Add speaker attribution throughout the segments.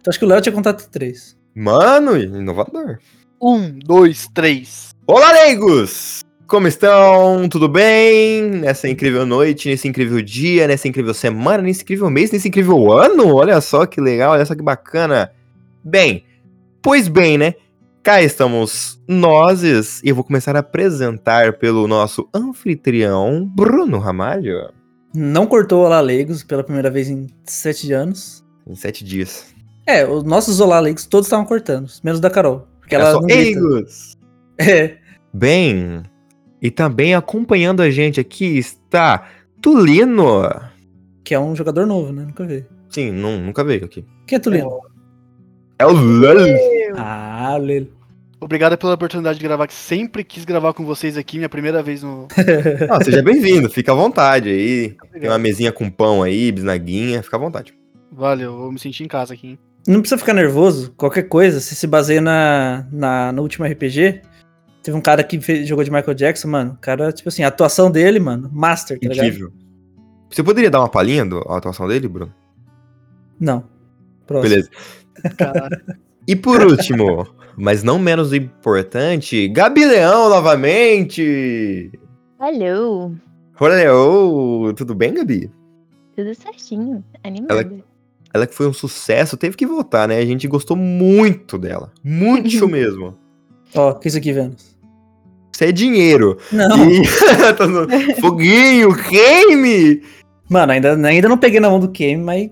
Speaker 1: Então, acho que o Léo tinha contado três.
Speaker 2: Mano, inovador.
Speaker 3: Um, dois, três.
Speaker 2: Olá, leigos! Como estão? Tudo bem? Nessa incrível noite, nesse incrível dia, nessa incrível semana, nesse incrível mês, nesse incrível ano? Olha só que legal, olha só que bacana. Bem, pois bem, né? Cá estamos nós, e eu vou começar a apresentar pelo nosso anfitrião, Bruno Ramalho,
Speaker 1: Não cortou o Olá Leigos pela primeira vez em sete anos.
Speaker 2: em sete dias.
Speaker 1: É, os nossos Olá Leigos todos estavam cortando, menos da Carol. Porque
Speaker 2: Olha
Speaker 1: ela
Speaker 2: É só,
Speaker 1: não grita.
Speaker 2: leigos!
Speaker 1: É,
Speaker 2: Bem, e também acompanhando a gente aqui está Tulino.
Speaker 1: que é um jogador novo, né? Nunca vi.
Speaker 2: Sim, nu- nunca veio aqui.
Speaker 1: Quem é Tulino?
Speaker 2: É o Lully.
Speaker 1: Ah, Lelo.
Speaker 3: Obrigado pela oportunidade de gravar, que sempre quis gravar com vocês aqui, minha primeira vez no.
Speaker 2: Ah, seja bem-vindo, fica à vontade aí. Tem uma
Speaker 3: Obrigado.
Speaker 2: mesinha com pão aí, bisnaguinha, fica à vontade.
Speaker 3: Valeu, eu me senti em casa aqui, hein?
Speaker 1: Não precisa ficar nervoso, qualquer coisa, você se baseia na, na, no último RPG. Teve um cara que fez- jogou de Michael Jackson, mano. O cara, tipo assim, a atuação dele, mano, master, tá ligado?
Speaker 2: Incrível. Você poderia dar uma palhinha do- da atuação dele, Bruno?
Speaker 1: Não. Próximo.
Speaker 2: Beleza.
Speaker 3: Caralho.
Speaker 2: E por último, mas não menos importante, Gabi Leão novamente.
Speaker 4: Alô,
Speaker 2: Olha, ô, tudo bem, Gabi?
Speaker 4: tudo certinho, animada.
Speaker 2: Ela que foi um sucesso, teve que voltar, né? A gente gostou muito dela. Muito mesmo.
Speaker 1: Ó, o que é isso aqui, Vênus?
Speaker 2: Isso é dinheiro.
Speaker 1: Não.
Speaker 2: E... Tá no- Foguinho, game!
Speaker 1: Mano, ainda, ainda não peguei na mão do Kame, mas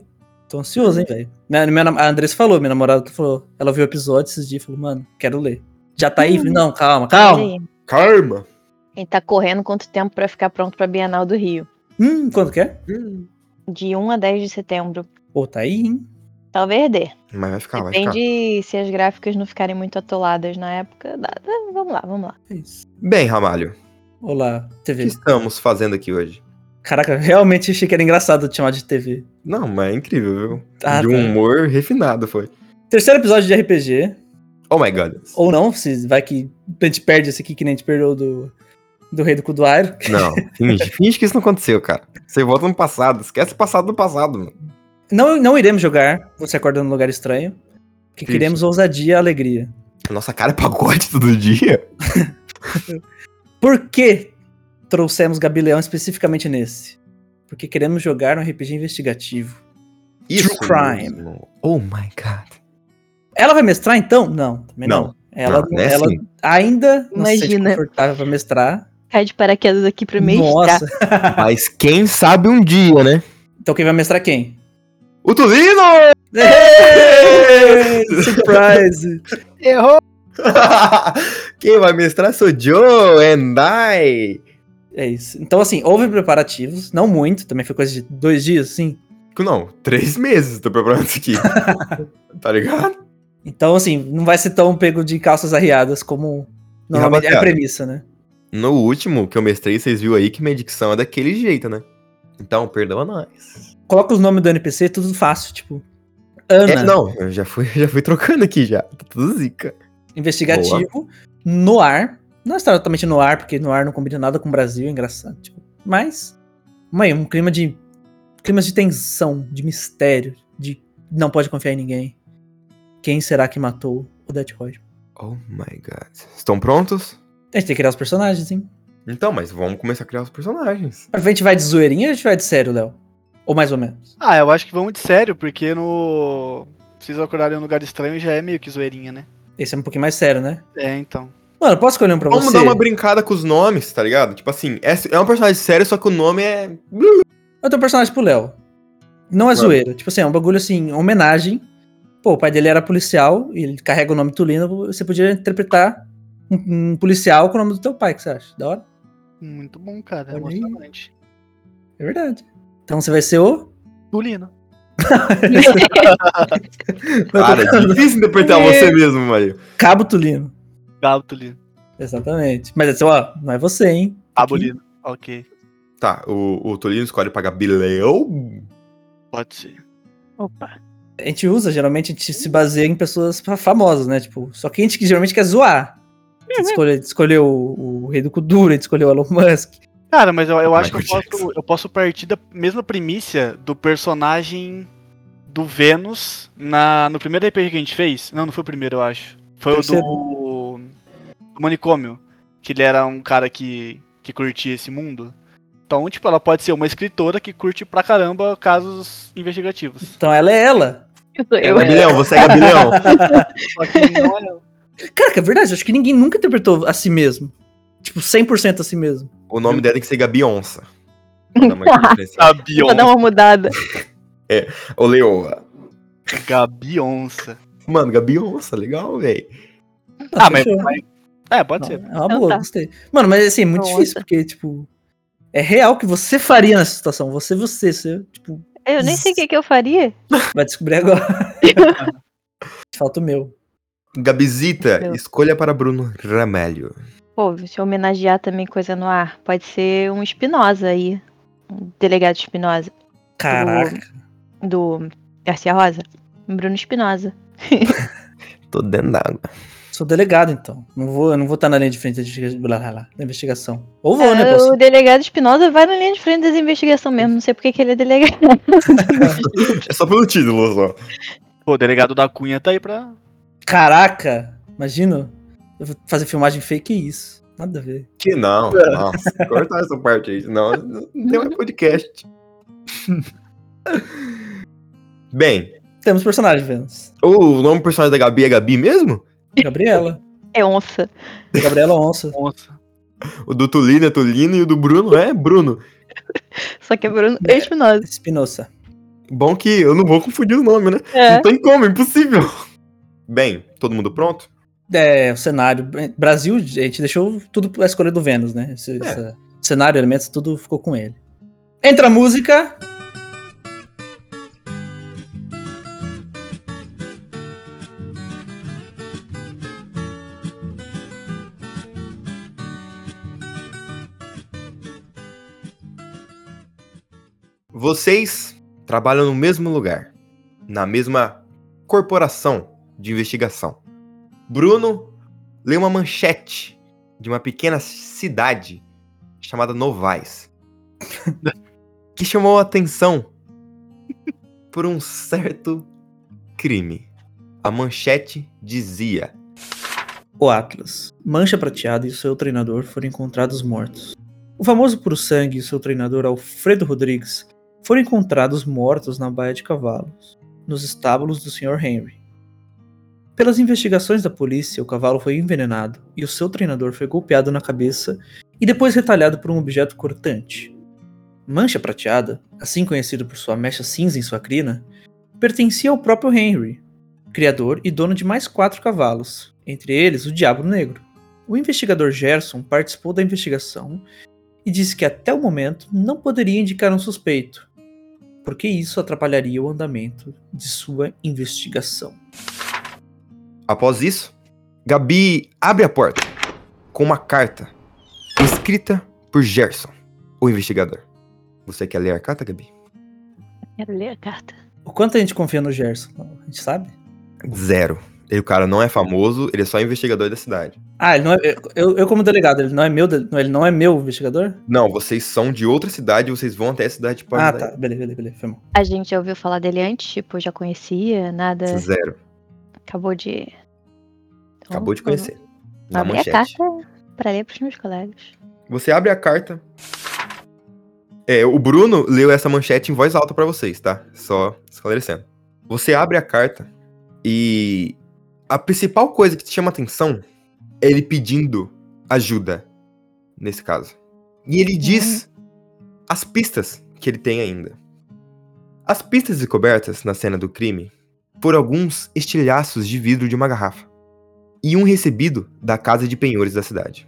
Speaker 1: tô ansioso, hein, velho. Minha- minha nam- A Andressa falou, minha namorada falou, ela viu o episódio esses dias e falou, mano, quero ler. Já tá aí? Falei, Não, calma, calma.
Speaker 4: Peraí,
Speaker 2: Karma.
Speaker 4: Ele tá correndo quanto tempo pra ficar pronto pra Bienal do Rio?
Speaker 1: Hum, quando que é?
Speaker 4: De 1 a 10 de setembro.
Speaker 1: Pô, tá aí, hein?
Speaker 4: Talvez dê.
Speaker 2: Mas vai ficar, vai ficar.
Speaker 4: Depende se as gráficas não ficarem muito atoladas na época. Dá- dá- Vamos lá, vamos lá.
Speaker 1: É isso.
Speaker 2: Bem, Ramalho,
Speaker 1: Olá,
Speaker 2: o que
Speaker 1: TV.
Speaker 2: estamos fazendo aqui hoje?
Speaker 1: Caraca, realmente achei que era engraçado te chamar de TV.
Speaker 2: Não, mas é incrível, viu?
Speaker 1: Ah,
Speaker 2: De
Speaker 1: tá.
Speaker 2: um humor refinado foi.
Speaker 1: Terceiro episódio de RPG,
Speaker 2: Oh my god.
Speaker 1: ou não, se vai que a gente perde esse aqui que nem a gente perdeu do, do Rei do Cuduário.
Speaker 2: Não, finge, finge que isso não aconteceu, cara. Você volta no passado, esquece o passado do passado, mano.
Speaker 1: Não, não iremos jogar Você Acorda num Lugar Estranho, que
Speaker 2: Triste.
Speaker 1: queremos é ousadia e alegria.
Speaker 2: Nossa cara é pagode todo dia.
Speaker 1: Por que trouxemos Gabi Leão especificamente nesse? Porque queremos jogar um RPG investigativo. True crime.
Speaker 2: mesmo. Oh my god.
Speaker 1: Ela vai mestrar então? Não, também não.
Speaker 2: Não,
Speaker 1: Ela,
Speaker 2: não, é
Speaker 1: ela
Speaker 2: assim.
Speaker 1: ainda não se sente
Speaker 4: Imagina.
Speaker 1: confortável pra mestrar.
Speaker 4: Cai de paraquedas aqui pro mês.
Speaker 1: Nossa.
Speaker 2: Mas quem sabe um dia, né?
Speaker 1: Então quem vai mestrar quem?
Speaker 2: O Tulino!
Speaker 1: Surprise!
Speaker 3: Errou!
Speaker 2: quem vai mestrar sou Joe and I.
Speaker 1: É isso. Então, assim, houve preparativos, não muito, também foi coisa de dois dias, sim.
Speaker 2: Não, três meses tô preparando isso aqui. tá ligado?
Speaker 1: Então, assim, não vai ser tão pego de calças arriadas como normalmente é a
Speaker 2: rapaziada?
Speaker 1: premissa, né?
Speaker 2: No último que eu mestrei, vocês viram aí que minha dicção é daquele jeito, né? Então, perdoa nós.
Speaker 1: Coloca os nomes do NPC, tudo fácil, tipo. Ana.
Speaker 2: É, não, eu já fui, já fui trocando aqui já. Tá tudo zica.
Speaker 1: investigativo no ar. Não está totalmente no ar, porque no ar não combina nada com o Brasil, é engraçado. Tipo, mas, mãe, um clima de. Climas de tensão, de mistério, de não pode confiar em ninguém. Quem será que matou o Death Roger?
Speaker 2: Oh my god. Estão prontos?
Speaker 1: A gente tem que criar os personagens, hein?
Speaker 2: Então, mas vamos começar a criar os personagens.
Speaker 1: A gente vai de zoeirinha ou a gente vai de sério, Léo? Ou mais ou menos.
Speaker 3: Ah, eu acho que vamos de sério, porque no. Vocês acordarem em um lugar estranho já é meio que zoeirinha, né?
Speaker 1: Esse é um pouquinho mais sério, né?
Speaker 3: É, então.
Speaker 1: Mano, posso escolher um pra
Speaker 2: Vamos
Speaker 1: você?
Speaker 2: dar uma brincada com os nomes, tá ligado? Tipo assim, é, é um personagem sério, só que o nome é.
Speaker 1: Eu tenho um personagem pro Léo. Não é
Speaker 2: Manda.
Speaker 1: zoeira. Tipo assim, é um bagulho assim, homenagem. Pô, o pai dele era policial, e ele carrega o nome Tulino, você podia interpretar um, um policial com o nome do teu pai, o que você acha? Da hora?
Speaker 3: Muito bom, cara. É
Speaker 1: Olha aí.
Speaker 3: emocionante.
Speaker 1: É verdade. Então você vai ser o.
Speaker 3: Tulino.
Speaker 2: Cara, é difícil interpretar você mesmo, Mario.
Speaker 1: Cabo Tulino.
Speaker 3: Galo Tulino.
Speaker 1: Exatamente. Mas é seu, ó, não é você, hein?
Speaker 3: Abolino. Ok.
Speaker 2: Tá, o, o Tolino escolhe pagar bilhão.
Speaker 3: Pode ser.
Speaker 4: Opa.
Speaker 1: A gente usa, geralmente a gente se baseia em pessoas fa- famosas, né? Tipo, só que a gente que geralmente quer zoar. A gente escolheu, escolheu o, o Rei do Kudura, a gente escolheu o Elon Musk.
Speaker 3: Cara, mas eu, eu acho que eu
Speaker 2: Michael
Speaker 3: posso, eu posso partir da mesma primícia do personagem do Vênus na, no primeiro RPG que a gente fez. Não, não foi o primeiro, eu acho. Foi o
Speaker 1: Terceiro.
Speaker 3: do, do Manicômio. Que ele era um cara que, que curtia esse mundo. Então, tipo, ela pode ser uma escritora que curte pra caramba casos investigativos.
Speaker 1: Então ela é ela.
Speaker 4: Eu,
Speaker 2: Gabilhão, você é Gabilhão.
Speaker 3: Só que não é
Speaker 1: Cara, que é verdade, acho que ninguém nunca interpretou a si mesmo. Tipo, 100% a si mesmo.
Speaker 2: O nome dela tem que ser Gabionça. Dá é uma diferença.
Speaker 3: a
Speaker 4: vou dar
Speaker 3: Beyoncé.
Speaker 4: uma mudada.
Speaker 2: Ô, Leoa.
Speaker 3: Gabionça.
Speaker 2: Mano, Gabionça, legal, velho.
Speaker 3: Ah, mas,
Speaker 1: fechou.
Speaker 3: mas- É, pode ser.
Speaker 1: Não, é uma
Speaker 4: Então
Speaker 1: boa,
Speaker 4: tá.
Speaker 1: gostei. Mano, mas assim, é muito
Speaker 4: Nossa.
Speaker 1: difícil, porque, tipo, é real que você faria nessa situação. Você, você, você, tipo,
Speaker 4: Eu nem sei o que, que eu faria.
Speaker 1: vai descobrir agora. Falta o meu.
Speaker 2: Gabizita,
Speaker 4: Meu.
Speaker 2: escolha para Bruno Ramelho.
Speaker 4: Pô, se eu homenagear também coisa no ar, pode ser um Espinosa aí. Um delegado Espinosa.
Speaker 1: Caraca.
Speaker 4: Do Garcia Rosa. Um Bruno Espinosa.
Speaker 2: Tô dentro d'água.
Speaker 1: Sou delegado, então. Não vou, eu não vou estar na linha de frente da investiga- blá, blá, blá, da investigação. Ou vou, né,
Speaker 4: Ah,
Speaker 1: posso?
Speaker 4: o delegado Espinosa vai na linha de frente das investigações mesmo. Não sei porque que ele é delegado.
Speaker 2: É só pelo título, só.
Speaker 3: Pô, o delegado da Cunha tá aí pra.
Speaker 1: Caraca, imagino. Eu vou fazer filmagem fake, que isso? Nada a ver.
Speaker 2: Que não. Nossa, cortar essa parte aí, senão não é podcast. Bem,
Speaker 1: Temos personagem, Vênus.
Speaker 2: o nome do personagem da Gabi é Gabi mesmo?
Speaker 1: Gabriela.
Speaker 4: É onça.
Speaker 1: Gabriela Onça.
Speaker 3: Nossa.
Speaker 2: O do Tulino é Tulino e o do Bruno é Bruno.
Speaker 4: Só que é Bruno Espinosa.
Speaker 1: Espinosa.
Speaker 2: Bom que eu não vou confundir o nome, né?
Speaker 4: É.
Speaker 2: Não tem como, impossível. Bem, todo mundo pronto?
Speaker 1: É, o cenário. Brasil, a gente deixou tudo pra escolha do Vênus, né? Esse, essa- cenário, elementos, tudo ficou com ele. Entra a música.
Speaker 2: Vocês trabalham no mesmo lugar, na mesma corporação de investigação. Bruno lê uma manchete de uma pequena cidade chamada Novais, que chamou a atenção por um certo crime. A manchete dizia:
Speaker 1: O Atlas. Mancha Prateada e seu treinador foram encontrados mortos. O famoso Puro Sangue e seu treinador Alfredo Rodrigues foram encontrados mortos na Baía de Cavalos, nos estábulos do Sr. Henry. Pelas investigações da polícia, o cavalo foi envenenado e o seu treinador foi golpeado na cabeça e depois retalhado por um objeto cortante. Mancha Prateada, assim conhecido por sua mecha cinza em sua crina, pertencia ao próprio Henry, criador e dono de mais quatro cavalos, entre eles o Diabo Negro. O investigador Gerson participou da investigação e disse que até o momento não poderia indicar um suspeito, porque isso atrapalharia o andamento de sua investigação.
Speaker 2: Após isso, Gabi abre a porta com uma carta escrita por Gerson, o investigador. Você quer ler a carta, Gabi?
Speaker 4: Quero ler a carta.
Speaker 1: O quanto a gente confia no Gerson? A gente sabe?
Speaker 2: Zero. E o cara não é famoso, ele é só investigador da cidade.
Speaker 1: Ah, ele não é, eu, eu como delegado, ele não é meu, de- ele não é meu investigador?
Speaker 2: Não, vocês são de outra cidade, vocês vão até a cidade para
Speaker 1: Ah,
Speaker 2: ajudar
Speaker 1: tá, beleza, beleza, beleza, foi mal.
Speaker 4: A gente já ouviu falar dele antes, tipo, já conhecia, nada.
Speaker 2: ele. Zero.
Speaker 4: Acabou de. Então,
Speaker 2: Acabou de
Speaker 4: vamos
Speaker 2: conhecer. Na
Speaker 4: Abrir a
Speaker 2: manchete.
Speaker 4: carta pra ler pros meus colegas.
Speaker 2: Você abre a carta. É, o Bruno leu essa manchete em voz alta pra vocês, tá? Só esclarecendo. Você abre a carta e a principal coisa que te chama atenção é ele pedindo ajuda nesse caso. E ele diz as pistas que ele tem ainda. As pistas descobertas na cena do crime foram alguns estilhaços de vidro de uma garrafa e um recebido da casa de penhores da cidade.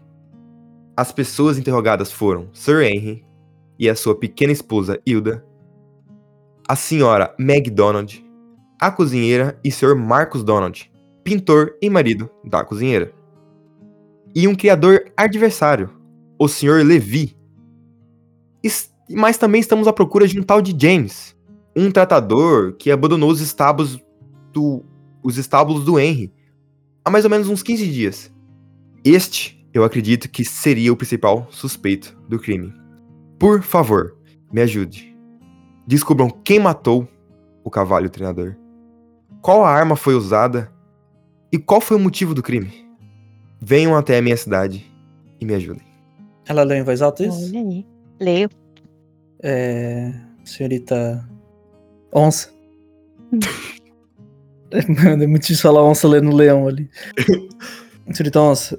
Speaker 2: As pessoas interrogadas foram Sir Henry e a sua pequena esposa Hilda, a senhora Meg Donald, a cozinheira e Sr. Marcus Donald, pintor e marido da cozinheira. E um criador adversário, o Sr. Levi. Es- Mas também estamos à procura de um tal de James, um tratador que abandonou os estábulos do, os estábulos do Henry há mais ou menos uns 15 dias. Este, eu acredito que seria o principal suspeito do crime. Por favor, me ajude. Descubram quem matou o Cavalho Treinador? Qual a arma foi usada? E qual foi o motivo do crime? Venham até a minha cidade e me ajudem.
Speaker 1: Ela leu em voz alta isso?
Speaker 4: Olha aí. Leio.
Speaker 1: É, senhorita Onça. Mano, é muito difícil falar onça lendo leão ali. senhorita Onça.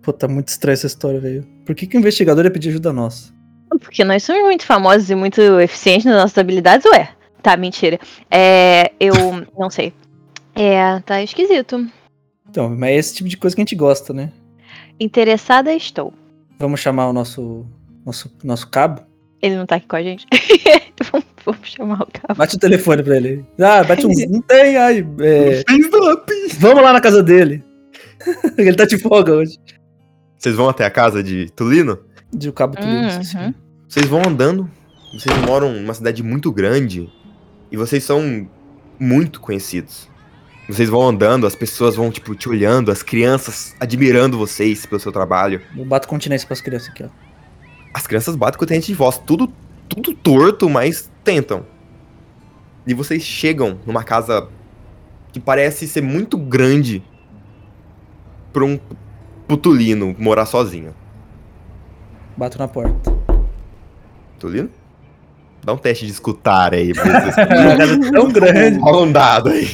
Speaker 1: Pô, tá muito estranha essa história, velho. Por que, que o investigador ia pedir ajuda nossa?
Speaker 4: Porque nós somos muito famosos e muito eficientes nas nossas habilidades, ué. Tá, mentira. É. Eu não sei. É, tá esquisito.
Speaker 1: Então, mas é esse tipo de coisa que a gente gosta, né?
Speaker 4: Interessada estou.
Speaker 1: Vamos chamar o nosso nosso, nosso cabo?
Speaker 4: Ele não tá aqui com a gente. vamos, vamos chamar o cabo.
Speaker 1: Bate o telefone pra ele. Ah, bate um. Não tem, ai. é,
Speaker 2: Fiz up.
Speaker 1: vamos lá na casa dele. ele tá de folga hoje.
Speaker 2: Vocês vão até a casa de Tulino?
Speaker 1: De o cabo tudo
Speaker 4: Uhum.
Speaker 1: isso.
Speaker 2: Vocês vão andando, vocês moram numa cidade muito grande e vocês são muito conhecidos. Vocês vão andando, as pessoas vão, tipo, te olhando, as crianças admirando vocês pelo seu trabalho.
Speaker 1: Eu bato continência pras crianças aqui, ó.
Speaker 2: As crianças batem com o tenente de voz, tudo, tudo torto, mas tentam. E vocês chegam numa casa que parece ser muito grande pra um putulino morar sozinho.
Speaker 1: Bato na porta.
Speaker 2: Tulino? Dá um teste de escutar aí pra vocês.
Speaker 1: Uma casa tão grande.
Speaker 2: Rola um dado aí.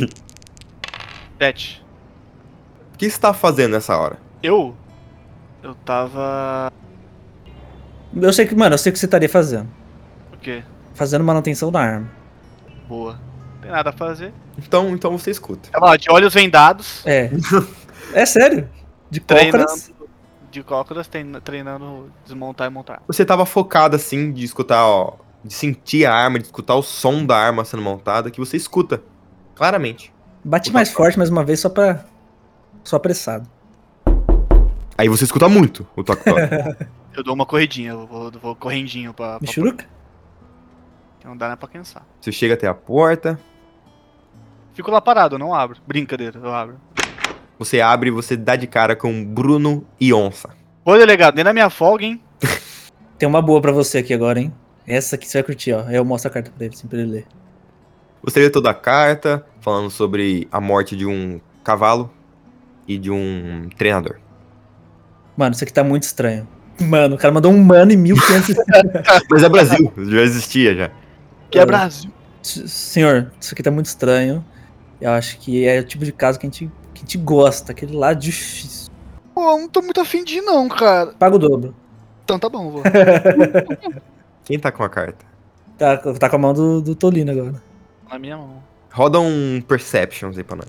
Speaker 3: Sete.
Speaker 2: O que você tá fazendo nessa hora?
Speaker 3: Eu? Eu tava.
Speaker 1: Eu sei que, mano, eu sei o que você estaria fazendo.
Speaker 3: O quê?
Speaker 1: Fazendo manutenção da arma.
Speaker 3: Boa. Não tem nada a fazer.
Speaker 2: Então, então você escuta.
Speaker 3: Ela, ó, de olhos vendados,
Speaker 1: É. é sério. De
Speaker 3: Treinando.
Speaker 1: cócoras.
Speaker 3: de cócoras, trein- treinando desmontar e montar.
Speaker 2: Você tava focado assim de escutar, ó, de sentir a arma, de escutar o som da arma sendo montada, que você escuta claramente.
Speaker 1: Bate mais forte mais uma vez só pra. Só apressado.
Speaker 2: Aí você escuta muito o toque toque.
Speaker 3: Eu dou uma corridinha, eu vou, vou correndinho pra. pra
Speaker 1: Michuruca?
Speaker 3: não dá nem pra cansar.
Speaker 2: você chega até a porta,
Speaker 3: Fico lá parado, eu não abro. Brincadeira, eu abro.
Speaker 2: você abre e você dá de cara com Bruno e Onça.
Speaker 3: Ô, delegado, nem na minha folga, hein?
Speaker 1: Tem uma boa pra você aqui agora, hein? Essa aqui você vai curtir, ó. Eu mostro a carta pra ele, assim, pra ele ler.
Speaker 2: Você lê toda a carta falando sobre a morte de um cavalo e de um treinador.
Speaker 1: Mano, isso aqui tá muito estranho. Mano, o cara mandou um mano e 1500.
Speaker 2: Mas é Brasil, já existia já.
Speaker 3: Que é Brasil.
Speaker 1: S- Senhor, isso aqui tá muito estranho. Eu acho que é o tipo de caso que a gente, que a gente gosta, aquele lá difícil.
Speaker 3: Pô, eu não tô muito afim de ir, não, cara.
Speaker 1: Paga o dobro.
Speaker 3: Então tá bom, vou.
Speaker 2: Quem tá com a carta?
Speaker 1: Tá, tá com a mão do, do Tolino agora.
Speaker 3: na minha mão.
Speaker 2: Roda um Perceptions aí pra nós.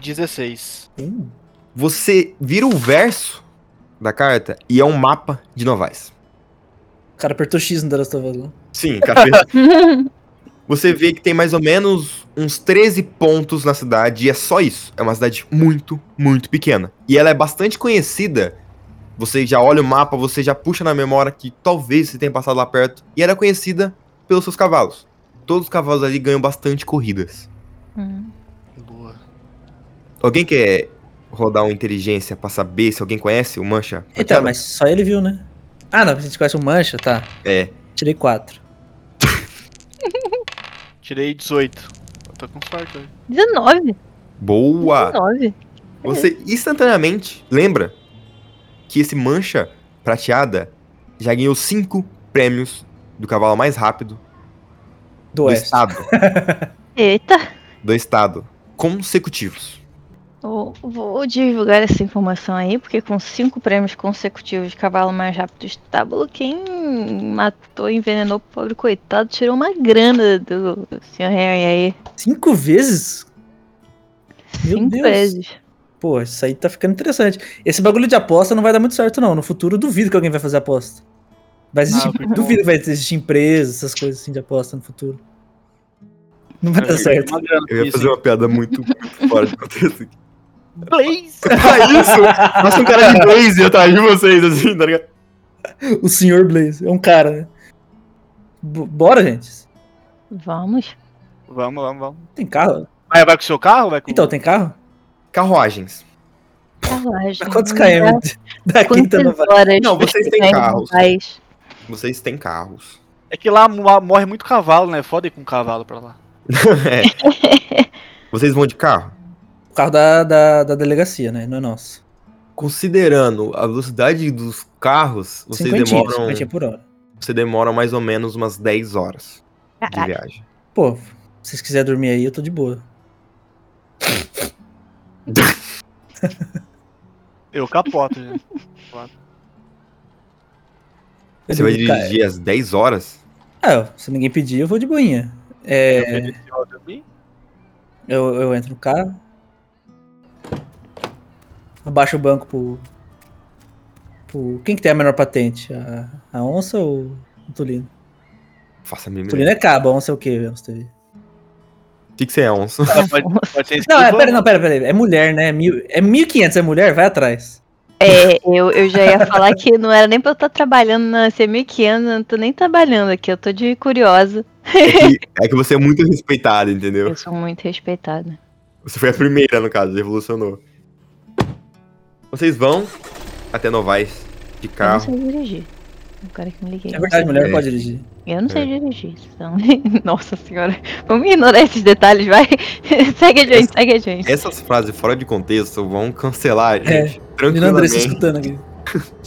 Speaker 3: 16.
Speaker 1: Hum,
Speaker 2: Você vira o verso da carta e é um mapa de Novais.
Speaker 1: o cara apertou X no The Last of Us lá.
Speaker 2: Sim, café. Você vê que tem mais ou menos uns 13 pontos na cidade e é só isso. É uma cidade muito, muito pequena. E ela é bastante conhecida. Você já olha o mapa, você já puxa na memória que talvez você tenha passado lá perto. E ela é conhecida pelos seus cavalos. Todos os cavalos ali ganham bastante corridas.
Speaker 4: Hum.
Speaker 3: Boa.
Speaker 2: Alguém quer rodar uma inteligência pra saber se alguém conhece o Mancha?
Speaker 1: Então, mas só ele viu, né? Ah, não, a gente conhece o Mancha, tá.
Speaker 2: É,
Speaker 1: Tirei 4.
Speaker 3: Tirei 18. Eu tô com sorte hoje.
Speaker 4: 19.
Speaker 2: boa!
Speaker 4: 19.
Speaker 2: Você instantaneamente lembra que esse mancha prateada já ganhou cinco prêmios do cavalo mais rápido
Speaker 1: Do
Speaker 2: do
Speaker 1: Oeste.
Speaker 2: estado,
Speaker 4: Eita.
Speaker 2: do estado consecutivos.
Speaker 4: Eu Vou divulgar essa informação aí, porque com cinco prêmios consecutivos de cavalo mais rápido do estábulo, quem matou, envenenou o pobre coitado, tirou uma grana do senhor Harry aí.
Speaker 1: Cinco vezes? Meu
Speaker 4: cinco
Speaker 1: Deus.
Speaker 4: vezes.
Speaker 1: Pô, isso aí tá ficando interessante. Esse bagulho de aposta não vai dar muito certo, não. No futuro, eu duvido que alguém vai fazer aposta. Vai existir,
Speaker 3: Ah, porque-
Speaker 1: duvido que vai existir empresas, essas coisas assim de aposta no futuro. Não vai dar
Speaker 3: Eu ganhei
Speaker 1: certo.
Speaker 3: uma grana com
Speaker 2: Eu ia
Speaker 3: isso,
Speaker 2: fazer
Speaker 3: hein?
Speaker 2: uma piada muito fora de contexto. aqui.
Speaker 3: Blaze!
Speaker 2: ah, isso! Nossa, um cara de dois ia atrás de vocês, assim, tá ligado?
Speaker 1: O senhor Blaze é um cara, né? B- Bora, gente.
Speaker 4: Vamos.
Speaker 3: Vamos, vamos, vamos.
Speaker 1: Tem carro?
Speaker 3: Vai, vai com o seu carro? Vai com...
Speaker 1: Então, tem carro?
Speaker 2: Carruagens.
Speaker 4: Carruagem.
Speaker 1: Pra quantos km? Daqui tá no
Speaker 4: Quantas horas?
Speaker 2: Não, vocês
Speaker 4: você
Speaker 2: têm
Speaker 4: tem
Speaker 2: carros.
Speaker 4: mais?
Speaker 2: Vocês têm carros.
Speaker 3: É que lá mo- morre muito cavalo, né? Foda ir com cavalo pra lá.
Speaker 2: É. Vocês vão de carro?
Speaker 1: O carro da, da, da delegacia, né? Não é nosso.
Speaker 2: Considerando a velocidade dos carros, vocês
Speaker 1: Cinquentinha,
Speaker 2: demoram,
Speaker 1: cinquentinha por hora.
Speaker 2: você demora mais ou menos umas 10 horas de
Speaker 4: Caralho.
Speaker 2: viagem.
Speaker 1: Pô, se vocês quiserem dormir aí, eu tô de boa.
Speaker 3: Eu capoto né? já.
Speaker 1: Eu
Speaker 2: Você vai
Speaker 1: digo, cara,
Speaker 2: dirigir às 10 horas?
Speaker 1: Ah, se ninguém pedir, eu vou de boinha. É,
Speaker 3: Eu pedi esse áudio a mim.
Speaker 1: eu, eu entro no carro. Abaixo o banco pro, pro. Quem que tem a menor patente? A, a onça ou o Tolino?
Speaker 2: Faça
Speaker 1: O
Speaker 2: mínimo.
Speaker 1: Tolino é cabo, a onça é o quê? Vamos ter-
Speaker 2: O que, que você é, onça?
Speaker 3: Ela Pode, pode ser
Speaker 1: Não, é,
Speaker 2: tipo
Speaker 1: pera,
Speaker 3: escrivã.
Speaker 1: não, pera, pera. É mulher, né? É mil- É 1500, é mulher? Vai atrás.
Speaker 4: É, eu, eu já ia falar que não era nem pra eu estar trabalhando na CMQN, eu não tô nem trabalhando aqui, eu tô de curiosa.
Speaker 2: É que, é que você é muito respeitado, entendeu?
Speaker 4: Eu sou muito respeitada.
Speaker 2: Você foi a primeira, no caso, revolucionou. Vocês vão até Novais de
Speaker 4: Eu não
Speaker 2: carro.
Speaker 4: sei dirigir. Agora que me liguei.
Speaker 1: É verdade, mulher
Speaker 2: É.
Speaker 1: não pode dirigir.
Speaker 4: Eu não sei dirigir, então. Nossa senhora. Vamos ignorar esses detalhes, vai. segue a gente, segue a gente.
Speaker 2: Essas frases fora de contexto vão cancelar,
Speaker 1: É,
Speaker 2: gente.
Speaker 1: Tolino e André se
Speaker 2: Tranquilamente.
Speaker 1: escutando aqui.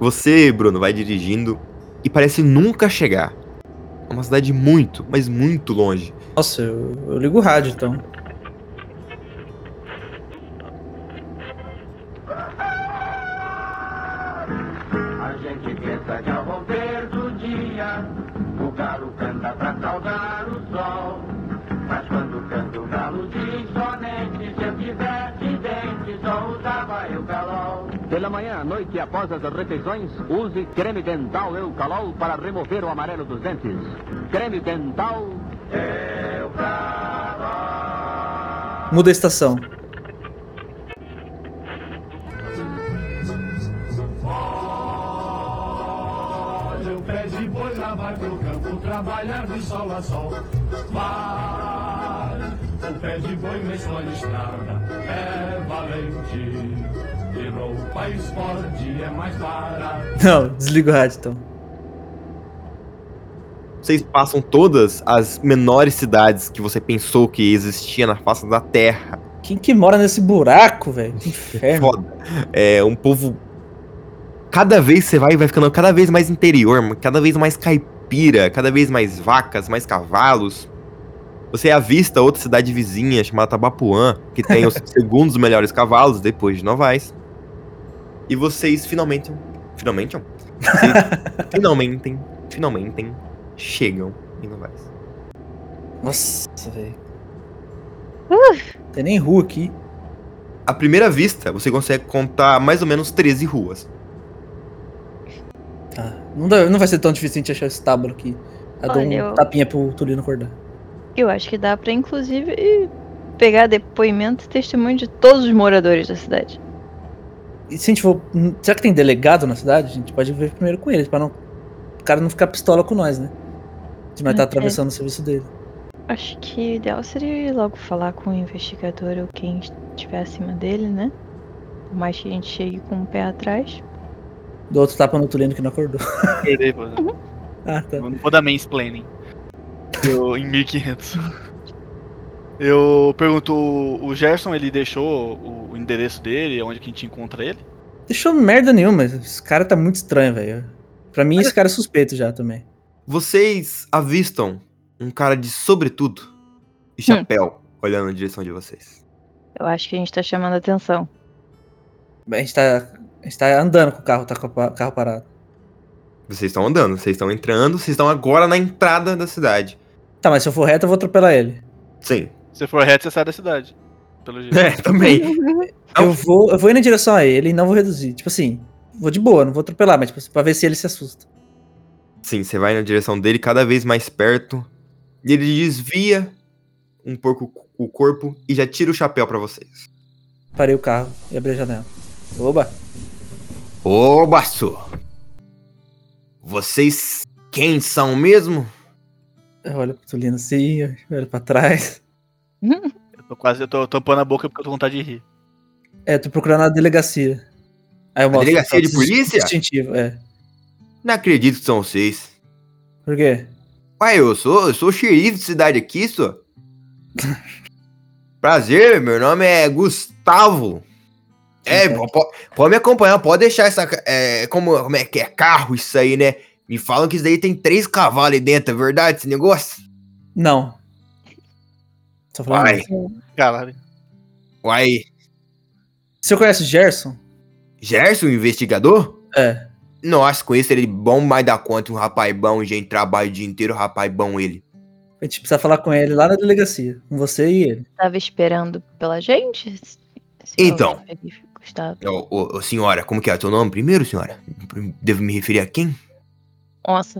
Speaker 2: Você, Bruno, vai dirigindo e parece nunca chegar. É uma cidade muito, mas muito longe.
Speaker 1: Nossa, eu, eu ligo o rádio então.
Speaker 5: A gente pensa que ao romper do dia O galo canta pra saudar o sol Mas quando canta o galo diz sonete Se eu tivesse dente só usava Eucalol Pela manhã, à noite e após as refeições Use creme dental Eucalol para remover o amarelo dos dentes Creme dental
Speaker 1: Muda a estação.
Speaker 6: Olha o pé de boi lá vai pro campo trabalhar de sol a sol. Vai, o pé de boi mesmo a estrada é valente. E roupa e esporte é mais barata.
Speaker 1: Não, desliga o rádio então.
Speaker 2: Vocês passam todas as menores cidades que você pensou que existia na face da Terra.
Speaker 1: Quem que mora nesse buraco, velho? Que inferno.
Speaker 2: Foda. É um povo. Cada vez você vai, vai ficando cada vez mais interior, cada vez mais caipira, cada vez mais vacas, mais cavalos. Você avista outra cidade vizinha chamada Tabapuã, que tem os segundos melhores cavalos depois de Novais. E vocês finalmente. Finalmente? ó. Vocês finalmente, finalmente chegam em Novais.
Speaker 1: Nossa, velho. Não Tem nem rua aqui.
Speaker 2: À primeira vista, você consegue contar mais ou menos 13 ruas.
Speaker 1: Tá. Não, dá- não vai ser tão difícil a gente achar esse tábulo aqui. Eu dou um
Speaker 4: Olha, eu-
Speaker 1: tapinha pro Tulino acordar.
Speaker 4: Eu acho que dá pra, inclusive, pegar depoimento e testemunho de todos os moradores da cidade.
Speaker 1: E se a gente for. hum, Será que tem delegado na cidade? A gente pode ver primeiro com eles, pra não. O cara não ficar pistola com nós, né? De nós
Speaker 4: Hum,
Speaker 1: tá
Speaker 4: é.
Speaker 1: atravessando o serviço dele.
Speaker 4: Acho que o ideal seria ir logo falar com o investigador ou quem estiver acima dele, né? Por mais que a gente chegue com o pé atrás.
Speaker 1: Do outro tapa no Tulino que não acordou.
Speaker 3: Perdei, pô.
Speaker 1: Ah, tá.
Speaker 3: Eu não vou dar mansplaining. Eu, em 1500. Eu pergunto, o o Gerson, ele deixou o o endereço dele, onde que a gente encontra ele?
Speaker 1: Deixou merda nenhuma. Esse cara tá muito estranho, velho. Pra mim, esse cara é suspeito já também.
Speaker 2: Vocês avistam um cara de sobretudo e chapéu olhando na direção de vocês.
Speaker 4: Eu acho que a gente tá chamando atenção.
Speaker 1: A gente tá. A gente tá andando com o carro, tá com o carro parado.
Speaker 2: Vocês estão andando, vocês estão entrando, vocês estão agora na entrada da cidade.
Speaker 1: Tá, mas se eu for reto, eu vou atropelar ele.
Speaker 2: Sim.
Speaker 3: Se for reto, você sai da cidade. Pelo jeito.
Speaker 2: É, também. Não.
Speaker 1: Eu vou, eu vou indo em direção a ele e não vou reduzir. Tipo assim, vou de boa, não vou atropelar, mas tipo, assim, pra ver se ele se assusta.
Speaker 2: Sim, você vai na direção dele cada vez mais perto. E ele desvia um pouco o corpo e já tira o chapéu pra vocês.
Speaker 1: Parei o carro e abri a janela. Oba!
Speaker 2: Ô, Baçu! Vocês quem são mesmo?
Speaker 1: Eu olho pro Tulino assim, eu olho pra trás.
Speaker 3: Eu tô quase, eu tô tampando a boca porque eu tô com vontade de rir.
Speaker 1: É, tô procurando a delegacia. Aí eu mostro.
Speaker 2: delegacia de
Speaker 1: Dis-
Speaker 2: polícia?
Speaker 1: Distintivo, é.
Speaker 2: Não acredito que são vocês.
Speaker 1: Por quê?
Speaker 2: Pai, eu sou, eu sou o xerife de cidade aqui, só. Prazer, meu nome é Gustavo. É,
Speaker 1: Sim,
Speaker 2: po- po- pode me acompanhar, pode deixar essa. ca- É, como, como é que é? Carro isso aí, né? Me falam que isso daí tem três cavalos aí dentro, é verdade esse negócio?
Speaker 1: Não. Só falando.
Speaker 2: Uai,
Speaker 3: Caralho.
Speaker 2: uai.
Speaker 1: Você conhece o Gerson?
Speaker 2: Gerson, o investigador?
Speaker 1: É.
Speaker 2: Nossa, conheço ele bom mais da conta, um rapaz bom, gente, trabalha o dia inteiro, um rapaz bom ele.
Speaker 1: A gente precisa falar com ele lá na delegacia. Com você e ele.
Speaker 4: Tava esperando pela gente? se- se
Speaker 2: Então.
Speaker 4: eu me Gustavo.
Speaker 2: Ô, ô, ô, senhora, como que é teu nome primeiro, senhora? Devo me referir a quem?
Speaker 4: Onça.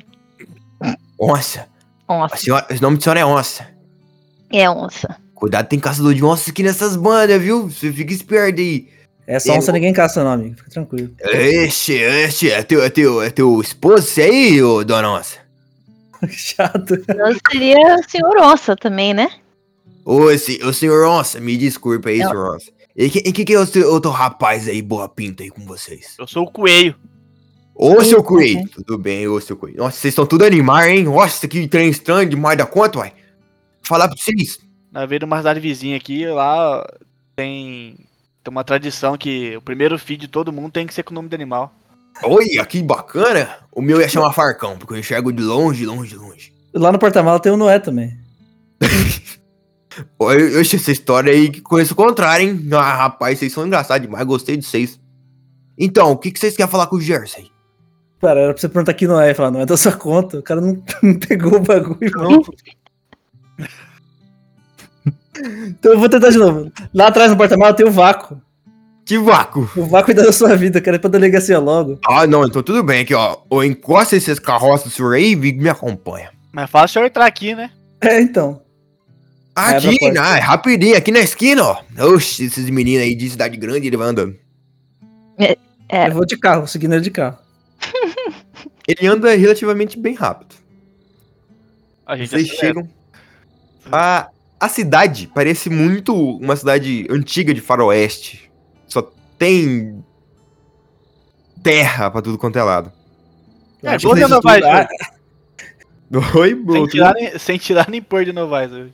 Speaker 2: Onça. A
Speaker 4: Onça.
Speaker 2: senhora, o nome de senhora é Onça.
Speaker 4: É onça.
Speaker 2: Cuidado, tem caçador de onças aqui nessas bandas, viu? Você fica esperto aí.
Speaker 1: Essa
Speaker 2: Eu-
Speaker 1: onça um ninguém caça, não, amigo. Fica tranquilo.
Speaker 2: Este, este, é teu, é teu, é teu esposo esse aí, ô, dona Onça?
Speaker 1: Chato.
Speaker 4: Então seria o senhor onça também, né?
Speaker 2: Ô, esse, ô, senhor Onça, me desculpa aí,
Speaker 4: Não.
Speaker 2: senhor Onça. E que, e que que é o seu outro rapaz aí, boa pinta aí com vocês?
Speaker 3: Eu sou o coelho.
Speaker 2: Ô, seu
Speaker 4: Eita,
Speaker 2: Coelho, tudo bem, ô, seu Coelho. Nossa, vocês estão tudo animar, hein? Nossa, que trem estranho demais da conta, uai. Falar pra vocês.
Speaker 3: Na veio de uma cidade vizinha aqui, lá tem. Tem uma tradição que o primeiro feed de todo mundo tem que ser com o nome do animal.
Speaker 2: Olha, que bacana. O meu ia chamar Farcão, porque eu enxergo de longe, longe, longe.
Speaker 1: Lá no porta-mala tem o Noé também.
Speaker 2: Olha, eu achei essa história aí que conheço o contrário, hein? Ah, rapaz, vocês são engraçados demais, gostei de vocês. Então, o que, que vocês querem falar com o Jersey?
Speaker 1: Cara, era pra você perguntar aqui Noé e falar, não é da sua conta. O cara não, não pegou o bagulho, não. então eu vou tentar de novo. Lá atrás no porta-mala tem o vácuo.
Speaker 2: Que vácuo.
Speaker 1: O vácuo cuidar da sua vida, cara. É pra delegacia logo.
Speaker 2: Ah, não, então tudo bem aqui, ó. Ou encosta esses carroças do senhor aí e me acompanha.
Speaker 3: Mas é fácil o senhor entrar aqui, né?
Speaker 1: É, então. Abre a
Speaker 2: Aqui,
Speaker 1: porta.
Speaker 2: né? Rapidinho, aqui na esquina, ó. Oxe, esses meninos aí de cidade grande, ele vai andando.
Speaker 4: É.
Speaker 1: Eu vou de carro, seguindo ele de carro.
Speaker 2: Ele anda relativamente bem rápido.
Speaker 3: A gente é
Speaker 2: Vocês
Speaker 3: acelera.
Speaker 2: chegam. A, a cidade parece muito uma cidade antiga de faroeste. Só tem terra pra tudo quanto é lado.
Speaker 1: Eu
Speaker 3: É,
Speaker 1: acho
Speaker 3: igual
Speaker 1: que
Speaker 3: o
Speaker 1: isso
Speaker 3: Renovais,
Speaker 1: tudo-
Speaker 3: né?
Speaker 1: Ah,
Speaker 2: Oi, Bruno.
Speaker 3: Sem tirar, nem, sem tirar nem pôr de Novais. hoje.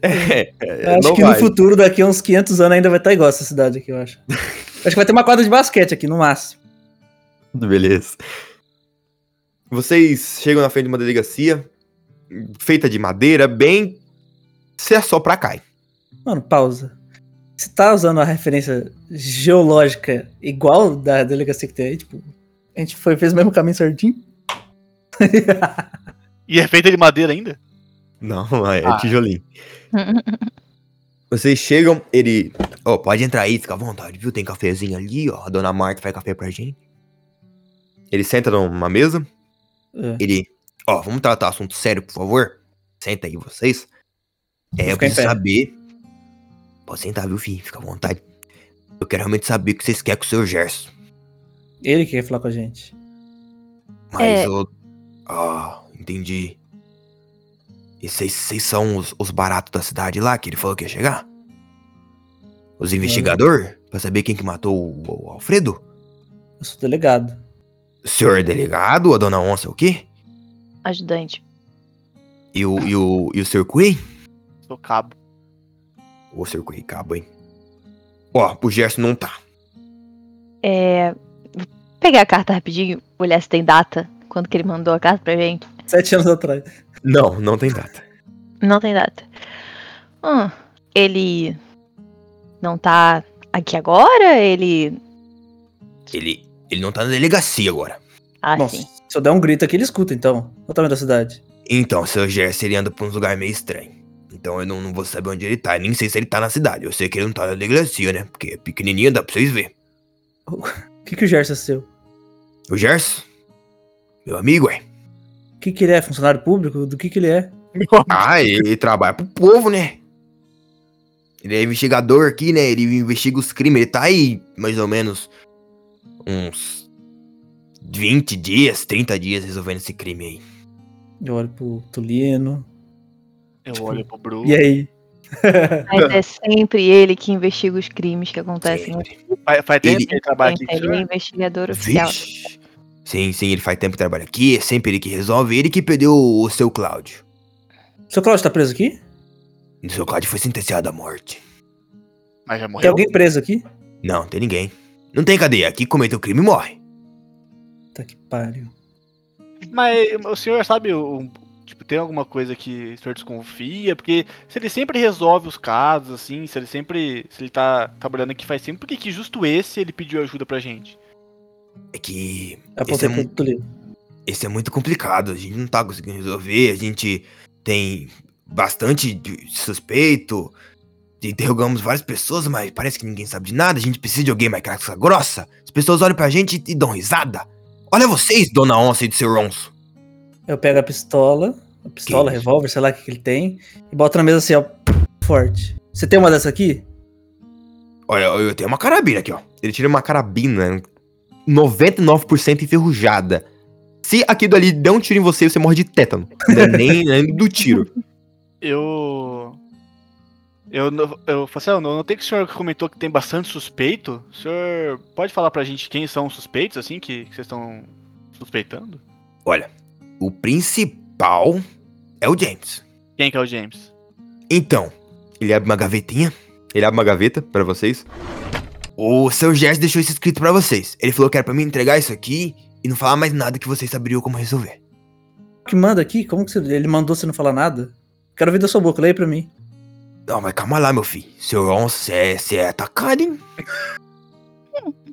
Speaker 2: É,
Speaker 1: eu acho
Speaker 2: não
Speaker 1: que
Speaker 2: vai.
Speaker 1: no futuro, daqui a uns 500 anos, ainda vai estar igual essa cidade aqui, eu acho. acho que vai ter uma quadra de basquete aqui, no máximo.
Speaker 2: Beleza. Vocês chegam na frente de uma delegacia feita de madeira, bem. Se assoprar, cai.
Speaker 1: Mano, pausa. Você tá usando a referência geológica igual da delegacia que tem aí? Tipo, a gente foi, fez o mesmo caminho certinho?
Speaker 3: E é feita de madeira ainda?
Speaker 2: Não, é
Speaker 3: Ah.
Speaker 2: tijolinho. Vocês chegam, ele. Ó, pode entrar aí, fica à vontade, viu? Tem cafezinho ali, ó. A dona Marta faz café pra gente. Ele senta numa mesa,
Speaker 1: É.
Speaker 2: ele. Ó, vamos tratar assunto sério, por favor. Senta aí vocês. É,
Speaker 1: Vou ficar
Speaker 2: eu
Speaker 1: em
Speaker 2: preciso
Speaker 1: pé.
Speaker 2: saber. Pode sentar, viu, filho? Fica à vontade. Eu quero realmente saber o que vocês querem com o seu Gerson.
Speaker 1: Ele que quer falar com a gente.
Speaker 2: Mas
Speaker 4: É.
Speaker 2: eu. Ah, entendi. E vocês vocês são os, os baratos da cidade lá que ele falou que ia chegar? Os investigadores? Pra saber quem que matou o, o Alfredo?
Speaker 1: Eu sou delegado.
Speaker 2: O senhor é delegado, a dona Onça, o quê?
Speaker 4: Ajudante.
Speaker 2: E o, e o, e o senhor Queen?
Speaker 3: Sou cabo.
Speaker 2: Ô, senhor Queen, cabo, hein? Ó, o Gerson não tá.
Speaker 4: É. vou Pegar a carta rapidinho, olhar se tem data. Quando que ele mandou a carta pra gente.
Speaker 1: Sete anos atrás.
Speaker 2: Não, não tem data.
Speaker 4: Não tem data. Hum, ele. Não tá aqui agora? Ele.
Speaker 2: Ele, ele não tá na delegacia agora.
Speaker 4: Ah,
Speaker 1: Bom,
Speaker 4: sim.
Speaker 1: se eu der um grito aqui, ele escuta, então. Olha o tamanho da cidade.
Speaker 2: Então, seu Gerson, ele anda pra uns lugares meio estranhos. Então eu não, não vou saber onde ele tá. Eu nem sei se ele tá na cidade. Eu sei que ele não tá na delegacia, né? Porque é pequenininho, dá pra vocês verem.
Speaker 1: O que, que o Gerson é seu?
Speaker 2: O Gerson? Meu amigo, é?
Speaker 1: O que, que ele é? Funcionário público? Do que, que ele é?
Speaker 2: Ah, ele trabalha pro povo, né? Ele é investigador aqui, né? Ele investiga os crimes. Ele tá aí, mais ou menos, uns 20 dias, 30 dias resolvendo esse crime aí.
Speaker 1: Eu olho pro Tulino.
Speaker 3: Eu olho pro Bruno.
Speaker 1: E aí?
Speaker 4: Mas é sempre ele que investiga os crimes que acontecem.
Speaker 2: Sempre.
Speaker 3: Faz, faz tempo
Speaker 2: Ele-
Speaker 3: que ele trabalha aqui.
Speaker 4: Ele é investigador oficial.
Speaker 2: Vixe. Sim, sim, ele faz tempo que trabalha aqui, é sempre ele que resolve, ele que perdeu o seu Cláudio.
Speaker 1: Seu Cláudio tá preso aqui?
Speaker 2: O seu Cláudio foi sentenciado à morte.
Speaker 3: Mas já
Speaker 1: Tem
Speaker 3: morreu.
Speaker 1: alguém preso aqui?
Speaker 2: Não, tem ninguém. Não tem cadeia, aqui comete o crime e morre.
Speaker 1: Tá que pariu.
Speaker 3: Mas o senhor sabe, o- tipo, tem alguma coisa que o senhor desconfia? Porque se ele sempre resolve os casos, assim, se ele sempre. Se ele tá trabalhando aqui faz tempo, por que, que justo esse ele pediu ajuda pra gente?
Speaker 2: É que Esse
Speaker 1: Apontei
Speaker 2: é
Speaker 1: pro
Speaker 2: um-
Speaker 1: Toledo.
Speaker 2: esse é muito complicado, a gente não tá conseguindo resolver, a gente tem bastante de- suspeito, interrogamos várias pessoas, mas parece que ninguém sabe de nada, a gente precisa de alguém mais casca grossa. As pessoas olham pra gente e dão risada. Olha vocês, dona Onça e do seu Ronço.
Speaker 1: Eu pego a pistola, a pistola,
Speaker 2: Que isso?
Speaker 1: revólver, sei lá o que, que ele tem, e boto na mesa assim, ó, forte. Você tem uma dessa aqui?
Speaker 2: Olha, eu tenho uma carabina aqui, ó. Ele tira uma carabina 99% enferrujada. Se aquilo ali der um tiro em você, você morre de tétano. Não é nem, nem do tiro.
Speaker 3: Eu. Eu, no- eu, falei assim, "Ah, eu notei que o senhor comentou que tem bastante suspeito. O senhor pode falar pra gente quem são os suspeitos, assim, que que vocês estão suspeitando?
Speaker 2: Olha, o principal é o James.
Speaker 3: Quem que é o James?
Speaker 2: Então, ele abre uma gavetinha. Ele abre uma gaveta pra vocês. O seu Gerson deixou isso escrito pra vocês. Ele falou que era pra mim entregar isso aqui e não falar mais nada que vocês saberiam como resolver.
Speaker 1: que manda aqui? Como que você... ele mandou você não falar nada? Quero ouvir da sua boca, leia pra mim.
Speaker 2: Não, mas calma lá, meu filho. Seu Ron, você é, cê é atacado, hein?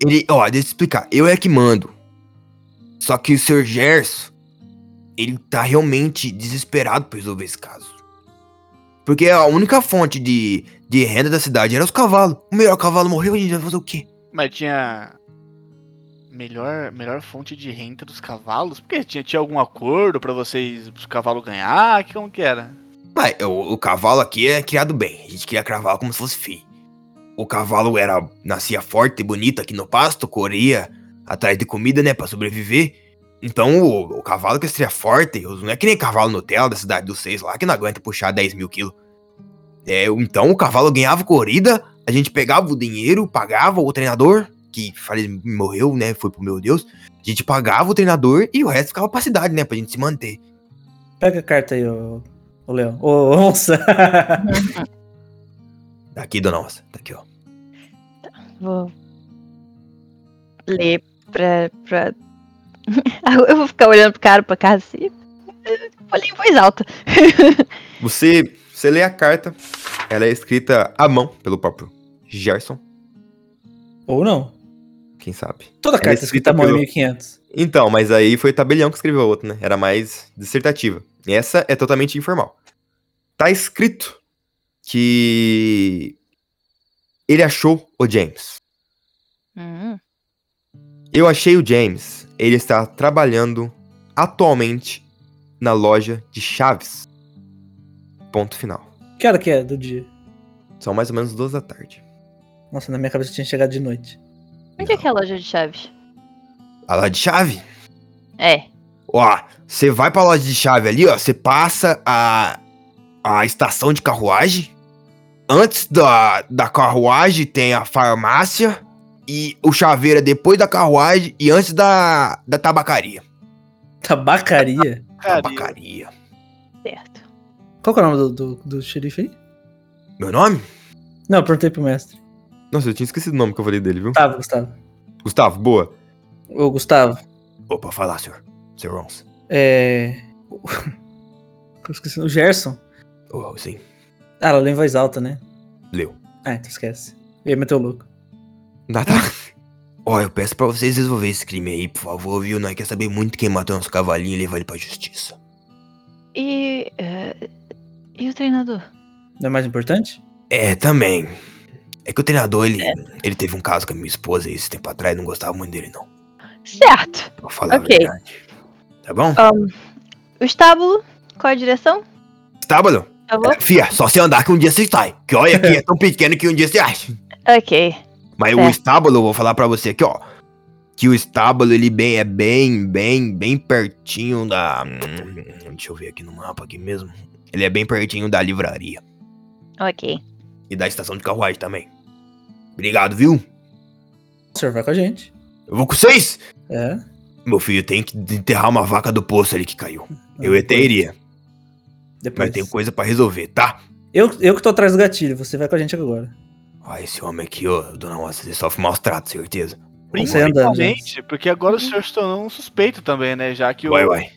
Speaker 2: Ele, ó, deixa eu explicar. Eu é que mando. Só que o Sr. Gerson, ele tá realmente desesperado pra resolver esse caso. Porque a única fonte de, de renda da cidade era os cavalos. O melhor cavalo morreu, a gente vai fazer o quê?
Speaker 3: Mas tinha. Melhor, melhor fonte de renda dos cavalos? Porque tinha, tinha algum acordo pra vocês, os cavalos ganhar? Que, como que era?
Speaker 2: Mas o, o cavalo aqui é criado bem. A gente cria cavalo como se fosse filho. O cavalo era nascia forte e bonito aqui no pasto, corria atrás de comida, né, Pra sobreviver. Então o, o cavalo que seria forte, os- não é que nem cavalo Nutella da cidade dos seis lá que não aguenta puxar 10 mil quilos. É, o- então o cavalo ganhava corrida, a gente pegava o dinheiro, pagava o treinador, que fale- morreu, né? Foi pro meu Deus. A gente pagava o treinador e o resto ficava pra cidade, né? Pra gente se manter.
Speaker 1: Pega a carta aí, ô, ô Leão. Ô, onça.
Speaker 2: Tá aqui, dona Onça. Tá aqui, ó.
Speaker 4: Vou ler pra. pra... eu vou ficar olhando pro cara pra casa assim. Falei em voz alta.
Speaker 2: Você, você lê a carta, ela é escrita à mão pelo próprio Gerson,
Speaker 1: Ou não.
Speaker 2: quem sabe.
Speaker 1: Toda
Speaker 2: Ela
Speaker 1: carta é escrita à mão em
Speaker 2: pelo-
Speaker 1: 1500.
Speaker 2: Então, mas aí foi o tabelião que escreveu a outra, né? Era mais dissertativa. Essa é totalmente informal. Tá escrito que ele achou o James.
Speaker 4: Hum,
Speaker 2: Eu achei o James. Ele está trabalhando atualmente na loja de chaves. Ponto final.
Speaker 1: Que hora que é do dia?
Speaker 2: São mais ou menos duas da tarde.
Speaker 1: Nossa, na minha cabeça tinha chegado de noite.
Speaker 4: Onde é que é a loja de chaves?
Speaker 2: A loja de chave?
Speaker 4: É.
Speaker 2: Ó, você vai pra loja de chave ali, ó, você passa a, a estação de carruagem. Antes da, da carruagem tem a farmácia e o chaveiro é depois da carruagem e antes da, da tabacaria.
Speaker 1: Tabacaria?
Speaker 2: Tabacaria.
Speaker 4: Certo.
Speaker 1: Qual que é o nome do, do, do xerife aí?
Speaker 2: Meu nome?
Speaker 1: Não, eu perguntei pro mestre.
Speaker 2: Nossa, eu tinha esquecido o nome que eu falei dele, viu?
Speaker 1: Gustavo, Gustavo.
Speaker 2: Gustavo, boa.
Speaker 1: Ô, Gustavo,
Speaker 2: Ô, pode falar, senhor. Senhor Rons.
Speaker 1: é... Eu esqueci, o Gerson.
Speaker 2: Ô, sim.
Speaker 1: Ah, ela leu em voz alta, né?
Speaker 2: Leu.
Speaker 1: Ah, então esquece. Eu ia meter o louco.
Speaker 2: Nada. Ó, eu peço pra vocês resolver esse crime aí, por favor, viu? Nós quer saber muito quem matou nosso cavalinho e levar ele pra justiça.
Speaker 4: E. eh, e o treinador?
Speaker 1: Não é mais importante?
Speaker 2: É, também. É que o treinador, ele, ele teve um caso com a minha esposa esse tempo atrás, não gostava muito dele, não.
Speaker 4: Certo.
Speaker 2: Pra falar
Speaker 4: Ok.
Speaker 2: a verdade. Tá bom?
Speaker 4: O estábulo? Qual a direção?
Speaker 2: Estábulo?
Speaker 4: Tá bom?
Speaker 2: É, Fia, só se andar que um dia você sai. Que olha aqui, é tão pequeno que um dia você acha.
Speaker 4: É. Ok.
Speaker 2: Mas o
Speaker 4: Certo.
Speaker 2: estábulo, eu vou falar pra você aqui, ó. Que o estábulo, ele bem, é bem, bem, bem pertinho da... hum, Deixa eu ver aqui no mapa aqui mesmo. Ele é bem pertinho da livraria.
Speaker 4: Ok.
Speaker 2: E da estação de carruagem também. Obrigado, viu?
Speaker 1: O senhor vai com a gente.
Speaker 2: Eu vou com vocês!
Speaker 1: É.
Speaker 2: Meu filho, tem que enterrar uma vaca do poço ali que caiu. Eu até iria,
Speaker 1: Depois.
Speaker 2: mas tem coisa pra resolver, tá?
Speaker 1: eu, eu que tô atrás do gatilho, você vai com a gente agora.
Speaker 2: Ah, esse homem aqui, ô, dona Moça, ele sofre maus tratos, certeza.
Speaker 1: Você anda, né?
Speaker 3: Principalmente, porque agora o senhor se tornou um suspeito também, né? Já que o,
Speaker 2: Vai, vai.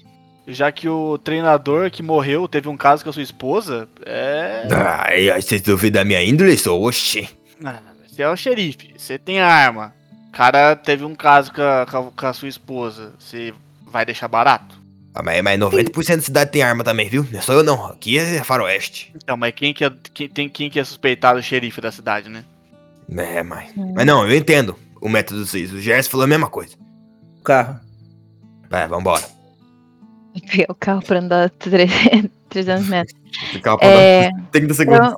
Speaker 3: já que o treinador que morreu teve um caso com a sua esposa, é.
Speaker 2: Ah, aí, aí vocês duvidam da minha índole, sou oxi.
Speaker 3: Ah, Você é o xerife, você tem arma. O cara teve um caso com a, com a- com a sua esposa. Você vai deixar barato?
Speaker 2: Ah, mas, mas 90% da cidade tem arma também, viu? Não sou eu não, aqui é faroeste.
Speaker 3: Então, mas quem que é, quem, tem, quem que é suspeitado o xerife da cidade, né?
Speaker 2: É, mas... Mas não, eu entendo o método de vocês. O Gerson falou a mesma coisa.
Speaker 1: O carro.
Speaker 2: Vai, vambora.
Speaker 4: Pegar o carro pra andar 300 300 metros.
Speaker 2: Ficar pra dar
Speaker 4: É,
Speaker 2: 30 segundos.
Speaker 4: pra,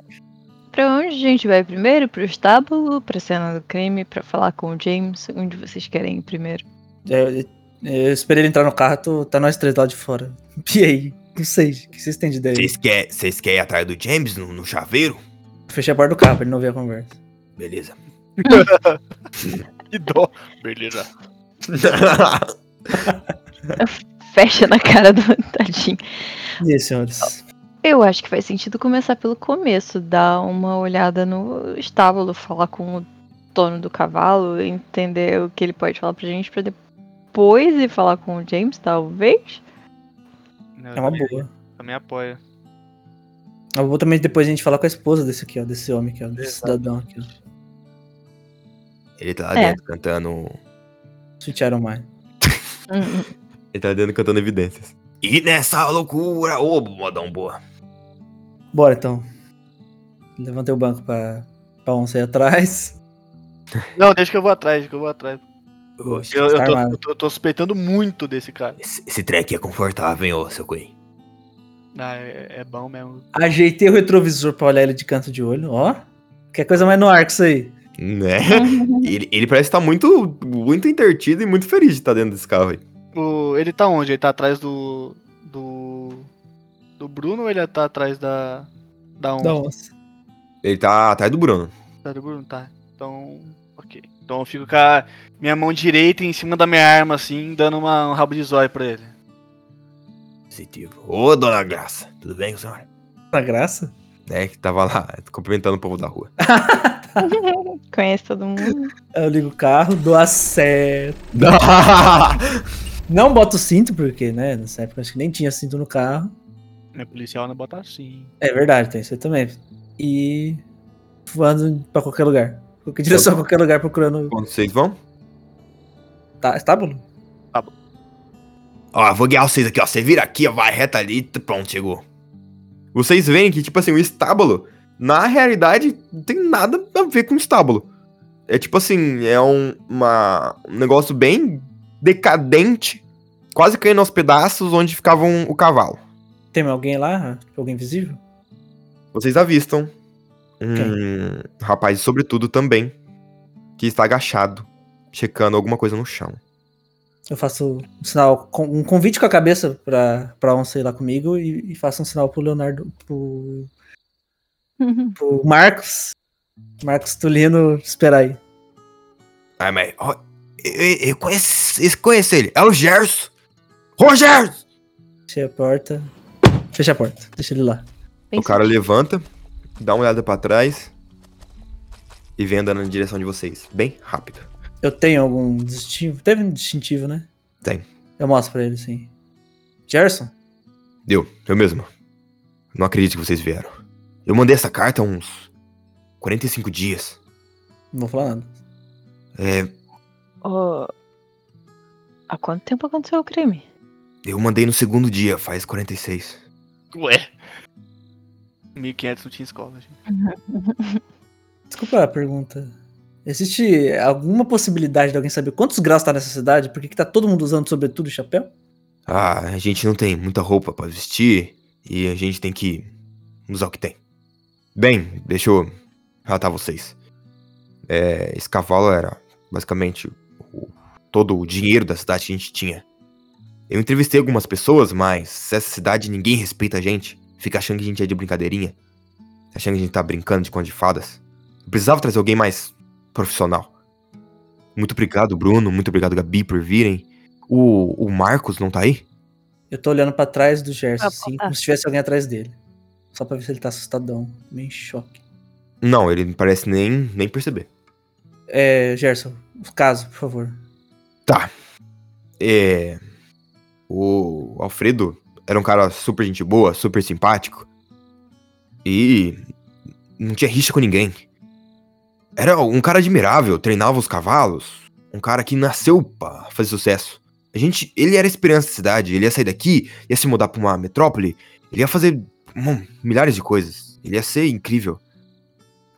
Speaker 4: pra onde a gente vai primeiro? Pro estábulo, pra cena do crime, pra falar com o James? Onde vocês querem ir primeiro?
Speaker 1: É, é, eu esperei ele entrar no carro, tô- tá nós três lá de fora. E aí? Não sei, o que vocês têm de ideia?
Speaker 2: Vocês querem vocês querem ir atrás do James no, no chaveiro?
Speaker 1: Fechei a porta do carro pra ele não ver a conversa.
Speaker 2: Beleza.
Speaker 3: Que dó. Beleza.
Speaker 4: Fecha na cara do tadinho.
Speaker 1: E aí, senhores?
Speaker 4: Eu acho que faz sentido começar pelo começo, dar uma olhada no estábulo, falar com o dono do cavalo, entender o que ele pode falar pra gente, pra depois ir falar com o James, talvez.
Speaker 1: É uma
Speaker 3: também,
Speaker 1: boa.
Speaker 3: Também apoio.
Speaker 1: É uma boa também depois a gente falar com a esposa desse aqui, ó, desse homem aqui, ó, desse
Speaker 3: Exato.
Speaker 1: cidadão aqui, ó.
Speaker 2: Ele tá lá
Speaker 4: É.
Speaker 2: dentro cantando.
Speaker 1: Sweet Iron Mine.
Speaker 4: Hum,
Speaker 2: Ele tá dentro cantando evidências. E nessa loucura, ô modão boa.
Speaker 1: Bora então. Levantei o banco pra, pra onça ir atrás.
Speaker 3: Não, deixa que eu vou atrás, deixa que eu vou atrás.
Speaker 2: Oxe,
Speaker 3: Eu, eu
Speaker 1: tá
Speaker 3: tô,
Speaker 1: armado.
Speaker 3: eu tô- eu tô suspeitando muito desse cara.
Speaker 2: Esse, esse trem aqui é confortável, hein, ô seu Queen.
Speaker 3: Ah, é, é bom mesmo.
Speaker 1: Ajeitei o retrovisor pra olhar ele de canto de olho, ó. Que coisa mais no ar que isso aí.
Speaker 2: Né? ele, ele parece estar muito, muito intertido e muito feliz de estar dentro desse carro aí.
Speaker 3: O- ele tá onde? Ele tá atrás do. do. do Bruno ou ele tá atrás da. da onde?
Speaker 1: Da onça.
Speaker 2: Ele tá atrás do Bruno.
Speaker 3: Tá do Bruno, tá. Então. Ok. Então eu fico com a minha mão direita em cima da minha arma, assim, dando uma, um rabo de zóio pra ele.
Speaker 2: Positivo. Ô, dona Graça, tudo bem com a senhora?
Speaker 1: Na tá graça?
Speaker 2: É, que tava lá cumprimentando o povo da rua.
Speaker 4: Conhece todo mundo.
Speaker 1: Eu ligo o carro, dou a seta. Não boto o cinto, porque, né, nessa época acho que nem tinha cinto no carro.
Speaker 3: Minha policial não bota assim.
Speaker 1: É verdade, tem isso aí também. E. voando pra qualquer lugar.
Speaker 3: Tá
Speaker 1: Qualquer direção, qualquer lugar, procurando.
Speaker 2: Quando vocês vão?
Speaker 1: Tá, estábulo?
Speaker 2: Ó, vou guiar vocês aqui, ó. Você vira aqui, ó, vai reto ali, t- pronto, chegou. Vocês veem que, tipo assim, o estábulo, na realidade, não tem nada a ver com estábulo. É tipo assim, é um, uma- um negócio bem decadente, quase caindo aos pedaços onde ficava um- o cavalo.
Speaker 1: Tem alguém lá? Alguém visível?
Speaker 2: Vocês avistam um rapaz, sobretudo, também, que está agachado, checando alguma coisa no chão.
Speaker 1: Eu faço um sinal, com- um convite com a cabeça pra, pra onça ir lá comigo e, e faço um sinal pro Leonardo, pro, pro Tipo, Marcos. Marcos Tulino, espera aí.
Speaker 2: Ah, mas. ó, eu, eu conheço, eu conheço ele. É o Gerson. Ô, Gerson!
Speaker 1: Fechei a porta. Fecha a porta, deixa ele lá.
Speaker 2: O cara levanta, dá uma olhada pra trás e vem andando na direção de vocês, bem rápido.
Speaker 1: Eu tenho algum distintivo? Teve um distintivo, né?
Speaker 2: Tem.
Speaker 1: Eu mostro pra ele, sim. Gerson?
Speaker 2: Deu, eu mesmo. Não acredito que vocês vieram. Eu mandei essa carta há uns 45 dias.
Speaker 1: Não vou falar nada.
Speaker 2: É,
Speaker 4: Ô, há quanto tempo aconteceu o crime?
Speaker 2: eu mandei no segundo dia, faz 46.
Speaker 3: Ué. 1500 não tinha escola, gente.
Speaker 1: Desculpa a pergunta. Existe alguma possibilidade de alguém saber quantos graus tá nessa cidade? Por que, que tá todo mundo usando sobretudo e chapéu?
Speaker 2: Ah, a gente não tem muita roupa pra vestir e a gente tem que usar o que tem. Bem, deixa eu relatar vocês. É, esse cavalo era basicamente o- todo o dinheiro da cidade que a gente tinha. Eu entrevistei algumas pessoas, mas essa cidade ninguém respeita a gente. Fica achando que a gente é de brincadeirinha. Achando que a gente tá brincando de conto de fadas. Eu precisava trazer alguém mais profissional. Muito obrigado, Bruno. Muito obrigado, Gabi, por virem. O, o Marcos não tá aí?
Speaker 1: Eu tô olhando pra trás do Gerson,
Speaker 4: Ah,
Speaker 1: assim,
Speaker 4: ah.
Speaker 1: como se tivesse alguém atrás dele. Só pra ver se ele tá assustadão, meio em choque.
Speaker 2: Não, ele não parece nem, nem perceber.
Speaker 1: É, Gerson, o caso, por favor.
Speaker 2: É. O Alfredo era um cara super gente boa, super simpático. E. Não tinha rixa com ninguém. Era um cara admirável, treinava os cavalos. Um cara que nasceu pra fazer sucesso. A gente. Ele era a esperança da cidade. Ele ia sair daqui, ia se mudar pra uma metrópole. Ele ia fazer hum, milhares de coisas. Ele ia ser incrível.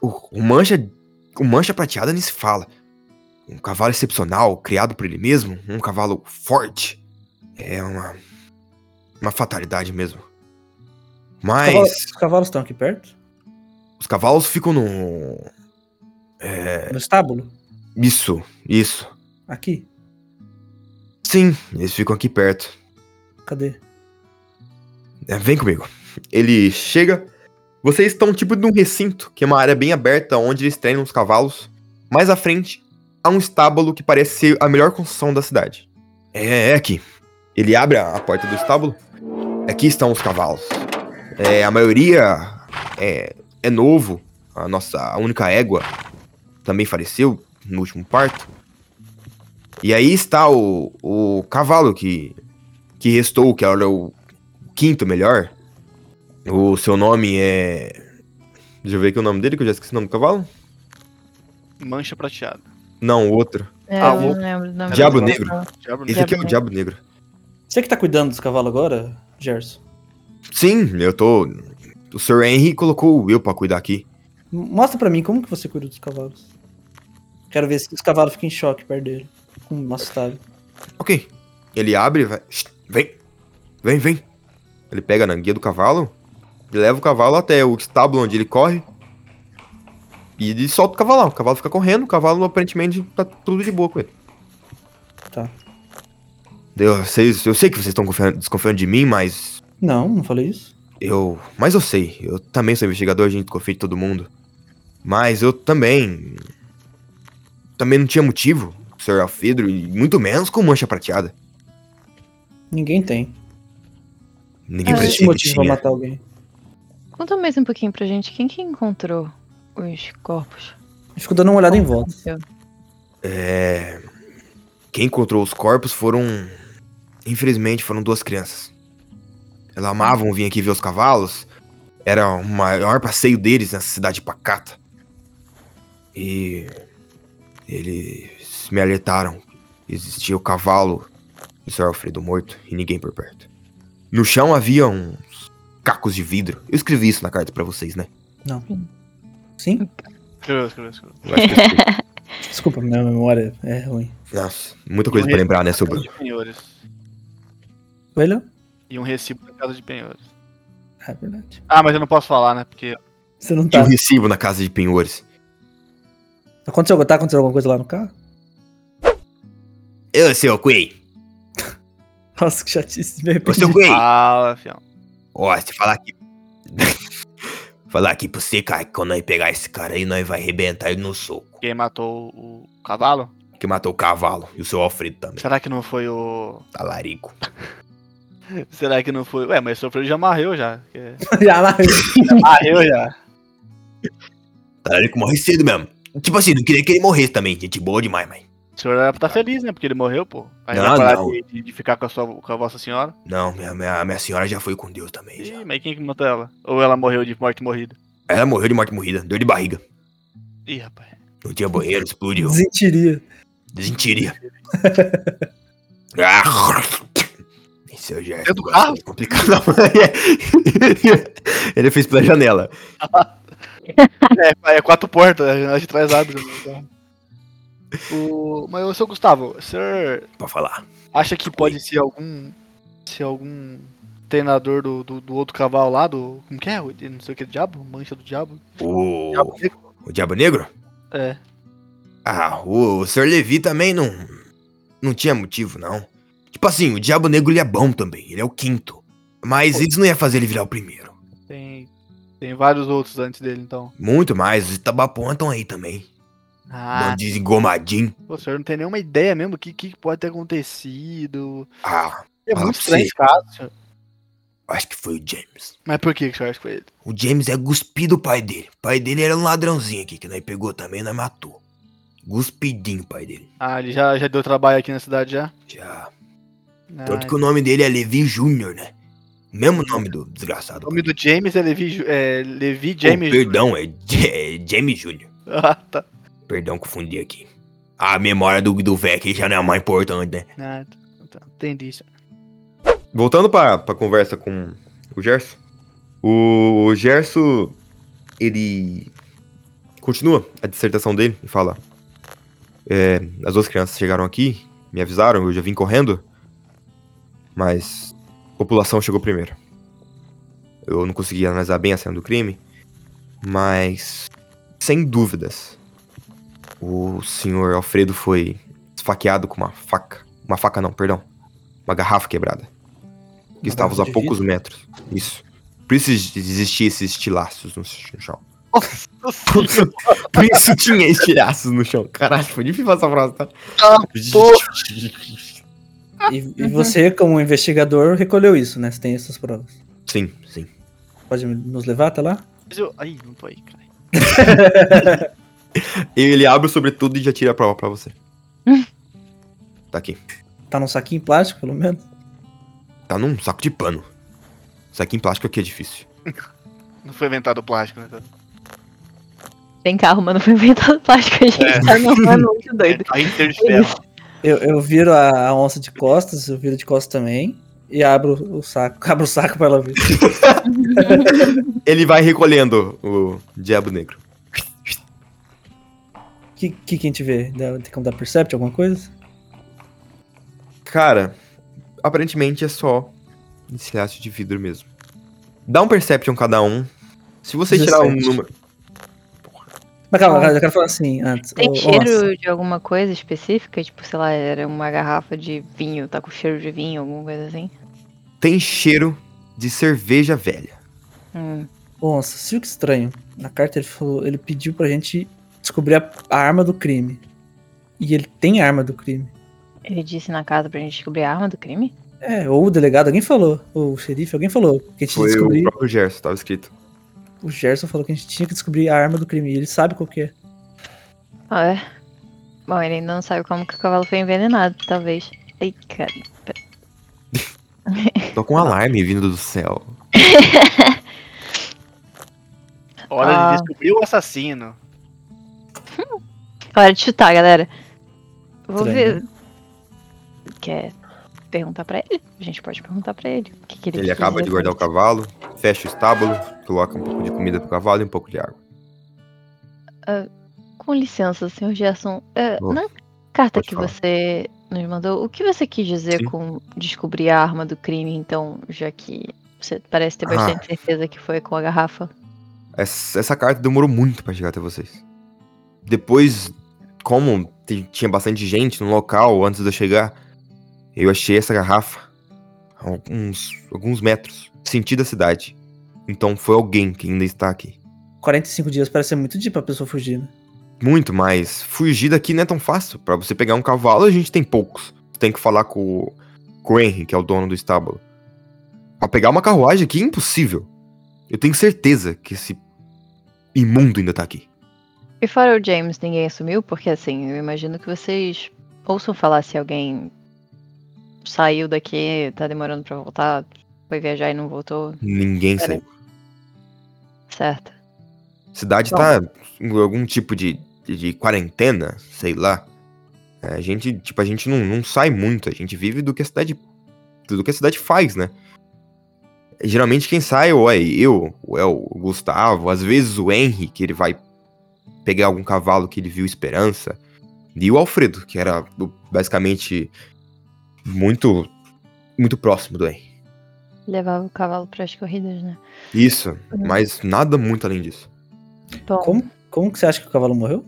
Speaker 2: O, o Mancha. O Mancha Prateada nem se fala. Um cavalo excepcional, criado por ele mesmo, um cavalo forte. É uma. Uma fatalidade mesmo.
Speaker 1: Os
Speaker 2: Mas
Speaker 1: cavalos- os cavalos estão aqui perto?
Speaker 2: os cavalos ficam no. É.
Speaker 1: No estábulo?
Speaker 2: Isso, isso.
Speaker 1: Aqui?
Speaker 2: Sim, eles ficam aqui perto.
Speaker 1: Cadê?
Speaker 2: É, vem comigo. Ele chega. Vocês estão tipo de um recinto, que é uma área bem aberta onde eles treinam os cavalos. Mais à frente, há um estábulo que parece ser a melhor construção da cidade. É, é aqui. Ele abre a a porta do estábulo. Aqui estão os cavalos. É, a maioria é, é novo. A nossa única égua também faleceu no último parto. E aí está o, o cavalo que, que restou, que era o quinto melhor. O seu nome é. Deixa eu ver aqui o nome dele, que eu já esqueci o nome do cavalo.
Speaker 3: Mancha prateada.
Speaker 2: Não, o outro.
Speaker 4: É,
Speaker 3: Ah,
Speaker 4: eu
Speaker 3: o
Speaker 4: não lembro o nome
Speaker 2: Diabo
Speaker 4: do
Speaker 2: Negro.
Speaker 4: cavalo.
Speaker 3: Diabo
Speaker 2: Esse
Speaker 3: negro.
Speaker 2: aqui é o Diabo Negro.
Speaker 1: Você que tá cuidando dos cavalos agora, Gerson?
Speaker 2: Sim, eu tô. O Sr. Henry colocou eu pra cuidar aqui.
Speaker 1: M- Mostra pra mim como que você cuida dos cavalos. Quero ver se os cavalos ficam em choque Hum, perto dele. Ficam assustados.
Speaker 2: Ok. Ele abre e vai. Shh, Vem! Vem, vem! Ele pega a nanguia do cavalo, ele leva o cavalo até o estábulo onde ele corre. E ele solta o cavalo. O cavalo fica correndo, o cavalo aparentemente tá tudo de boa com ele.
Speaker 1: Tá.
Speaker 2: Eu, vocês, eu sei que vocês estão confiando- desconfiando de mim, mas
Speaker 1: Não, não falei isso.
Speaker 2: Eu. Mas eu sei, eu também sou investigador, a gente confia em todo mundo. Mas eu também. Também não tinha motivo, Sr. Alfedro, e muito menos com mancha prateada.
Speaker 1: Ninguém tem.
Speaker 2: Ninguém
Speaker 4: Ah,
Speaker 1: Não
Speaker 4: Esse
Speaker 1: existe
Speaker 2: parecia que
Speaker 1: motivo pra
Speaker 2: tinha.
Speaker 1: matar alguém.
Speaker 4: Conta mais um pouquinho pra gente, quem que encontrou os corpos?
Speaker 1: Eu fico dando uma olhada Tá em volta.
Speaker 2: É. Quem encontrou os corpos foram. Infelizmente, foram duas crianças. Elas amavam vir aqui ver os cavalos. Era o maior passeio deles nessa cidade pacata. E. Eles me alertaram. Existia o cavalo do Sr. Alfredo morto e ninguém por perto. No chão havia uns cacos de vidro. Eu escrevi isso na carta pra vocês, né?
Speaker 1: Sim?
Speaker 3: Escreveu, escreveu, escreveu.
Speaker 2: Eu acho que eu escrevi.
Speaker 1: Desculpa, minha memória é ruim.
Speaker 2: Nossa, muita coisa pra lembrar, né, sobre.
Speaker 3: Casa de penhores.
Speaker 1: Velho?
Speaker 3: E um recibo da casa de penhores.
Speaker 1: Ah, É verdade.
Speaker 3: Ah, mas eu não posso falar, né? Porque
Speaker 1: Você não
Speaker 2: E o
Speaker 1: tá.
Speaker 2: recibo na casa de penhores.
Speaker 1: Aconteceu, tá acontecendo alguma coisa lá no carro?
Speaker 2: Eu, seu Queen.
Speaker 1: Nossa, que chatice de
Speaker 2: Ô,
Speaker 1: repente.
Speaker 2: seu Queen.
Speaker 3: fala, Ah, fião.
Speaker 2: Ó, se falar aqui. falar aqui pra você, cara, que quando nós pegar esse cara aí, nós vai arrebentar ele no soco.
Speaker 3: Quem matou o cavalo?
Speaker 2: Que matou o cavalo. E o seu Alfredo também.
Speaker 3: Será que não foi o.
Speaker 2: Talarico.
Speaker 3: Será que não foi. Ué, mas sofreu já morreu já. É.
Speaker 1: Já Ah, lá.
Speaker 3: Morreu já.
Speaker 2: Talarico morre cedo mesmo. Tipo assim, não queria que ele morresse também. Gente boa demais, mas.
Speaker 3: O senhor era pra estar feliz, né? Porque ele morreu, pô. Aí
Speaker 2: Não,
Speaker 3: vai parar
Speaker 2: não.
Speaker 3: De, de- de ficar com a, sua, com a vossa senhora.
Speaker 2: Não, minha, minha, minha senhora já foi com Deus também. já.
Speaker 3: Ih, mas quem que matou ela? Ou ela morreu de morte morrida?
Speaker 2: Ela morreu de morte morrida, dor de barriga.
Speaker 3: Ih, rapaz.
Speaker 2: Não tinha banheiro, explodiu.
Speaker 1: Desentiria.
Speaker 2: Desentiria. Ah, Esse é o gesto.
Speaker 3: Dentro do carro?
Speaker 2: Complicado. ele fez pela janela.
Speaker 3: É, é quatro portas, a janela de trás abre. Então. o... Mas, ô, seu Gustavo, o senhor
Speaker 2: Pra falar.
Speaker 3: Acha que pode ser algum. ser algum treinador do, do, do outro cavalo lá, do. Como que é? O- Não sei o que, diabo? Mancha do diabo?
Speaker 2: O,
Speaker 3: Diabo negro?
Speaker 2: o Diabo Negro?
Speaker 3: É.
Speaker 2: Ah, o, o Sr. Levi também não. Não tinha motivo, não. Tipo assim, o Diabo Negro ele é bom também, ele é o quinto. Mas eles não iam fazer ele virar o primeiro.
Speaker 3: Tem. Tem vários outros antes dele, então.
Speaker 2: Muito mais, os Itabapuã estão aí também.
Speaker 3: Ah,
Speaker 2: Bandido engomadinho.
Speaker 3: o senhor não tem nenhuma ideia mesmo do que, que pode ter acontecido.
Speaker 2: Ah,
Speaker 3: É
Speaker 2: Fala
Speaker 3: muito
Speaker 2: pra você.
Speaker 3: estranho esse caso, senhor.
Speaker 2: acho que foi o James.
Speaker 3: Mas por que que o senhor acha que foi ele?
Speaker 2: O James é guspido o pai dele. O pai dele era um ladrãozinho aqui, que nós pegou também, nós matou. Guspidinho o pai dele.
Speaker 3: Ah, ele já, já deu trabalho aqui na cidade já?
Speaker 2: Já.
Speaker 3: Ah,
Speaker 2: Tanto que o nome dele é Levi Júnior, né? Mesmo nome do desgraçado.
Speaker 3: O nome do James é Levi, Ju- é, Levi James.
Speaker 2: Oh, perdão, é, J- é James Júnior.
Speaker 3: Ah, tá.
Speaker 2: Perdão, confundi aqui. A memória do, do velho aqui já não é mais importante, né?
Speaker 3: Ah, tá. Entendi isso.
Speaker 2: Voltando pra, pra conversa com o Gerson. O, o Gerson, ele continua a dissertação dele e fala: "É, As duas crianças chegaram aqui, me avisaram, eu já vim correndo, mas a população chegou primeiro. Eu não consegui analisar bem a cena do crime, mas sem dúvidas, o senhor Alfredo foi esfaqueado com uma faca. Uma faca, não, perdão. Uma garrafa quebrada
Speaker 1: Uma
Speaker 2: que estávamos a
Speaker 1: garrafa de
Speaker 2: poucos metros. Isso. Por isso ex- existia esses estilaços no ch- no chão. Por isso, por isso tinha estilaços no chão. Caralho, foi difícil essa frase, tá?
Speaker 1: E, e você, como investigador, recolheu isso, né? Você tem essas provas.
Speaker 2: Sim, sim.
Speaker 1: Pode nos levar até lá?
Speaker 3: Mas eu... Ai, não tô aí, cara.
Speaker 2: Ele abre o sobretudo e já tira a prova pra você. tá aqui.
Speaker 1: Tá num saquinho plástico, pelo menos.
Speaker 2: Tá num saco de pano. Saquinho plástico aqui é difícil.
Speaker 3: Não foi inventado o plástico, né? cara?
Speaker 4: Tem carro, mas não foi inventado plástico, a gente tá num ano muito
Speaker 3: É,
Speaker 4: doido.
Speaker 3: tá inteiro de ferro.
Speaker 1: Eu, eu viro a, a onça de costas, eu viro de costas também. E abro o saco. Abro o saco pra ela ver.
Speaker 2: Ele vai recolhendo o Diabo Negro.
Speaker 1: O que, que, que a gente vê? Dá- Tem como dar percept, alguma coisa?
Speaker 2: Cara, aparentemente é só estilhaço de vidro mesmo. Dá um Perception cada um. Se você tirar um
Speaker 1: 17.
Speaker 2: número.
Speaker 1: Mas calma, eu quero falar assim antes.
Speaker 4: Tem
Speaker 1: Ô, onça,
Speaker 4: cheiro de alguma coisa específica? Tipo, sei lá, era uma garrafa de vinho, tá com cheiro de vinho, alguma coisa assim?
Speaker 2: tem cheiro de cerveja velha.
Speaker 4: Hum.
Speaker 1: onça, se o que estranho. Na carta ele falou, ele pediu pra gente descobrir a, a arma do crime. E ele tem a arma do crime.
Speaker 4: Ele disse na casa pra gente descobrir a arma do crime?
Speaker 1: É, ou o delegado, alguém falou. Ou o xerife, alguém falou. Que a gente
Speaker 2: Foi o
Speaker 1: descobriu.
Speaker 2: próprio Gerson, tava escrito.
Speaker 1: O Gerson falou que a gente tinha que descobrir a arma do crime. E ele sabe qual que é.
Speaker 4: Ah, é? Bom, ele ainda não sabe como que o cavalo foi envenenado, talvez. Ai, cara.
Speaker 2: Tô com um alarme vindo do céu.
Speaker 3: Hora
Speaker 4: Ah.
Speaker 3: de descobrir o assassino.
Speaker 4: Hora de chutar, galera. Vou
Speaker 1: Estranho,
Speaker 2: né?
Speaker 4: ver. Quer perguntar pra ele? A gente pode perguntar pra ele. O que, que ele
Speaker 2: Ele
Speaker 4: quis
Speaker 2: acaba
Speaker 4: dizer
Speaker 2: de guardar o
Speaker 4: com
Speaker 2: cavalo, fecha o estábulo, coloca um pouco de comida pro cavalo e um pouco de água.
Speaker 4: isso. Com licença, senhor Gerson. é,
Speaker 2: Oh,
Speaker 4: na carta
Speaker 2: pode
Speaker 4: que
Speaker 2: falar.
Speaker 4: você nos mandou, o que você quis dizer
Speaker 2: Sim.
Speaker 4: com descobrir a arma do crime, então, já que você parece ter
Speaker 2: Ah.
Speaker 4: bastante certeza que foi com a garrafa?
Speaker 2: Essa, essa carta demorou muito pra chegar até vocês. Depois, como te- tinha bastante gente no local antes de eu chegar, eu achei essa garrafa a alguns, alguns metros, sentido da cidade. Então foi alguém que ainda está aqui.
Speaker 1: 45 dias parece ser muito dia pra pessoa fugir, né?
Speaker 2: Muito mais. Fugir daqui não é tão fácil. Pra você pegar um cavalo, a gente tem poucos. Tem que falar com, o- com o Henry, que é o dono do estábulo. Pra pegar uma carruagem aqui é impossível. Eu tenho certeza que esse imundo ainda tá aqui.
Speaker 4: E fora o James, ninguém assumiu? Porque assim, eu imagino que vocês ouçam falar se alguém saiu daqui, tá demorando pra voltar, foi viajar e não voltou,
Speaker 2: Ninguém
Speaker 4: Pera aí.
Speaker 2: saiu.
Speaker 4: certo?
Speaker 2: Cidade
Speaker 4: Bom.
Speaker 2: tá em algum tipo de, de, de quarentena, sei lá. É, A gente, tipo, a gente não, não sai muito. A gente vive do que a cidade, do que a cidade faz, né? Geralmente quem sai ou é eu, ou é o Gustavo, às vezes o Henry, que ele vai pegar algum cavalo que ele viu esperança, e o Alfredo, que era do- basicamente muito muito próximo do Henry.
Speaker 4: Levava o cavalo pras corridas, né?
Speaker 2: Isso, mas nada muito além disso.
Speaker 4: Bom,
Speaker 1: Como, como que você acha que o cavalo morreu?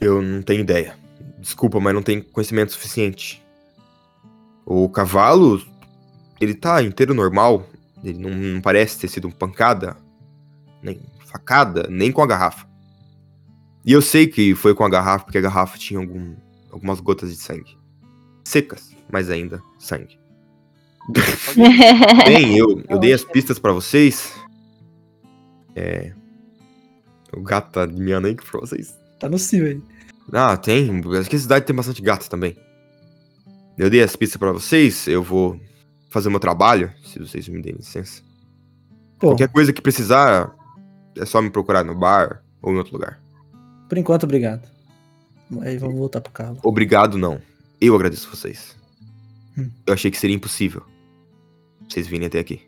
Speaker 2: Eu não tenho ideia. Desculpa, mas não tenho conhecimento suficiente. O cavalo, ele tá inteiro normal. Ele não, não parece ter sido pancada, nem facada, nem com a garrafa. E eu sei que foi com a garrafa, porque a garrafa tinha algum- algumas gotas de sangue. Secas, mas ainda sangue. Bem, eu, eu dei as pistas pra vocês. É. O gato tá miando aí pra vocês.
Speaker 1: Tá no cio aí.
Speaker 2: Ah, tem. Acho que a cidade tem bastante gato também. Eu dei as pistas pra vocês, eu vou fazer o meu trabalho, se vocês me derem licença.
Speaker 1: Pô,
Speaker 2: Qualquer coisa que precisar, é só me procurar no bar ou em outro lugar.
Speaker 1: por enquanto, obrigado. Aí vamos voltar pro carro.
Speaker 2: Obrigado, não. Eu agradeço vocês.
Speaker 1: Hum.
Speaker 2: Eu achei que seria impossível vocês virem até aqui.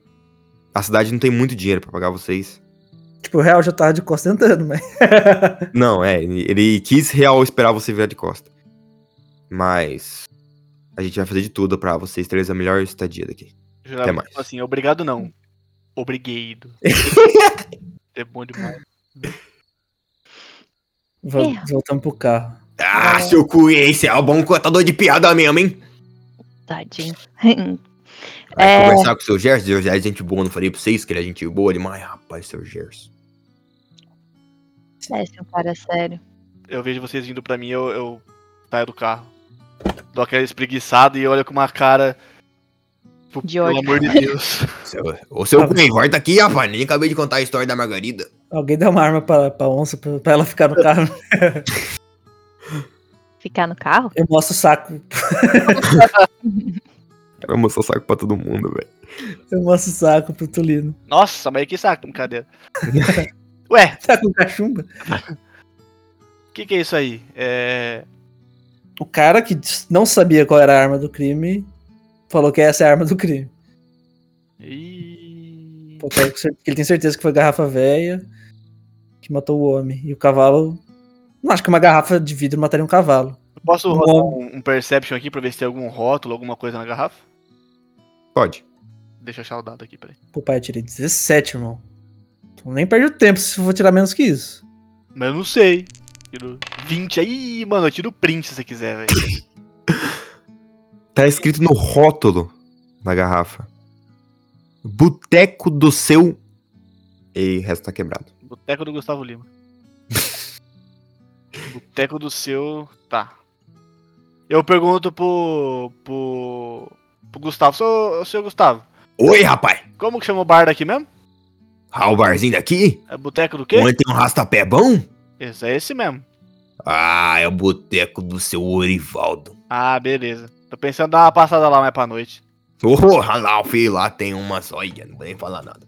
Speaker 2: A cidade não tem muito dinheiro pra pagar vocês.
Speaker 1: Tipo, o real já tava de costas entrando, mas.
Speaker 2: Não, é, ele, ele quis real esperar você virar de costa. Mas a gente vai fazer de tudo pra vocês terem a melhor estadia daqui.
Speaker 3: Jurava
Speaker 2: mais.
Speaker 3: que, tipo assim, obrigado não. Obrigueido. é bom demais.
Speaker 1: Vol-
Speaker 4: É.
Speaker 1: Voltamos pro carro.
Speaker 2: Ah, seu cu, hein? Você é um bom contador de piada mesmo, hein?
Speaker 4: Tadinho.
Speaker 2: Vai
Speaker 4: É.
Speaker 2: conversar com o seu Gerson. Seu Gerson é gente boa, não falei pra vocês que ele é gente boa demais. Rapaz, seu Gerson.
Speaker 4: É, esse é um cara sério.
Speaker 3: Eu vejo vocês vindo pra mim, eu, eu saio do carro. Dou aquela espreguiçada e olho com uma cara. tipo,
Speaker 4: De
Speaker 3: pelo
Speaker 4: ódio.
Speaker 3: amor de Deus.
Speaker 2: Seu, ô, seu
Speaker 1: Ah,
Speaker 2: cu, hein? Volta aqui, rapaz. Nem acabei de contar a história da Margarida.
Speaker 1: Alguém dá uma arma pra, pra onça pra, pra ela ficar no carro.
Speaker 4: Ficar no carro?
Speaker 1: Eu mostro o saco.
Speaker 2: Vai mostrar saco pra todo mundo, velho.
Speaker 1: Eu mostro o saco pro Tulino.
Speaker 3: Nossa, mas que saco, brincadeira. Ué,
Speaker 1: Tá com cachumba?
Speaker 3: o que, que é isso aí? É.
Speaker 1: O cara que dis- não sabia qual era a arma do crime falou que essa é a arma do crime.
Speaker 3: Ih,
Speaker 1: Falou que era- que ele tem certeza que foi a garrafa velha que matou o homem. E o cavalo. Não acho que uma garrafa de vidro mataria um cavalo.
Speaker 3: eu Posso
Speaker 1: Bom.
Speaker 3: rodar um, um perception aqui pra ver se tem algum rótulo, alguma coisa na garrafa?
Speaker 2: Pode.
Speaker 3: Deixa eu achar o dado aqui, peraí.
Speaker 1: Pô, pai, eu tirei 17, irmão. Então nem perde o tempo se eu vou tirar menos que isso.
Speaker 3: Mas eu não sei. Tiro 20 aí, mano, eu tiro print se você quiser, velho.
Speaker 2: Tá escrito no rótulo da garrafa. Boteco do seu... E o resto tá quebrado.
Speaker 3: Boteco do Gustavo Lima. Boteco do seu. Tá. Eu pergunto pro. pro. pro Gustavo. Seu, seu Gustavo,
Speaker 2: Oi, rapaz.
Speaker 3: como que chama o bar daqui mesmo?
Speaker 2: Ah, o barzinho daqui?
Speaker 3: É boteco do quê?
Speaker 2: Onde tem um rastapé bom?
Speaker 3: Esse é esse mesmo.
Speaker 2: Ah, é o boteco do seu Orivaldo.
Speaker 3: Ah, beleza. Tô pensando em dar uma passada lá mais pra noite.
Speaker 2: Oh, lá, filho, lá tem uma só, ia, não vou nem falar nada.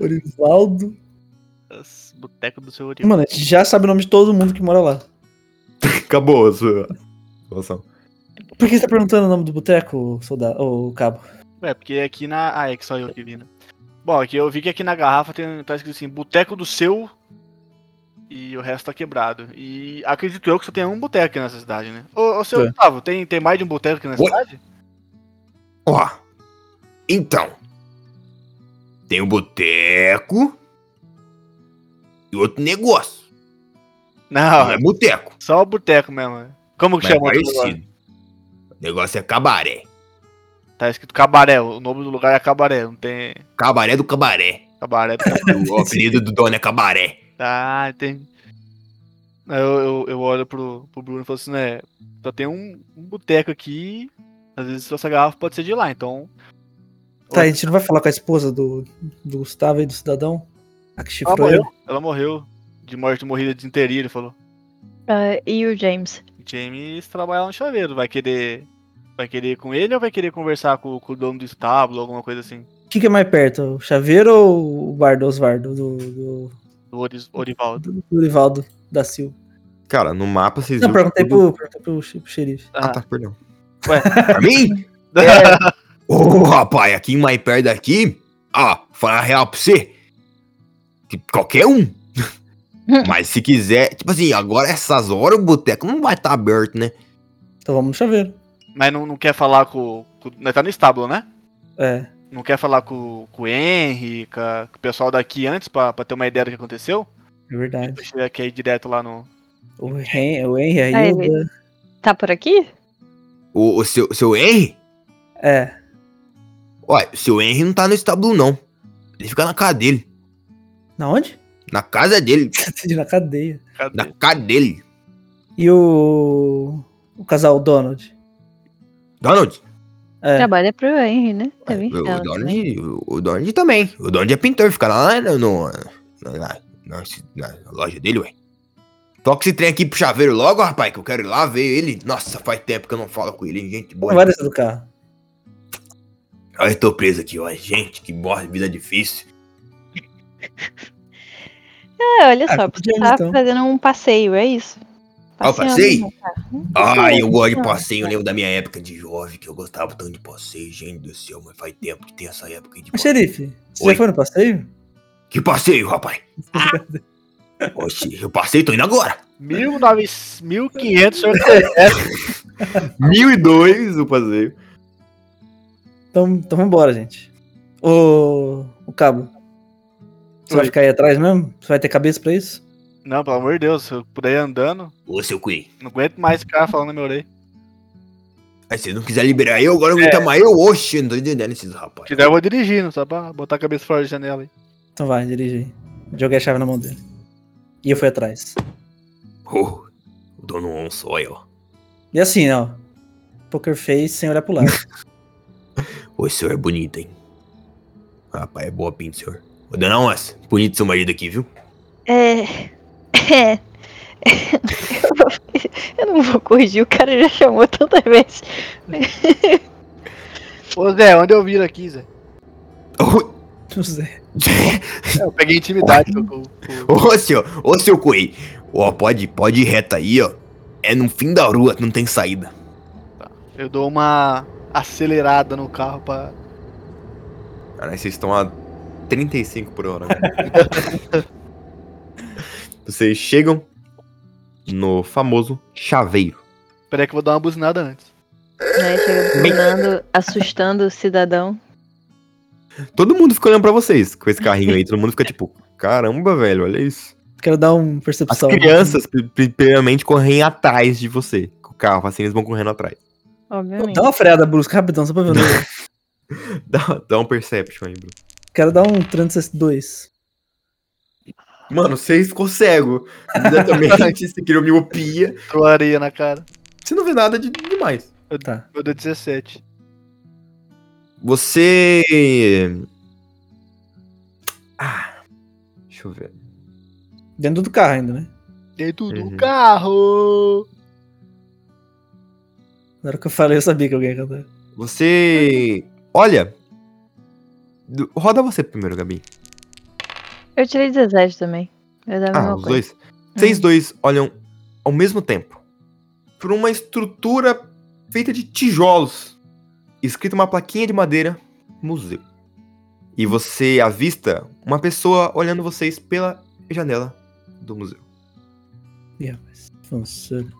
Speaker 1: Orivaldo.
Speaker 3: Nossa, Boteco do seu Orival.
Speaker 1: Mano, é a gente já sabe o nome de todo mundo que mora lá.
Speaker 2: Acabou a sua situação.
Speaker 1: Por que você tá perguntando o nome do boteco, soldado? Ô, cabo.
Speaker 3: É, porque aqui na. Ah, é que só eu que vi, né? Bom, aqui eu vi que aqui na garrafa tem, tá escrito assim, boteco do seu. E o resto tá quebrado. E acredito eu que só tem um boteco aqui nessa cidade, né? Ô, ô
Speaker 2: É.
Speaker 3: seu
Speaker 1: Tá.
Speaker 3: Gustavo, tem, tem mais de um boteco aqui nessa
Speaker 2: Oi?
Speaker 3: cidade?
Speaker 2: Ó, então. Tem o boteco. E outro negócio.
Speaker 3: Não,
Speaker 2: Não é boteco.
Speaker 3: só o boteco mesmo. né? Como que
Speaker 2: Mas é
Speaker 3: Ah, chama o outro lugar?
Speaker 2: parecido. O negócio é cabaré.
Speaker 3: Tá escrito cabaré, o nome do lugar é cabaré, não tem.
Speaker 2: Cabaré do cabaré.
Speaker 3: Cabaré do cabaré.
Speaker 2: O apelido do dono é cabaré.
Speaker 3: Ah, tem. Aí Eu, eu, eu olho pro, pro Bruno e falo assim, né? Só tem um, um boteco aqui. Às vezes essa garrafa pode ser de lá, então.
Speaker 1: Tá, a gente não vai falar com a esposa do, do Gustavo e do cidadão? A que
Speaker 3: Ela
Speaker 1: chifrou ele?
Speaker 3: morreu. Ela morreu de morte morrida de desinteria, ele falou.
Speaker 4: Ah, e o James?
Speaker 3: James trabalha no chaveiro, vai querer. Vai querer ir com ele ou vai querer conversar com, com o dono do estábulo, alguma coisa assim?
Speaker 1: O que, que é mais perto? O chaveiro ou o bar do Osvardo? Do, do,
Speaker 3: Do Oris- Orivaldo.
Speaker 1: do, do Rivaldo da Silva?
Speaker 2: Cara, no mapa vocês
Speaker 1: Não,
Speaker 2: viram
Speaker 1: perguntei
Speaker 2: tudo-
Speaker 1: pro, perguntei pro chi- pro xerife.
Speaker 2: Ah, tá, perdão.
Speaker 3: Ué.
Speaker 2: Pra mim? Ô, rapaz, aqui em mais perto daqui, ó, falar a real pra você. que Qualquer um. Mas se quiser, tipo assim, agora essas horas o boteco não vai estar aberto, né?
Speaker 1: Então vamos no chaveiro.
Speaker 3: Ah, Mas não, não quer falar com. com nós tá no estábulo, né?
Speaker 1: É.
Speaker 3: Não quer falar com, com o Henry, com, a- com o pessoal daqui antes pra, pra ter uma ideia do que aconteceu?
Speaker 1: É verdade.
Speaker 3: Você quer ir direto lá no.
Speaker 1: O Henry, o Henry a
Speaker 4: Aí,
Speaker 1: Hilda.
Speaker 4: Tá por aqui?
Speaker 2: O, o seu, seu Henry,
Speaker 1: É.
Speaker 2: olha, o seu Henry não tá no estábulo, não. Ele fica na casa dele,
Speaker 1: Na onde? Tá
Speaker 2: Na casa dele.
Speaker 1: na cadeia.
Speaker 3: Cadê?
Speaker 2: Na casa dele.
Speaker 1: E o. O casal Donald.
Speaker 2: Donald.
Speaker 1: É.
Speaker 4: Trabalha pro Henry, né?
Speaker 2: É,
Speaker 4: Também
Speaker 2: O,
Speaker 4: ela também.
Speaker 2: Donald o Donald também. O Donald é pintor, fica lá no, no- na, na- na loja dele, ué. Toca esse trem aqui pro chaveiro logo, rapaz, que eu quero ir lá ver ele. Nossa, faz tempo que eu não falo com ele, hein, gente boa.
Speaker 1: Vai descer do carro.
Speaker 2: Olha, eu tô preso aqui, ó. Gente, que morre, vida difícil.
Speaker 4: É, olha
Speaker 1: Ah,
Speaker 4: só, você
Speaker 1: podíamos,
Speaker 4: tá
Speaker 1: então.
Speaker 4: fazendo um passeio, é isso?
Speaker 2: Ah, o
Speaker 4: Passeando,
Speaker 2: passeio?
Speaker 4: né, cara? Um
Speaker 2: Ai,
Speaker 4: passeio,
Speaker 2: eu gosto de
Speaker 4: não.
Speaker 2: passeio, eu lembro da minha época de jovem, que eu gostava tanto de passeio, gente do céu, mas faz tempo que tem essa época de
Speaker 1: Mas,
Speaker 2: passeio.
Speaker 1: xerife, você
Speaker 2: Oi.
Speaker 1: já foi no passeio?
Speaker 2: Que passeio, rapaz? Oxi, eu passei, tô indo agora.
Speaker 3: 1900, 1500 senhor
Speaker 2: 1002 o passeio.
Speaker 1: Então, então vambora, gente. Ô. O cabo. Você vai
Speaker 3: Oi.
Speaker 1: ficar aí atrás mesmo? Você vai ter cabeça pra isso?
Speaker 3: Não, pelo amor de Deus, se eu puder ir andando,
Speaker 2: Ô, seu Queen,
Speaker 3: não aguento mais ficar falando na minha orelha.
Speaker 2: aí se não quiser liberar eu, agora eu vou chamar eu. Oxi, não tô entendendo esses
Speaker 3: Se
Speaker 2: rapazes.
Speaker 3: quiser, eu vou dirigindo, só pra botar a cabeça fora da janela aí.
Speaker 1: Então vai, dirige aí. Joguei a chave na mão dele. E eu fui atrás.
Speaker 2: Oh, o dono Onso, olha, ó.
Speaker 1: E assim, ó. Poker face sem olhar pro lado.
Speaker 2: Ô, senhor é bonito, hein? Rapaz, é boa pinta, senhor. Ô, dona Onça, bonito seu marido aqui, viu?
Speaker 4: É. É. Eu vou- Eu não vou corrigir, o cara já chamou tantas vezes.
Speaker 3: Ô Zé, onde eu viro aqui, Zé?
Speaker 2: Ô,
Speaker 1: Não sei.
Speaker 3: É, Eu peguei intimidade com, com- com-
Speaker 2: Ô, seu, ô, seu Coelho. Ó, pode, pode ir reto aí, ó. É no fim da rua, não tem saída.
Speaker 3: Eu dou uma acelerada no carro pra.
Speaker 2: Caralho, vocês estão a 35 por hora. vocês chegam no famoso chaveiro.
Speaker 3: Peraí que eu vou dar uma buzinada antes.
Speaker 4: Né, chega buzinando, assustando o cidadão.
Speaker 2: Todo mundo fica olhando pra vocês com esse carrinho aí. Todo mundo fica tipo, caramba, velho, olha isso.
Speaker 1: Quero dar uma
Speaker 2: As
Speaker 1: percepção.
Speaker 2: crianças, pri- pri- primeiramente, correm atrás de você. Com o carro, assim, eles vão correndo atrás.
Speaker 4: Obviamente.
Speaker 1: Dá uma freada brusca, rapidão, só pra ver. o número.
Speaker 2: Dá, dá um perception aí, Bruno.
Speaker 1: Quero dar um 362.
Speaker 2: Mano, você ficou cego. Exatamente, você criou miopia.
Speaker 3: Entrou areia na cara.
Speaker 2: Você não vê nada de demais.
Speaker 1: Tá.
Speaker 3: Eu dou 17.
Speaker 2: Você. Ah. Deixa eu ver.
Speaker 1: Dentro do carro ainda, né?
Speaker 3: Dentro do
Speaker 2: Uhum.
Speaker 3: carro!
Speaker 1: Na hora que eu falei, eu sabia que alguém ia cantar.
Speaker 2: Você. Olha. Do- Roda você primeiro, Gabi.
Speaker 4: Eu tirei 17 também. Eu dar É a
Speaker 2: Ah,
Speaker 4: mesma
Speaker 2: os
Speaker 4: coisa. É.
Speaker 2: dois. Vocês dois olham ao mesmo tempo para uma estrutura feita de tijolos, escrita uma plaquinha de madeira, museu. E você avista uma pessoa olhando vocês pela janela do museu.
Speaker 1: Ih, rapaz. Funciona.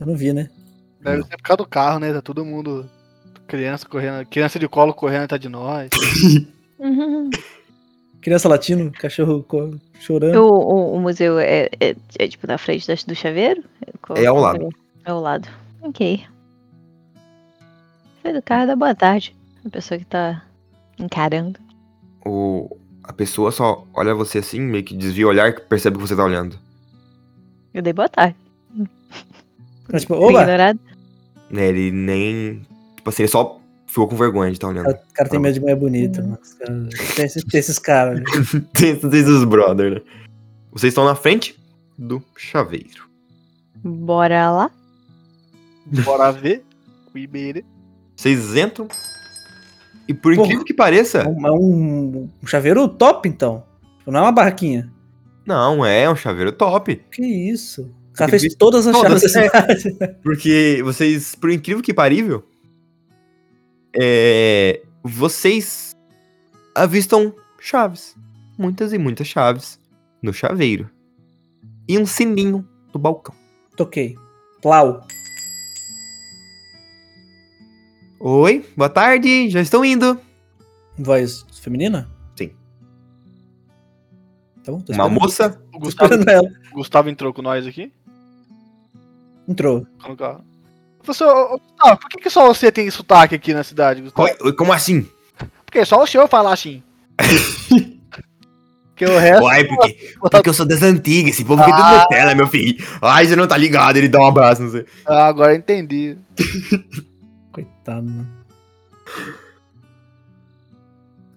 Speaker 1: Eu não vi, né?
Speaker 3: Deve
Speaker 2: Não.
Speaker 3: ser por causa do carro, né? Tá todo mundo. Criança correndo. Criança de colo correndo atrás de nós.
Speaker 4: Uhum.
Speaker 1: Criança latindo, cachorro co- chorando.
Speaker 4: O, o- o museu é, é- é, tipo na frente das- do chaveiro? Qual-
Speaker 2: É ao lado.
Speaker 4: É ao lado. Ok. Foi do carro da boa tarde. A pessoa que tá encarando.
Speaker 2: O, a pessoa só olha você assim, meio que desvia o olhar, que percebe que você tá olhando.
Speaker 4: Eu dei boa tarde.
Speaker 1: Mas, tipo,
Speaker 4: Fui
Speaker 1: oba!
Speaker 4: Ignorado.
Speaker 2: Né, ele nem. Tipo assim, ele só ficou com vergonha de estar
Speaker 1: O
Speaker 2: olhando.
Speaker 1: cara- o cara tem medo de mulher bonita, mano. Os caras- Tem esses, tem esses caras. né?
Speaker 2: Tem esses brother, né? Vocês estão na frente do chaveiro.
Speaker 4: Bora lá.
Speaker 3: Bora ver. Cuibeira.
Speaker 2: Vocês entram. E por
Speaker 1: Porra.
Speaker 2: incrível que pareça.
Speaker 1: É um, é um- um chaveiro top, então. Tipo, Não é uma barraquinha.
Speaker 2: Não, é um chaveiro top.
Speaker 1: Que isso? O cara
Speaker 2: Acredito-
Speaker 1: fez todas as
Speaker 2: Todas, É.
Speaker 1: chaves da cidade.
Speaker 2: Porque vocês, por incrível que parível, é, vocês avistam chaves. Muitas e muitas chaves no chaveiro. E um sininho no balcão.
Speaker 1: Toquei. Plau.
Speaker 2: Oi, boa tarde, já estão indo.
Speaker 1: Voz feminina?
Speaker 2: Sim.
Speaker 1: Tá bom? Tô
Speaker 2: Uma
Speaker 1: esperando-
Speaker 2: moça.
Speaker 3: O
Speaker 1: tô
Speaker 3: Gustavo,
Speaker 1: esperando ela.
Speaker 3: o Gustavo entrou com nós aqui.
Speaker 1: Entrou.
Speaker 3: no carro. Professor, ô, ô, Gustavo, por que, que só você tem sotaque aqui na cidade, Gustavo?
Speaker 2: Oi, oi, como assim?
Speaker 3: Porque só o senhor fala assim. Porque o resto.
Speaker 2: Uai, porque, porque eu sou das antigas, esse povo que é tudo
Speaker 3: Ah.
Speaker 2: Nutella, meu filho. Ai, você não tá ligado, ele dá um abraço, não sei.
Speaker 3: Ah, agora eu entendi.
Speaker 1: Coitado, né? mano.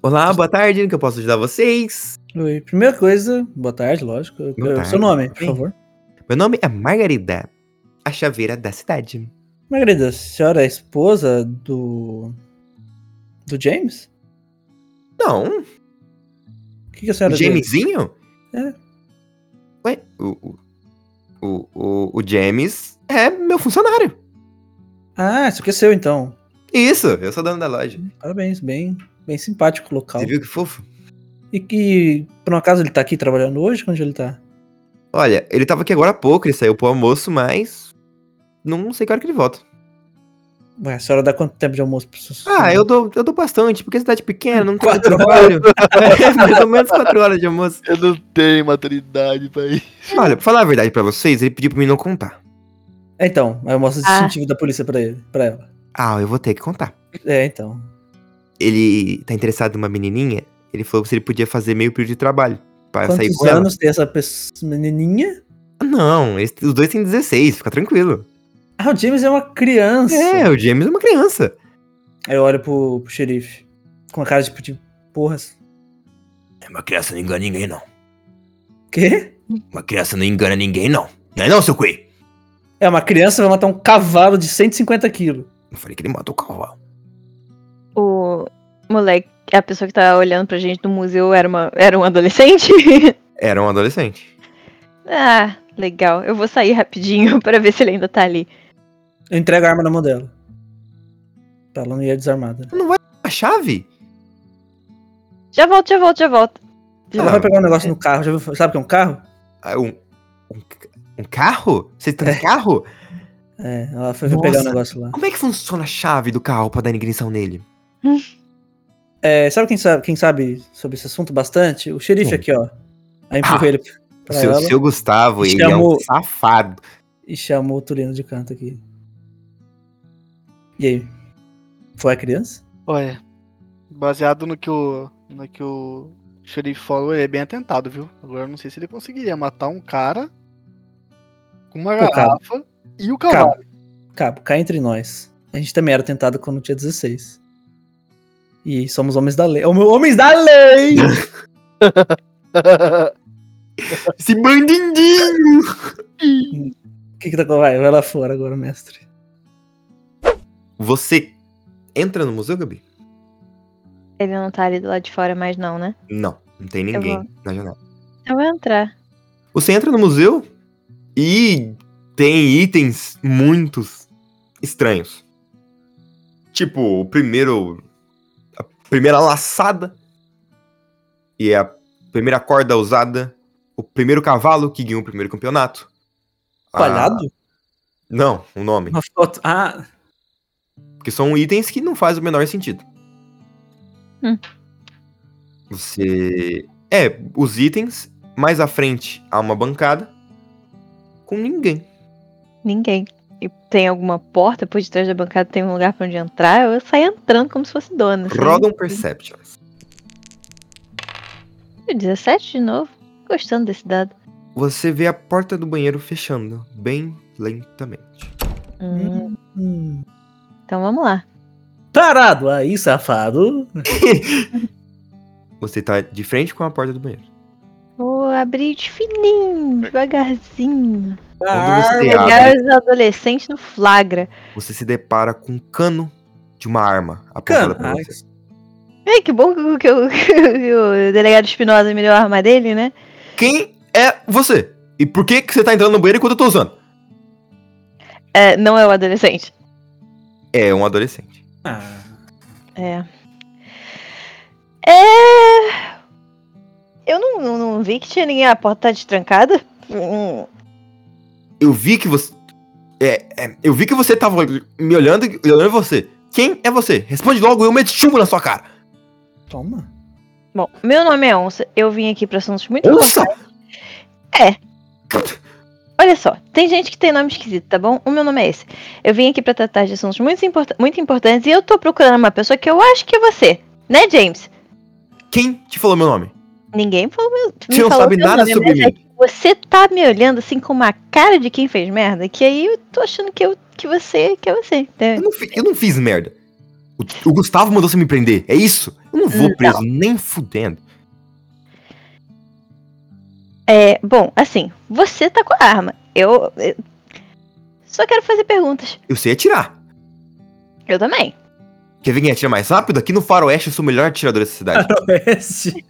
Speaker 2: Olá, boa tarde, que eu posso ajudar vocês?
Speaker 1: Oi, primeira coisa, boa tarde, lógico. Eu-
Speaker 2: Boa
Speaker 1: eu-
Speaker 2: tarde.
Speaker 1: Seu nome, por
Speaker 2: Sim.
Speaker 1: favor.
Speaker 2: Meu nome é Margarida, a chaveira da cidade.
Speaker 1: Margarida, a senhora é esposa do. do James?
Speaker 2: Não, um
Speaker 1: O que, que a senhora
Speaker 2: Jamesinho?
Speaker 1: É.
Speaker 2: Ué, o, o, o, o, o James é meu funcionário.
Speaker 1: dele? Ah, isso aqui é seu então.
Speaker 2: Isso, eu sou dono da loja.
Speaker 1: Hum, Parabéns, bem, bem simpático o local.
Speaker 2: Você viu que fofo?
Speaker 1: E que, por um acaso, ele tá aqui trabalhando hoje? Onde ele tá?
Speaker 2: Olha, ele tava aqui agora há pouco, ele saiu pro almoço, mas. Não sei que hora que ele volta.
Speaker 1: Ué, a senhora dá quanto tempo de almoço pra vocês?
Speaker 2: Ah, eu dou, eu dou bastante, porque é cidade pequena, não tem muito
Speaker 1: Quatro
Speaker 2: trabalho. É, mais ou menos quatro horas de almoço.
Speaker 3: Eu não tenho maturidade pra ir.
Speaker 2: Olha, pra falar a verdade pra vocês, ele pediu pra mim não contar.
Speaker 1: É, Então, aí eu mostro o
Speaker 4: Ah.
Speaker 1: distintivo da polícia pra, ele, pra ela.
Speaker 2: Ah, eu vou ter que contar.
Speaker 1: É, então.
Speaker 2: Ele tá interessado numa menininha, ele falou se ele podia fazer meio período de trabalho. Pra sair
Speaker 1: Quantos
Speaker 2: com ela.
Speaker 1: anos tem essa pessoa- menininha?
Speaker 2: Ah, Não, eles- os dois têm 16, fica tranquilo.
Speaker 1: Ah, o James é uma criança.
Speaker 2: É, o James é uma criança.
Speaker 1: Aí eu olho pro, pro xerife. Com a cara tipo de porras.
Speaker 2: É uma criança, não engana ninguém, não.
Speaker 1: Quê?
Speaker 2: Uma criança não engana ninguém, não. Não é não, seu Quei?
Speaker 1: É, uma criança vai matar um cavalo de 150 quilos.
Speaker 2: Eu falei que ele matou o cavalo.
Speaker 4: O moleque, a pessoa que tá olhando pra gente no museu era, uma, era um adolescente?
Speaker 2: Era um adolescente.
Speaker 4: ah, legal. Eu vou sair rapidinho pra ver se ele ainda tá ali.
Speaker 1: Eu entrego a arma na mão dela. Pra ela não ir desarmada. né?
Speaker 2: A chave?
Speaker 4: Já volto, já volto, já volto. Já
Speaker 1: Ela
Speaker 2: Ah,
Speaker 4: volto.
Speaker 1: vai pegar um negócio no carro. Já viu- sabe o que é um carro?
Speaker 2: Ah, Um, um, ca- um carro? Vocês têm um carro?
Speaker 1: É, ela foi pegar um
Speaker 2: Nossa.
Speaker 1: negócio lá.
Speaker 2: Como é que funciona a chave do carro pra dar ignição nele?
Speaker 1: É, sabe quem sabe, quem sabe sobre esse assunto bastante? O xerife aqui,
Speaker 2: Quem?
Speaker 1: ó. Aí empurrou
Speaker 2: Ah,
Speaker 1: ele pra
Speaker 2: Seu,
Speaker 1: ela
Speaker 2: seu Gustavo, ele é um
Speaker 1: Chamou-
Speaker 2: safado.
Speaker 1: e chamou o Tulino de canto aqui. E aí? Foi a criança?
Speaker 3: Olha, baseado no que o. no que o xerife falou, ele é bem atentado, viu? Agora eu não sei se ele conseguiria matar um cara com uma
Speaker 1: Pô, cara.
Speaker 3: garrafa e o cavalo.
Speaker 1: Cabo, cá entre nós. A gente também era tentado quando tinha 16. E somos homens da lei. Hom- Homens da lei!
Speaker 2: Esse bandidinho!
Speaker 1: O que que tá com... Vai, vai lá fora agora, mestre.
Speaker 2: Você entra no museu, Gabi?
Speaker 4: Ele não tá ali do lado de fora mais não, né?
Speaker 2: Não, não tem
Speaker 4: Eu
Speaker 2: ninguém na janela.
Speaker 4: Eu vou entrar.
Speaker 2: Você entra no museu e tem itens muitos estranhos. Tipo, o primeiro. A primeira laçada. E é a primeira corda usada. O primeiro cavalo que ganhou o primeiro campeonato. a-
Speaker 1: Palhado?
Speaker 2: Não, o nome.
Speaker 1: Uma foto. Ah,
Speaker 2: Porque são itens que não fazem o menor sentido.
Speaker 4: Hum.
Speaker 2: Você. É, os itens. Mais à frente há uma bancada. Com ninguém.
Speaker 4: Ninguém. E tem alguma porta por detrás da bancada, tem um lugar pra onde entrar, eu saio entrando como se fosse dona. sabe?
Speaker 2: Roda um Perception.
Speaker 4: 17 de novo. Gostando desse dado.
Speaker 2: Você vê a porta do banheiro fechando, bem lentamente.
Speaker 4: Hum,
Speaker 1: hum.
Speaker 4: Então vamos lá.
Speaker 1: Tarado aí, safado.
Speaker 2: Você tá de frente com a porta do banheiro.
Speaker 4: Vou abrir de fininho, devagarzinho.
Speaker 1: Ah,
Speaker 2: Quando você
Speaker 4: Pegar
Speaker 2: abre,
Speaker 4: os adolescentes no flagra.
Speaker 2: você se depara com um cano de uma arma
Speaker 1: Cana.
Speaker 2: apontada pra
Speaker 1: Ah,
Speaker 2: você.
Speaker 4: Ei, que bom que, o- que o- que o delegado Espinosa me deu a arma dele, né?
Speaker 2: Quem é você? E por que, que você tá entrando no banheiro enquanto eu tô usando?
Speaker 4: É, não é o adolescente.
Speaker 2: É um adolescente.
Speaker 1: ah.
Speaker 4: É. É. Eu não, não- não vi que tinha ninguém. A porta tá destrancada. Hum,
Speaker 2: Eu vi que você. É, é, eu vi que você tava me olhando e olhando você. Quem é você? Responde logo, eu meto chumbo na sua cara.
Speaker 1: Toma.
Speaker 4: Bom, meu nome é Onça. Eu vim aqui pra assuntos muito
Speaker 2: Onça!
Speaker 4: É. Olha só, tem gente que tem nome esquisito, tá bom? O meu nome é esse. Eu vim aqui pra tratar de assuntos muito, import- muito importantes e eu tô procurando uma pessoa que eu acho que é você, né, James?
Speaker 2: Quem te falou meu nome?
Speaker 4: Ninguém falou meu. me
Speaker 2: Você não
Speaker 4: falou
Speaker 2: sabe
Speaker 4: meu
Speaker 2: nada
Speaker 4: nome,
Speaker 2: sobre
Speaker 4: mas é
Speaker 2: mim.
Speaker 4: que Você tá me olhando assim com uma cara de quem fez merda, que aí eu tô achando que, eu, que você que é você.
Speaker 2: Eu
Speaker 4: entendeu?
Speaker 2: não, fi- eu não fiz merda. O, o Gustavo mandou você me prender. É isso? Eu não vou preso, nem fudendo.
Speaker 4: É, bom, assim, você tá com a arma. Eu, eu só quero fazer perguntas.
Speaker 2: Eu sei atirar.
Speaker 4: Eu também.
Speaker 2: Quer ver quem atira mais rápido? Aqui no Faroeste eu sou o melhor atirador dessa cidade.
Speaker 1: Oeste.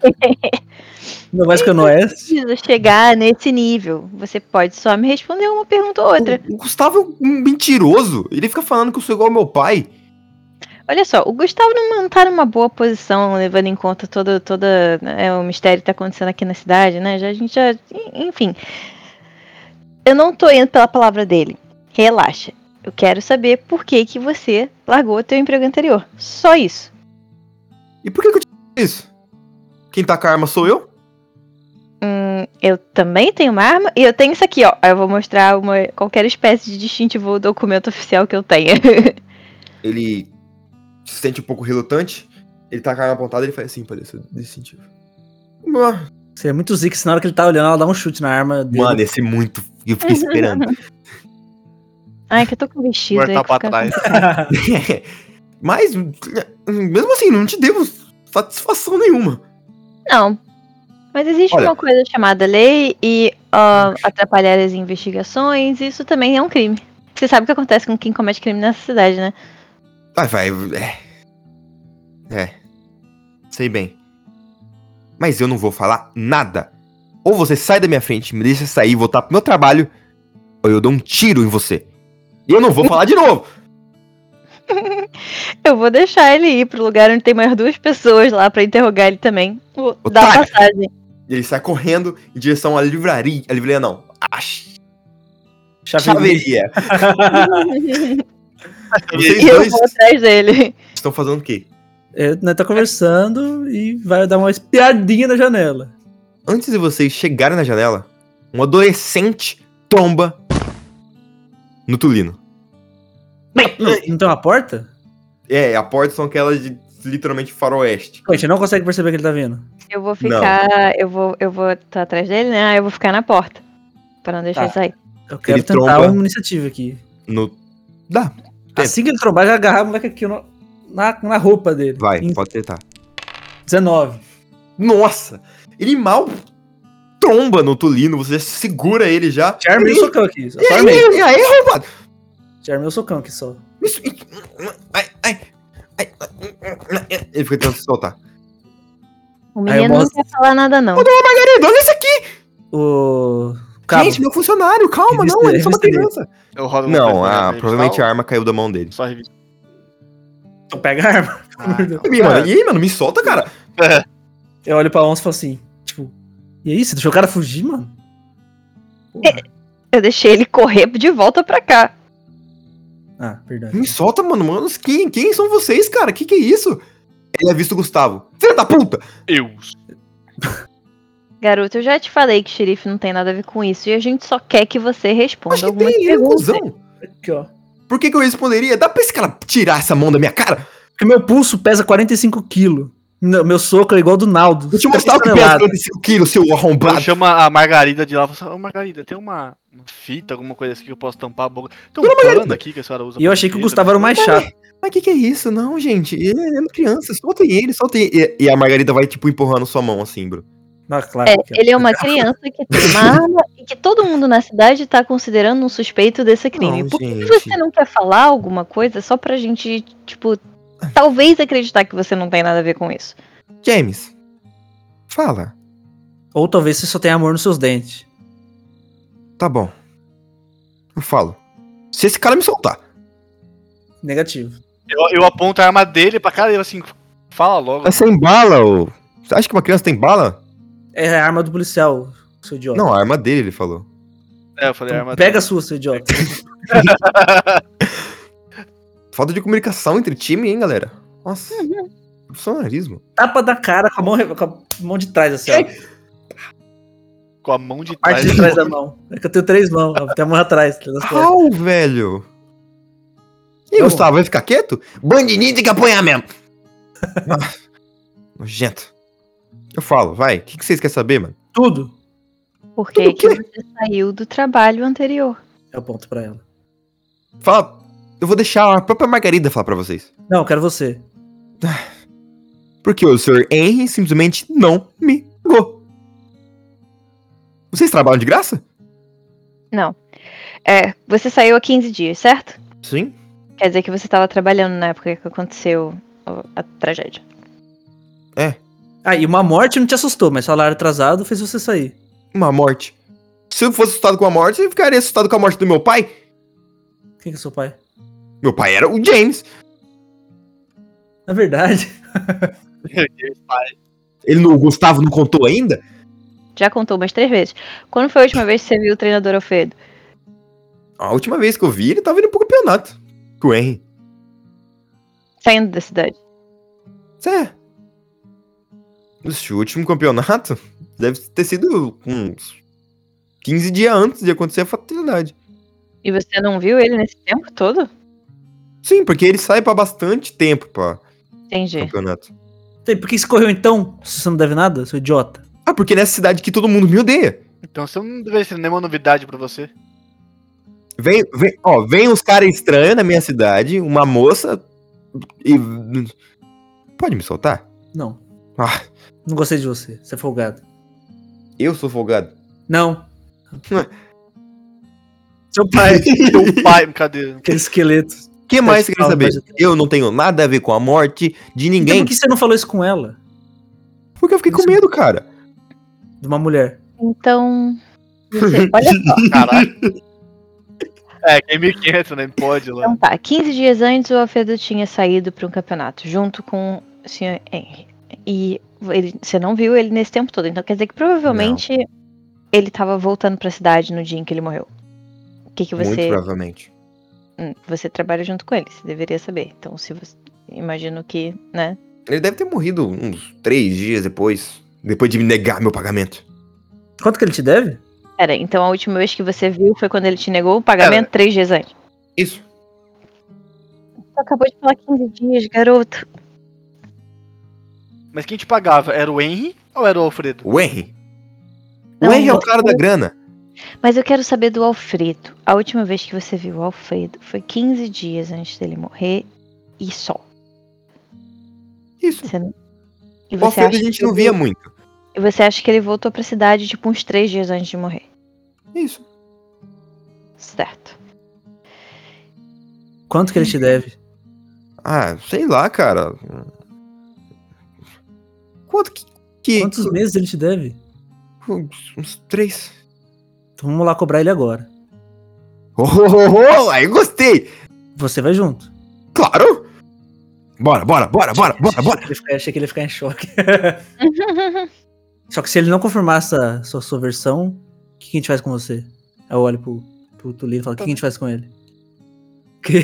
Speaker 1: Não mais que eu no Oeste.
Speaker 4: Precisa chegar nesse nível. Você pode só me responder uma pergunta ou outra.
Speaker 2: O, o Gustavo é um mentiroso. Ele fica falando que eu sou igual ao meu pai.
Speaker 4: Olha só, o Gustavo não tá numa boa posição, levando em conta todo, toda né, o mistério que tá acontecendo aqui na cidade, né? Já, a gente já. en- Enfim. Eu não tô indo pela palavra dele. Relaxa. Eu quero saber por que que você largou o teu emprego anterior. Só isso.
Speaker 2: E por que, que eu te isso? Quem tá com a arma sou eu?
Speaker 4: Hum, eu também tenho uma arma e eu tenho isso aqui, ó. Aí Eu vou mostrar uma, qualquer espécie de distintivo ou documento oficial que eu tenha.
Speaker 2: Ele se sente um pouco relutante. Ele tá com a arma apontada e ele faz assim, parece desse sentido. Mano,
Speaker 1: Seria é muito zica se na hora que ele tá olhando, ela dá um chute na arma dele.
Speaker 2: ia ser muito. Eu fiquei esperando.
Speaker 4: Ai, que eu tô com vestido. aí
Speaker 3: Cortar tá pra
Speaker 4: fica-
Speaker 3: trás.
Speaker 2: Mas, mesmo assim, não te devo satisfação nenhuma.
Speaker 4: Não. Mas existe
Speaker 2: Olha-
Speaker 4: uma coisa chamada lei e ó, atrapalhar as investigações, isso também é um crime. Você sabe o que acontece com quem comete crime nessa cidade, né?
Speaker 2: Ah, vai. É. É. Sei bem. Mas eu não vou falar nada. Ou você sai da minha frente, me deixa sair, voltar pro meu trabalho, ou eu dou um tiro em você. E eu não vou falar de novo.
Speaker 4: Eu vou deixar ele ir pro lugar onde tem mais duas pessoas lá pra interrogar ele também. Vou dar a
Speaker 2: Otário.
Speaker 4: passagem.
Speaker 2: E ele sai correndo em direção à livraria. A livraria não. A ch- Tá
Speaker 1: Chaveiro.
Speaker 2: chaveria.
Speaker 4: e
Speaker 2: Vocês
Speaker 4: eu
Speaker 2: dois
Speaker 4: vou atrás dele.
Speaker 2: estão fazendo o quê?
Speaker 1: É, nós tá conversando e vai dar uma espiadinha na janela.
Speaker 2: Antes de vocês chegarem na janela, um adolescente tomba no Tulino.
Speaker 1: Não tem uma porta?
Speaker 2: É, a porta são aquelas de literalmente faroeste.
Speaker 1: A gente não consegue perceber que ele tá vindo.
Speaker 4: Eu vou ficar. Eu vou. Eu vou tá atrás dele, né? Ah, Eu vou ficar na porta. Pra não deixar
Speaker 1: Tá.
Speaker 4: ele sair.
Speaker 1: Eu quero
Speaker 2: Ele
Speaker 1: tentar
Speaker 2: tromba.
Speaker 1: uma iniciativa aqui.
Speaker 2: No. Dá, Tem.
Speaker 1: Assim que ele trombar, já agarrar o moleque aqui no- na, na roupa dele.
Speaker 2: vai,
Speaker 1: Em
Speaker 2: pode tentar.
Speaker 1: 19.
Speaker 2: Nossa! Ele mal tromba no Tulino, você já segura ele já.
Speaker 1: Já armei o
Speaker 2: Ele-
Speaker 1: socão aqui. Só
Speaker 2: ele-
Speaker 1: armei.
Speaker 2: ele- aí, roubado!
Speaker 1: Já armei o socão aqui só.
Speaker 2: Isso- isso- Ai, ai, ai, ai, ai. Ele fica tentando se soltar.
Speaker 4: O
Speaker 1: Aí eu
Speaker 4: menino não
Speaker 1: mostro-
Speaker 4: quer falar nada, não.
Speaker 2: Querido, olha isso é aqui!
Speaker 1: O. Cabo.
Speaker 2: Gente, meu funcionário, calma,
Speaker 1: Revista-
Speaker 2: não, ele é só uma
Speaker 1: revista dele.
Speaker 2: criança.
Speaker 3: Eu rodo uma
Speaker 2: Não,
Speaker 3: coisa pra
Speaker 2: ah,
Speaker 3: revista,
Speaker 2: provavelmente
Speaker 3: ó,
Speaker 2: a arma caiu da mão dele.
Speaker 3: Só revista.
Speaker 1: Tu pega a arma.
Speaker 3: Ah,
Speaker 2: E aí, mano, e aí, mano, me solta, cara.
Speaker 1: Eu olho pra onça e falo assim, tipo, e aí, você deixou o cara fugir, mano?
Speaker 4: Eu deixei ele correr de volta pra cá.
Speaker 1: Ah, perdão.
Speaker 2: Me solta, mano, mano, quem, quem são vocês, cara? Que que é isso? Ele é visto o Gustavo. Filha da puta!
Speaker 3: eu.
Speaker 4: Garoto, eu já te falei que xerife não tem nada a ver com isso e a gente só quer que você responda
Speaker 2: Acho que
Speaker 4: algumas
Speaker 2: tem, ele é um
Speaker 4: perguntas.
Speaker 2: cuzão.
Speaker 1: Aqui, ó.
Speaker 2: Por que, que eu responderia? Dá pra esse cara tirar essa mão da minha cara?
Speaker 1: Porque meu pulso pesa 45 quilos. Não, Meu soco é igual do Naldo.
Speaker 2: Vou te mostrar o que pesa 45 quilos, seu
Speaker 3: Eu
Speaker 2: arrombado.
Speaker 3: chamo a Margarida de lá e falo assim, "Ô, Margarida, tem uma, uma fita, alguma coisa assim que eu posso tampar a boca. Tem um pano aqui que a senhora usa.
Speaker 1: E eu achei que o Gustavo era o mais chato.
Speaker 2: Mas o que, que é isso? Não, gente. Ele é uma criança. Soltem ele, soltem ele. E, e a Margarida vai, tipo, empurrando sua mão, assim, bro.
Speaker 1: Ah, claro.
Speaker 4: É,
Speaker 1: que é.
Speaker 4: ele é uma criança que tem uma arma e que todo mundo na cidade tá considerando um suspeito desse crime.
Speaker 2: Não,
Speaker 4: Por que
Speaker 2: gente.
Speaker 4: você não quer falar alguma coisa só pra gente, tipo, talvez acreditar que você não tem nada a ver com isso?
Speaker 2: James, fala.
Speaker 1: Ou talvez você só tenha amor nos seus dentes.
Speaker 2: Tá bom. Eu falo. Se esse cara me soltar.
Speaker 1: Negativo.
Speaker 3: Eu, eu aponto a arma dele pra cara e eu assim, fala logo.
Speaker 2: Tá sem bala, ô. Você acha que uma criança tem bala?
Speaker 1: É a arma do policial, seu idiota.
Speaker 2: Não, a arma dele, ele falou.
Speaker 3: É, eu falei,
Speaker 1: Então,
Speaker 3: a arma
Speaker 1: pega a sua, seu idiota.
Speaker 2: Falta de comunicação entre time, hein, galera? Nossa. Profissionalismo.
Speaker 1: Tapa da cara com a mão, re- com a mão de trás, assim, ó.
Speaker 3: dele, com a mão de
Speaker 1: Parte
Speaker 3: trás.
Speaker 1: de trás da mão. É que eu tenho três mãos. ó, Tem a mão atrás. tá ligado?
Speaker 2: Au, velho. E
Speaker 1: Tá
Speaker 2: aí,
Speaker 1: bom.
Speaker 2: Gustavo, vai ficar quieto? Bandidinho tem que apanhar mesmo. Ah, Nojento. Eu falo, vai. O que, que vocês querem saber, mano?
Speaker 1: Tudo
Speaker 4: Por que,
Speaker 2: Tudo
Speaker 4: que você saiu do trabalho anterior?
Speaker 1: é o ponto pra ela.
Speaker 2: Fala. Eu vou deixar a própria Margarida falar pra vocês.
Speaker 1: Não, eu quero você.
Speaker 2: Porque o Sr. Henry simplesmente não me ligou. Vocês trabalham de graça?
Speaker 4: É, você saiu há 15 dias, certo?
Speaker 2: Sim.
Speaker 4: Quer dizer que você estava trabalhando na época que aconteceu ó, a tragédia.
Speaker 1: Ah, e uma morte não te assustou, mas salário atrasado fez você sair.
Speaker 2: Uma morte. Se eu fosse assustado com a morte, eu ficaria assustado com a morte do meu pai.
Speaker 1: Quem que é seu pai?
Speaker 2: Meu pai era o James.
Speaker 1: Na verdade,
Speaker 2: Ele não, o Gustavo não contou ainda?
Speaker 4: Já contou umas três vezes. Quando foi a última vez que você viu o treinador Alfredo?
Speaker 2: A última vez que eu vi, ele tava indo pro campeonato. Com o Henry.
Speaker 4: Saindo da cidade.
Speaker 2: É. Esse último campeonato deve ter sido uns 15 dias antes de acontecer a fatalidade.
Speaker 4: E você não viu ele nesse tempo todo?
Speaker 2: Sim, porque ele sai pra bastante tempo pra
Speaker 4: Entendi.
Speaker 2: campeonato.
Speaker 1: tem, por que você correu então? Se você não deve nada, seu idiota.
Speaker 2: Ah, porque nessa cidade que todo mundo me odeia.
Speaker 3: Então isso não deveria ser nenhuma novidade pra você.
Speaker 2: Vem, vem, ó, vem uns caras estranhos na minha cidade, uma moça e. Pode me soltar?
Speaker 1: Não.
Speaker 2: Ah.
Speaker 1: Não gostei de você. Você é folgado.
Speaker 2: Eu sou folgado.
Speaker 1: Não. seu pai,
Speaker 3: Teu pai, brincadeira.
Speaker 1: aquele esqueleto.
Speaker 2: O que mais você
Speaker 1: te
Speaker 2: quer
Speaker 1: falo,
Speaker 2: saber?
Speaker 1: mas eu tenho-
Speaker 2: Eu não tenho nada a ver com a morte de
Speaker 1: Então
Speaker 2: ninguém.
Speaker 1: por que você não falou isso com ela?
Speaker 2: Porque eu fiquei com medo, cara.
Speaker 1: De uma mulher.
Speaker 4: Então. você- olha só.
Speaker 3: Caralho. É, quem me quieto, né? Pode lá.
Speaker 4: Então tá. 15 dias antes, o Alfredo tinha saído para um campeonato junto com o senhor Henry. E ele- você não viu ele nesse tempo todo. Então quer dizer que provavelmente ele estava voltando para a cidade no dia em que ele morreu. O que, que
Speaker 2: Muito
Speaker 4: você.
Speaker 2: provavelmente.
Speaker 4: Hum, Você trabalha junto com ele, você deveria saber. Então, se você. Imagino que, né?
Speaker 2: Ele deve ter morrido uns três dias depois. Depois de me negar meu pagamento.
Speaker 1: Quanto que ele te deve?
Speaker 4: Pera, então a última vez que você viu foi quando ele te negou o pagamento três dias antes.
Speaker 2: Isso.
Speaker 4: Tu acabou de falar 15 dias, garoto.
Speaker 3: Mas quem te pagava? Era o Henry ou era o Alfredo?
Speaker 2: O Henry.
Speaker 4: Não,
Speaker 2: o Henry é o
Speaker 4: você-
Speaker 2: cara da grana.
Speaker 4: Mas eu quero saber do Alfredo. A última vez que você viu o Alfredo foi 15 dias antes dele morrer e só.
Speaker 2: Isso.
Speaker 4: Você não... E
Speaker 2: O Alfredo a
Speaker 4: acha
Speaker 2: gente
Speaker 4: que
Speaker 2: não
Speaker 4: ele-
Speaker 2: via muito.
Speaker 4: E você acha que ele voltou pra cidade tipo uns três dias antes de morrer?
Speaker 2: Isso.
Speaker 4: Certo.
Speaker 1: Quanto que ele te deve?
Speaker 2: Ah, sei lá, cara. Quanto que. que
Speaker 1: Quantos meses ele te deve?
Speaker 2: uns, uns três.
Speaker 1: Então vamos lá cobrar ele agora.
Speaker 2: Oh, oh, oh, aí eu gostei!
Speaker 1: Você vai junto.
Speaker 2: Claro! Bora, bora, bora, bora, bora, bora!
Speaker 1: Achei que ele ia ficar- achei que ele ia ficar em choque. Só que se ele não confirmar essa sua, sua versão, o que, que a gente faz com você? Aí eu olho pro, pro Tulio e falo, o que, que a gente faz com ele?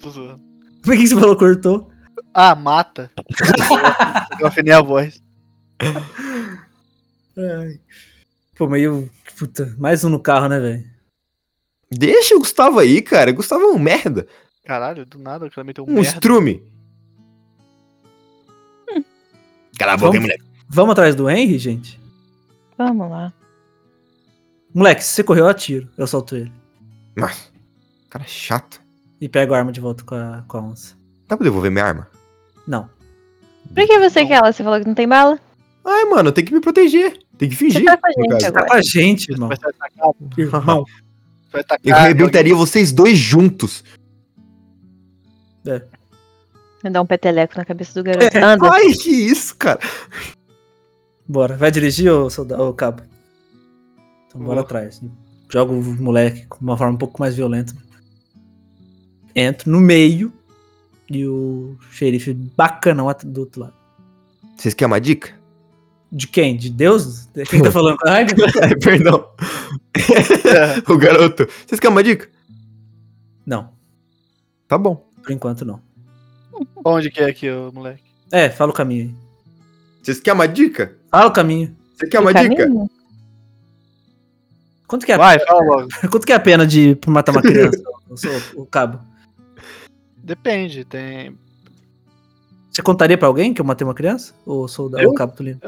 Speaker 3: Tô zoando.
Speaker 1: Por que, que você falou cortou?
Speaker 3: Ah, mata. Eu afinei a voz.
Speaker 1: Ai. Pô, meio. Puta, mais um no carro, né, velho?
Speaker 2: Deixa o Gustavo aí, cara. O Gustavo é um merda.
Speaker 3: Caralho, do nada, o cara meteu um
Speaker 2: Um
Speaker 3: merda.
Speaker 2: estrume. Cala a boca,
Speaker 1: Vamos-
Speaker 2: hein, moleque.
Speaker 1: Vamos atrás do Henry, gente?
Speaker 4: Vamos lá.
Speaker 1: Moleque, se você correu, eu atiro. Eu solto ele.
Speaker 2: Nossa. Cara é chato.
Speaker 1: E pego a arma de volta com a, com a onça.
Speaker 2: Dá pra devolver minha arma?
Speaker 1: Não.
Speaker 4: Por que você
Speaker 3: Não.
Speaker 4: quer ela? Você falou que não tem bala?
Speaker 2: Ai, mano, tem que me proteger. Tem que fingir.
Speaker 4: Você tá com a
Speaker 2: no
Speaker 4: gente
Speaker 2: caso.
Speaker 4: agora.
Speaker 1: Tá com a gente,
Speaker 3: Você
Speaker 1: irmão.
Speaker 3: vai atacar,
Speaker 1: Irmão.
Speaker 3: você vai atacar.
Speaker 2: Eu arrebentaria vocês dois juntos.
Speaker 4: Me dá um peteleco na cabeça do garoto. Anda.
Speaker 2: Ai, que isso, cara.
Speaker 1: Bora. Vai dirigir, ô, solda- ô cabo? Então bora
Speaker 3: Vou.
Speaker 1: atrás. Joga o moleque com uma forma um pouco mais violenta. Entro no meio e o xerife bacanão at- do outro lado.
Speaker 2: Vocês querem uma dica?
Speaker 1: De quem? De Deus? De Quem tá falando? Ai, meu-
Speaker 2: Ai, É, perdão. o garoto. Vocês querem uma dica?
Speaker 1: não,
Speaker 2: Tá bom.
Speaker 1: por enquanto não.
Speaker 3: Onde que é aqui, ô moleque?
Speaker 1: É, fala o caminho aí.
Speaker 2: Vocês querem uma dica?
Speaker 1: Fala o caminho.
Speaker 2: Você quer uma
Speaker 4: Do
Speaker 2: dica?
Speaker 4: caminho?
Speaker 1: Quanto que é a,
Speaker 3: Vai, fala logo.
Speaker 1: quanto que é a pena de pra matar uma criança? o, o- o cabo.
Speaker 3: Depende, tem.
Speaker 1: Você contaria pra alguém que eu matei uma criança? Ou sou da,
Speaker 3: Eu?
Speaker 1: o Capitulino?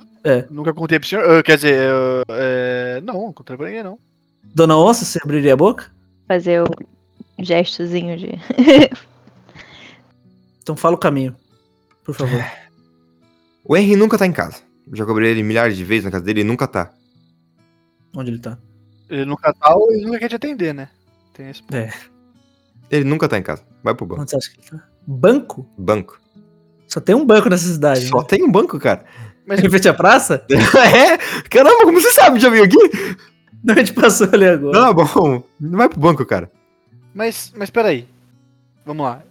Speaker 3: Nunca contei pro senhor. eh, Quer dizer, eu, eh, não, não contei pra ninguém, não.
Speaker 1: Dona Onça, você abriria a boca?
Speaker 4: Fazer o gestozinho de.
Speaker 1: Então fala o caminho, por favor.
Speaker 2: O Henry nunca tá em casa. Já cobrei ele milhares de vezes na casa dele e nunca tá.
Speaker 1: Onde ele tá?
Speaker 3: Ele nunca tá ou ele nunca quer te atender, né? Tem esse ponto.
Speaker 2: Ele nunca tá em casa. Vai pro banco.
Speaker 1: Onde você acha que ele tá? Banco?
Speaker 2: Banco.
Speaker 1: Só tem um banco nessa cidade.
Speaker 2: Só
Speaker 1: né?
Speaker 2: tem um banco, cara.
Speaker 3: Mas
Speaker 1: Em frente à praça?
Speaker 2: é? Caramba, como você sabe? Já veio aqui?
Speaker 1: Não, a gente passou ali agora.
Speaker 2: Não, bom. Não vai pro banco, cara.
Speaker 3: Mas, mas peraí. Vamos lá.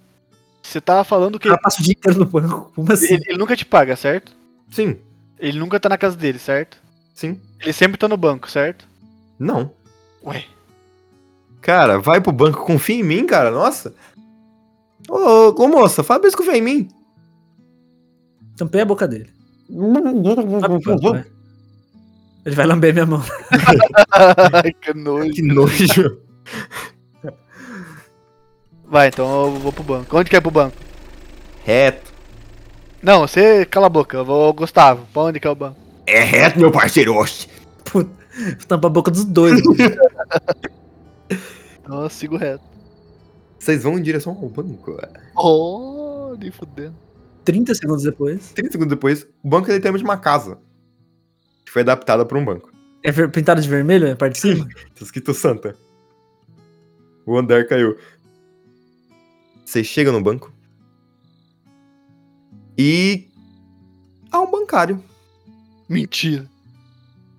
Speaker 3: Você tava falando que
Speaker 1: Ela passa o dia inteiro no banco. Como assim?
Speaker 3: ele, ele nunca te paga, certo?
Speaker 2: Sim.
Speaker 3: Ele nunca tá na casa dele, certo?
Speaker 2: Sim.
Speaker 3: Ele sempre tá no banco, certo?
Speaker 2: Não.
Speaker 3: Ué.
Speaker 2: Cara, vai pro banco. Confia em mim, cara. Nossa. Ô, ô, ô moça, fala pra eles confiar em mim.
Speaker 1: Tampei a boca dele. Abre o banco, vai. Ele vai lamber minha mão.
Speaker 3: que nojo.
Speaker 2: Que nojo.
Speaker 3: Vai, então eu vou pro banco. Onde que é pro banco?
Speaker 2: Reto.
Speaker 3: Não, você cala a boca. Eu vou, Gustavo, pra onde que é o banco?
Speaker 2: É reto, meu parceiro. Oxe.
Speaker 1: Tampa a boca dos dois. mano.
Speaker 3: Então eu sigo reto.
Speaker 2: Vocês vão em direção ao banco.
Speaker 3: Oh, nem fudendo.
Speaker 1: 30 segundos depois.
Speaker 2: 30 segundos depois, o banco é literalmente uma casa. Que foi adaptada pra um banco.
Speaker 1: É ver- pintado de vermelho a parte de cima?
Speaker 2: Tá escrito Santa. O andar caiu. Você chega no banco. E. Há um bancário
Speaker 3: Mentira.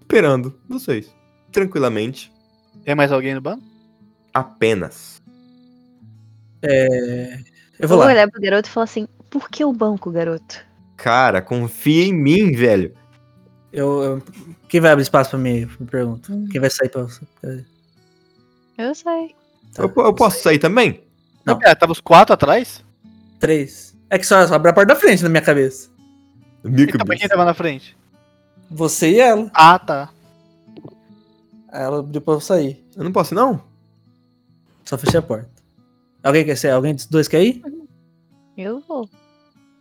Speaker 2: esperando vocês. Tranquilamente.
Speaker 3: Tem mais alguém no banco?
Speaker 2: Apenas.
Speaker 1: É. Eu
Speaker 4: Eu
Speaker 1: vou
Speaker 4: vou
Speaker 1: lá.
Speaker 4: olhar pro garoto e falar assim: por que o banco, garoto?
Speaker 2: Cara, confia em mim, velho.
Speaker 1: Eu, eu- Quem vai abrir espaço pra mim? Me pergunta.
Speaker 4: Hum.
Speaker 1: Quem vai sair pra você?
Speaker 4: Eu sei.
Speaker 1: Tá.
Speaker 2: Eu, po- eu posso sair também?
Speaker 1: Não.
Speaker 3: É, tava os quatro atrás?
Speaker 1: Três. É que só, só abre a porta da frente na minha cabeça.
Speaker 2: Mico,
Speaker 3: Então pra quem tava na frente?
Speaker 1: Você e ela.
Speaker 3: Ah, tá.
Speaker 1: Aí Ela abriu pra eu sair.
Speaker 2: eu não posso, não?
Speaker 1: Só fechei a porta. Alguém quer sair? Alguém dos dois quer ir?
Speaker 4: Eu vou.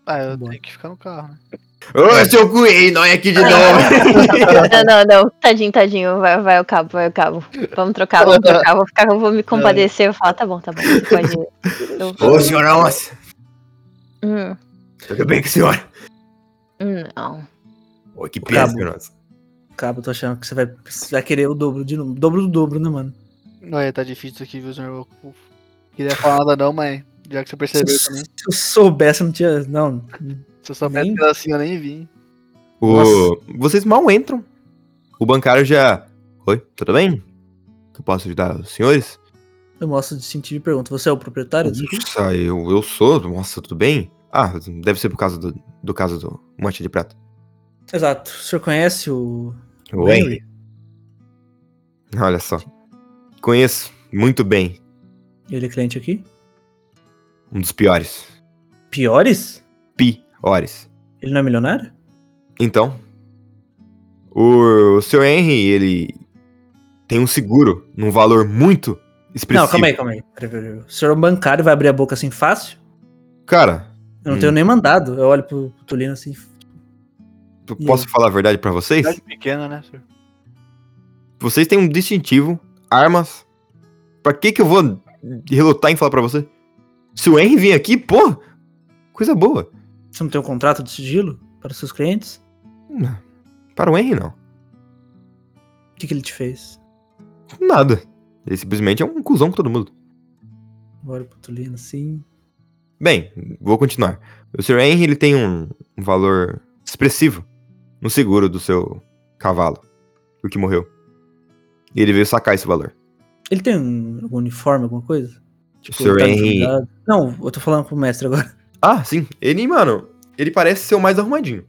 Speaker 3: Ah, eu
Speaker 1: Bom.
Speaker 3: tenho que ficar no carro, né?
Speaker 2: Ô, seu Queen, não é aqui de novo.
Speaker 4: Não, não, não. Tadinho, tadinho. Vai, vai o cabo, vai o cabo. Vamos trocar, vamos trocar. Vou ficar, eu vou me compadecer. Eu falo, tá bom, tá bom. Você pode ir. Eu vou.
Speaker 2: Ô, senhora onça.
Speaker 4: Hum,
Speaker 2: Tudo bem com a senhora?
Speaker 4: hum, não.
Speaker 2: Ô, que pena,
Speaker 1: Acabou.
Speaker 2: senhora onça.
Speaker 1: Cabo, tô achando que você vai, você vai querer o dobro de novo. Dobro do dobro, né, mano?
Speaker 3: Olha, tá difícil isso aqui, viu, senhor? Eu queria falar nada não, mas já que você
Speaker 1: Se eu,
Speaker 3: percebeu também.
Speaker 1: se eu soubesse, eu não tinha. Não.
Speaker 3: Se eu soubesse
Speaker 1: Nem-
Speaker 3: que era assim, eu nem vim.
Speaker 2: O... Vocês mal entram. O bancário já. Oi, tudo bem? Eu posso ajudar os senhores?
Speaker 1: Eu mostro de sentido e pergunto: Você é o proprietário? disso aqui?
Speaker 2: Nossa, eu, eu sou. Nossa, tudo bem? Ah, deve ser por causa do, do caso do Monte de Prata.
Speaker 1: Exato. O senhor conhece o.
Speaker 2: O Henry. Olha só. Conheço muito bem.
Speaker 1: Ele é cliente aqui?
Speaker 2: Um dos piores.
Speaker 1: Piores?
Speaker 2: Piores.
Speaker 1: Ele não é milionário?
Speaker 2: Então. O, o seu Henry, ele. Tem um seguro num valor muito expressivo.
Speaker 1: Não, calma aí, calma aí. Peraí, peraí, peraí. O senhor é um bancário vai abrir a boca assim fácil?
Speaker 2: Cara,
Speaker 1: Eu não
Speaker 2: Hum.
Speaker 1: tenho nem mandado. Eu olho pro, pro Tolino assim.
Speaker 2: eu
Speaker 1: E
Speaker 2: posso falar a verdade pra vocês?
Speaker 3: Cidade pequena, né, senhor?
Speaker 2: Vocês têm um distintivo, armas. Pra que que eu vou relutar em falar pra você? Se o Henry vir aqui, pô, coisa boa.
Speaker 1: Você não tem um contrato de sigilo para os seus clientes?
Speaker 2: Não, Hum, Para o Henry, não.
Speaker 1: O que, que ele te fez?
Speaker 2: Nada. Ele simplesmente é um cuzão com todo mundo.
Speaker 1: Eu olho pro Tolino assim.
Speaker 2: Bem, vou continuar. O Sr. Henry, ele tem um, um valor expressivo no seguro do seu cavalo, o que morreu. E ele veio sacar esse valor.
Speaker 1: Ele tem um, algum uniforme, alguma coisa?
Speaker 2: O senhor
Speaker 1: ele
Speaker 2: Henry-
Speaker 1: descuidado? Não, eu tô falando pro mestre agora.
Speaker 2: Ah, sim. Ele, mano, ele parece ser o mais arrumadinho.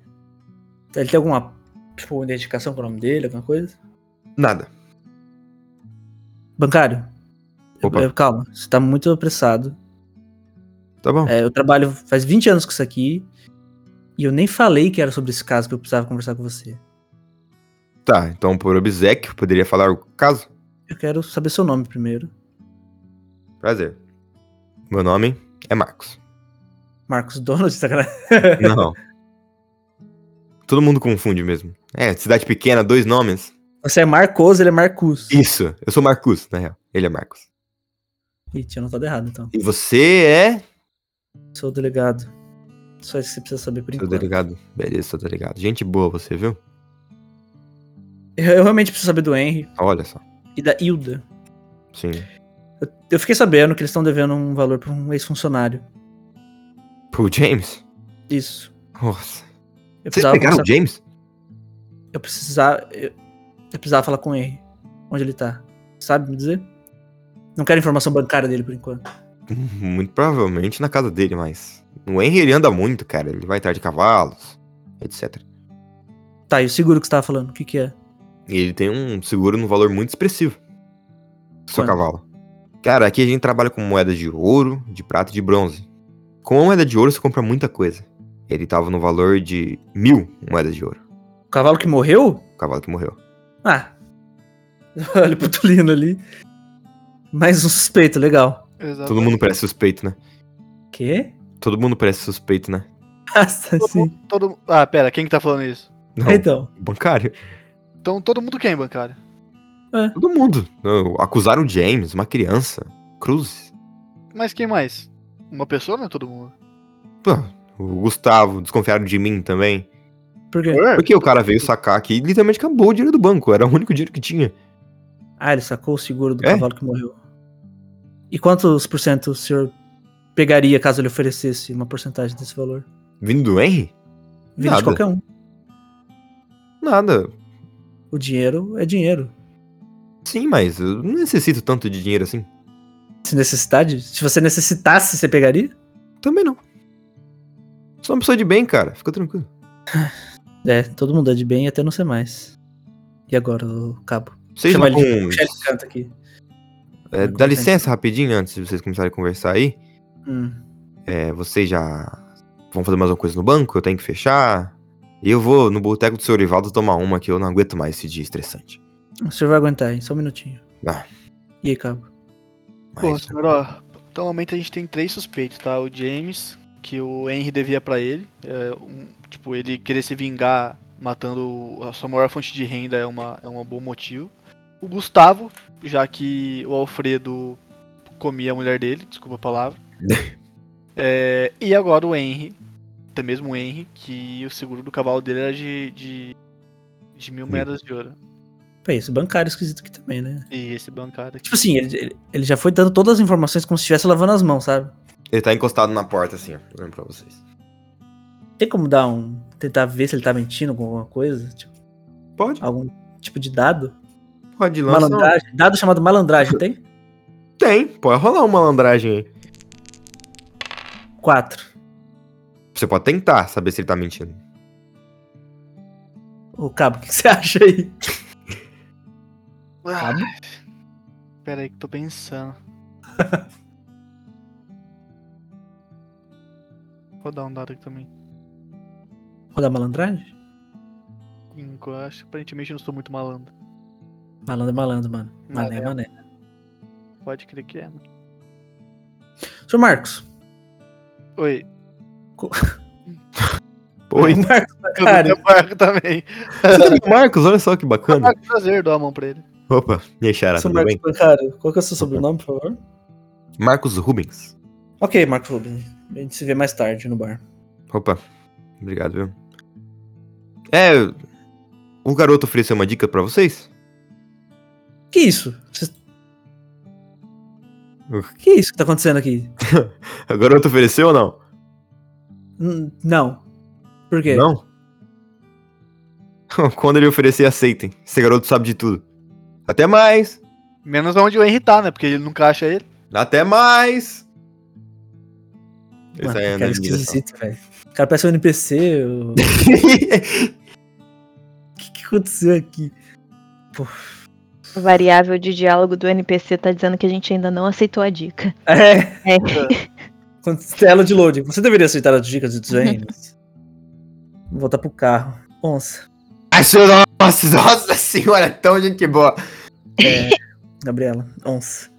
Speaker 1: Ele tem alguma tipo, identificação com o nome dele, alguma coisa?
Speaker 2: Nada.
Speaker 1: Bancário? eu-
Speaker 2: Opa.
Speaker 1: eu- calma, você tá muito apressado.
Speaker 2: Tá bom.
Speaker 1: É, eu trabalho faz 20 anos com isso aqui. E eu nem falei que era sobre esse caso que eu precisava conversar com você.
Speaker 2: Tá, então por obsequio, poderia falar o caso?
Speaker 1: Eu quero saber seu nome primeiro.
Speaker 2: Prazer. Meu nome é Marcos.
Speaker 1: Marcos Donald, tá sacanagem.
Speaker 2: Não. Todo mundo confunde mesmo. É, cidade pequena, dois nomes.
Speaker 1: Você é Marcos, ele é Marcus.
Speaker 2: Isso. Eu sou Marcus, na real. Ele é Marcos.
Speaker 1: Ih, tinha notado errado, então.
Speaker 2: E você é.
Speaker 1: Sou o delegado. Só isso que você precisa saber por
Speaker 2: Tô
Speaker 1: enquanto.
Speaker 2: delegado. Beleza, tô delegado. Gente boa você, viu?
Speaker 1: Eu, eu realmente preciso saber do Henry
Speaker 2: Olha só.
Speaker 1: e da Hilda.
Speaker 2: Sim.
Speaker 1: Eu fiquei sabendo que eles estão devendo um valor pra um ex-funcionário.
Speaker 2: Pro James?
Speaker 1: Isso.
Speaker 2: Nossa.
Speaker 1: Eu
Speaker 2: Vocês pegaram o
Speaker 1: conversar-
Speaker 2: James?
Speaker 1: eu precisava, eu, eu precisava falar com ele. Onde ele tá. Sabe me dizer? Não quero informação bancária dele por enquanto.
Speaker 2: Hum, Muito provavelmente na casa dele, mas. O Henry ele anda muito, cara. Ele vai atrás de cavalos, etc.
Speaker 1: Tá, e o seguro que você tava falando, o que que é?
Speaker 2: E ele tem um seguro no valor muito expressivo. Só
Speaker 1: Quanto?
Speaker 2: cavalo. Cara, aqui a gente trabalha com moedas de ouro, de prata e de bronze. Com a moeda de ouro você compra muita coisa. Ele tava no valor de mil moedas de ouro.
Speaker 1: O cavalo que morreu?
Speaker 2: O cavalo que morreu.
Speaker 1: Ah. Olha pro Tulino ali. Mais um suspeito, legal.
Speaker 3: Exato.
Speaker 2: Todo mundo parece suspeito, né?
Speaker 1: Quê?
Speaker 2: Todo mundo parece suspeito, né?
Speaker 1: Nossa,
Speaker 3: Todo
Speaker 1: sim.
Speaker 3: mundo- todo- Ah, pera, quem que tá falando isso?
Speaker 2: Não,
Speaker 1: Então.
Speaker 2: bancário.
Speaker 3: Então todo mundo quem, bancário?
Speaker 2: Todo mundo. Não, Acusaram o James, uma criança. Cruz.
Speaker 3: Mas quem mais? Uma pessoa, né? Todo mundo.
Speaker 2: Pô, O Gustavo, desconfiaram de mim também.
Speaker 1: Por quê?
Speaker 2: Porque o cara veio sacar aqui e literalmente acabou o dinheiro do banco. Era o único dinheiro que tinha.
Speaker 1: Ah, ele sacou o seguro do
Speaker 2: É?
Speaker 1: cavalo que morreu. E quantos por cento o senhor pegaria caso ele oferecesse uma porcentagem desse valor?
Speaker 2: Vindo do Henry?
Speaker 1: Vindo
Speaker 2: Nada.
Speaker 1: de qualquer um.
Speaker 2: Nada.
Speaker 1: O dinheiro é dinheiro.
Speaker 2: Sim, mas eu não necessito tanto de dinheiro assim.
Speaker 1: Se necessidade, se você necessitasse, você pegaria?
Speaker 2: Também não. Sou uma pessoa de bem, cara. Fica tranquilo.
Speaker 1: É, todo mundo é de bem até não ser mais. E agora, o cabo?
Speaker 2: Vocês
Speaker 1: Chama
Speaker 2: lá
Speaker 1: ele de né?
Speaker 2: com...
Speaker 1: Michel Canta aqui.
Speaker 2: é,
Speaker 1: assim.
Speaker 2: dá licença rapidinho antes de vocês começarem a conversar aí.
Speaker 1: Hum,
Speaker 2: É, vocês já vão fazer mais uma coisa no banco? Eu tenho que fechar. E eu vou no boteco do seu Orivaldo tomar uma que eu não aguento mais esse dia estressante.
Speaker 1: o senhor vai aguentar, hein? Só um minutinho.
Speaker 2: Ah.
Speaker 1: E aí, cabo?
Speaker 3: Pô,
Speaker 2: Mas,
Speaker 1: tá.
Speaker 3: senhor, ó. Então, momento a gente tem três suspeitos, tá? O James, que o Henry devia pra ele. é, um- tipo, ele querer se vingar matando a sua maior fonte de renda é, uma, é um bom motivo. O Gustavo, já que o Alfredo comia a mulher dele, desculpa a palavra. É, e agora o Henry, até mesmo o Henry, que o seguro do cavalo dele era de, de, de mil moedas de ouro.
Speaker 1: Pô, esse bancário é esquisito aqui também, né?
Speaker 3: E esse bancário aqui.
Speaker 1: Tipo assim, ele, ele- ele já foi dando todas as informações como se estivesse lavando as mãos, sabe?
Speaker 2: Ele tá encostado na porta assim, ó. Olhando pra vocês.
Speaker 1: Tem como dar um. Tentar ver se ele tá mentindo com alguma coisa? Tipo,
Speaker 2: Pode,
Speaker 1: algum tipo de dado?
Speaker 2: pode lançar. um-
Speaker 1: Malandragem. Dado chamado malandragem, tem?
Speaker 2: Tem, pode rolar uma malandragem aí.
Speaker 1: Quatro.
Speaker 2: Você pode tentar saber se ele tá mentindo.
Speaker 1: Ô, Cabo, o que que você acha aí?
Speaker 3: Ah,
Speaker 1: Cabo?
Speaker 3: pera aí que eu tô pensando. Vou dar um dado aqui também.
Speaker 1: Rodar malandragem?
Speaker 3: Cinco, eu acho que aparentemente eu não sou muito malandro.
Speaker 1: Malandro é malandro, mano. Mané, é
Speaker 3: Mané.
Speaker 1: mané.
Speaker 3: Pode crer que é. mano.
Speaker 1: Senhor Marcos.
Speaker 3: Oi.
Speaker 2: Oi.
Speaker 1: O
Speaker 2: tá
Speaker 1: Marcos tá
Speaker 3: Cara.
Speaker 1: cara.
Speaker 3: Eu Marco também.
Speaker 2: Marcos, olha só que bacana.
Speaker 3: Marco prazer, dou a mão pra ele.
Speaker 2: Opa, e aí, Xará,
Speaker 1: Senhor
Speaker 2: tudo
Speaker 1: Marcos
Speaker 2: bem?
Speaker 1: Bancário. Qual que é o seu sobrenome, por favor?
Speaker 2: Marcos Rubens.
Speaker 1: Ok, Marcos Rubens. A gente se vê mais tarde no bar.
Speaker 2: Opa, obrigado, viu? É, o garoto ofereceu uma dica pra vocês?
Speaker 1: Que isso? Vocês-
Speaker 2: Uh.
Speaker 1: Que isso que tá acontecendo aqui?
Speaker 2: O garoto ofereceu ou não?
Speaker 1: N- Não. Por quê?
Speaker 2: Não? Quando ele oferecer, aceitem. Esse garoto sabe de tudo. Até mais!
Speaker 3: Menos onde o Henry tá, né? Porque ele nunca acha ele.
Speaker 2: Até mais!
Speaker 1: Mano,
Speaker 2: Essa é a
Speaker 1: cara
Speaker 2: minha
Speaker 1: esquisito, velho. O cara parece um NPC. O que, que aconteceu aqui?
Speaker 4: A variável de diálogo do NPC tá dizendo que a gente ainda não aceitou a dica.
Speaker 1: É.
Speaker 4: É.
Speaker 1: Tela de loading. Você deveria aceitar as dicas dos James. Vou voltar pro carro. Onça.
Speaker 2: Ai, senhor, nossa, nossa é senhora, tão gente boa!
Speaker 1: É, Gabriela. Onça.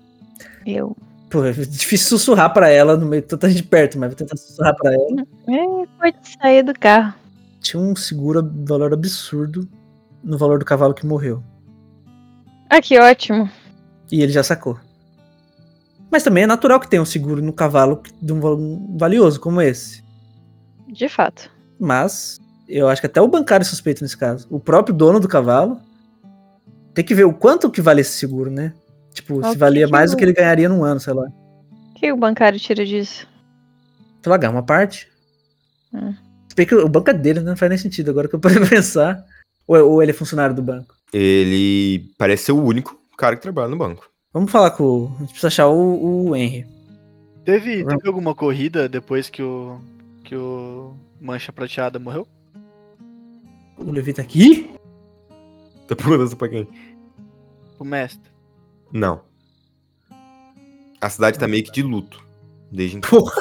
Speaker 4: Eu.
Speaker 1: Pô, é difícil sussurrar pra ela no meio de tanta gente perto, mas vou tentar sussurrar pra ela.
Speaker 4: É, pode sair do carro.
Speaker 1: Tinha um seguro ab- valor absurdo no valor do cavalo que morreu.
Speaker 4: Ah, que ótimo.
Speaker 1: E ele já sacou. Mas também é natural que tenha um seguro no cavalo de um valor valioso como esse.
Speaker 4: De fato.
Speaker 1: Mas eu acho que até o bancário é suspeito nesse caso. O próprio dono do cavalo tem que ver o quanto que vale esse seguro, né? Tipo,
Speaker 4: Mas o
Speaker 1: se
Speaker 4: que
Speaker 1: valia
Speaker 4: que
Speaker 1: mais do
Speaker 4: o-
Speaker 1: que ele ganharia num ano, sei lá.
Speaker 4: O que o bancário tira disso?
Speaker 1: Sei lá, ganhar uma parte.
Speaker 4: Hum.
Speaker 1: Se bem que o banco é dele, né? não faz nem sentido agora que eu parei pra pensar. Ou, ou ele é funcionário do banco.
Speaker 2: Ele parece ser o único cara que trabalha no banco.
Speaker 1: Vamos falar com o. A gente precisa achar o, o Henry.
Speaker 3: Teve,
Speaker 1: Tá vendo?
Speaker 3: teve alguma corrida depois que o. que o Mancha Prateada morreu?
Speaker 1: O Levi tá aqui?
Speaker 2: Tá perguntando pra quem?
Speaker 3: O mestre.
Speaker 2: Não. A cidade tá meio que de luto. Desde então.
Speaker 1: Porra,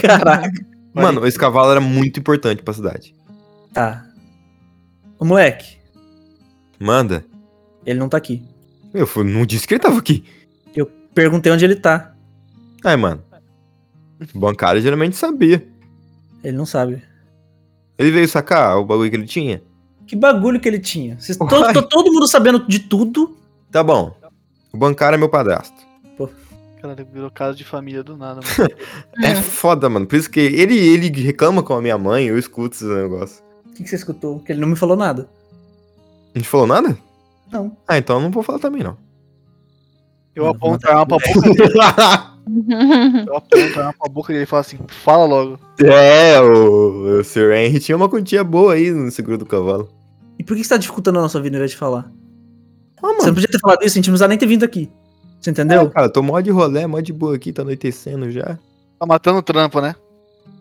Speaker 1: caraca.
Speaker 2: Mano, esse cavalo era muito importante pra cidade.
Speaker 1: Tá. O moleque,
Speaker 2: Manda.
Speaker 1: ele não tá aqui.
Speaker 2: Eu fui- não disse que ele tava aqui.
Speaker 1: Perguntei onde ele tá.
Speaker 2: Ai, mano. O bancário geralmente sabia.
Speaker 1: Ele não sabe.
Speaker 2: Ele veio sacar o bagulho que ele tinha.
Speaker 1: Que bagulho que ele tinha. Vocês, to-
Speaker 2: Uai.
Speaker 1: to- todo mundo sabendo de tudo.
Speaker 2: Tá bom. O bancário é meu padrasto.
Speaker 3: Cara, virou caso de família do nada, mano.
Speaker 2: É foda, mano. Por isso que ele, ele reclama com a minha mãe, eu escuto esse negócio.
Speaker 1: O que, que você escutou? Que ele não me falou nada.
Speaker 2: A gente falou nada?
Speaker 1: Não.
Speaker 2: Ah, então eu não vou falar também, não.
Speaker 3: Eu
Speaker 1: Não,
Speaker 3: aponto a arma pra boca dele. Eu aponto a arma pra boca dele e falo assim, fala logo.
Speaker 2: é, o, o Sr. Henry tinha uma quantia boa aí no seguro do cavalo.
Speaker 1: E por que que você tá dificultando a nossa vida ao invés de falar?
Speaker 2: Ah, mano.
Speaker 1: Você não podia ter falado isso, a gente não precisava nem ter vindo aqui. Você entendeu?
Speaker 2: É, cara, eu tô mó de rolê, mó de boa aqui, tá anoitecendo já.
Speaker 3: Tá matando o trampo, né?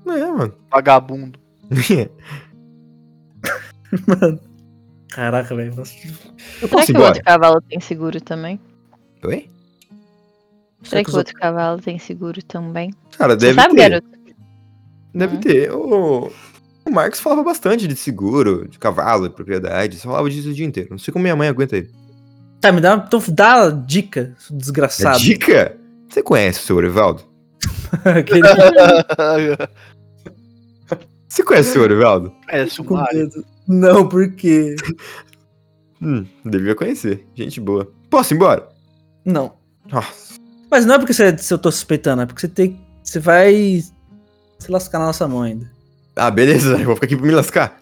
Speaker 2: É, mano.
Speaker 3: Vagabundo.
Speaker 1: Mano. Caraca, velho. nossa.
Speaker 2: Eu
Speaker 4: Será
Speaker 2: posso ir
Speaker 4: que o
Speaker 2: embora?
Speaker 4: outro cavalo tem seguro também?
Speaker 2: Oi?
Speaker 4: Será
Speaker 1: Será
Speaker 4: que
Speaker 1: que os
Speaker 4: o outro cavalo tem seguro também?
Speaker 2: Cara,
Speaker 4: Você
Speaker 2: deve
Speaker 4: sabe,
Speaker 2: ter.
Speaker 4: garoto?
Speaker 2: Deve
Speaker 4: Hum.
Speaker 2: ter. O, o Marcos falava bastante de seguro, de cavalo, de propriedade. Só falava disso o dia inteiro. Não sei como minha mãe aguenta ele.
Speaker 1: Tá, me dá, então dá a dica, seu
Speaker 2: A
Speaker 1: desgraçado.
Speaker 2: É dica? Você conhece o seu Orivaldo?
Speaker 1: Aquele- tá
Speaker 2: Você conhece o seu Orivaldo?
Speaker 3: Parece um
Speaker 1: com
Speaker 3: Mario.
Speaker 1: medo. Não, por quê?
Speaker 2: Hum, devia conhecer. Gente boa. Posso ir embora?
Speaker 1: Não.
Speaker 2: Nossa.
Speaker 1: Mas não é porque você, se eu tô suspeitando, é porque você tem. Você vai se lascar na nossa mão ainda.
Speaker 2: Ah, beleza. Eu vou ficar aqui pra me lascar.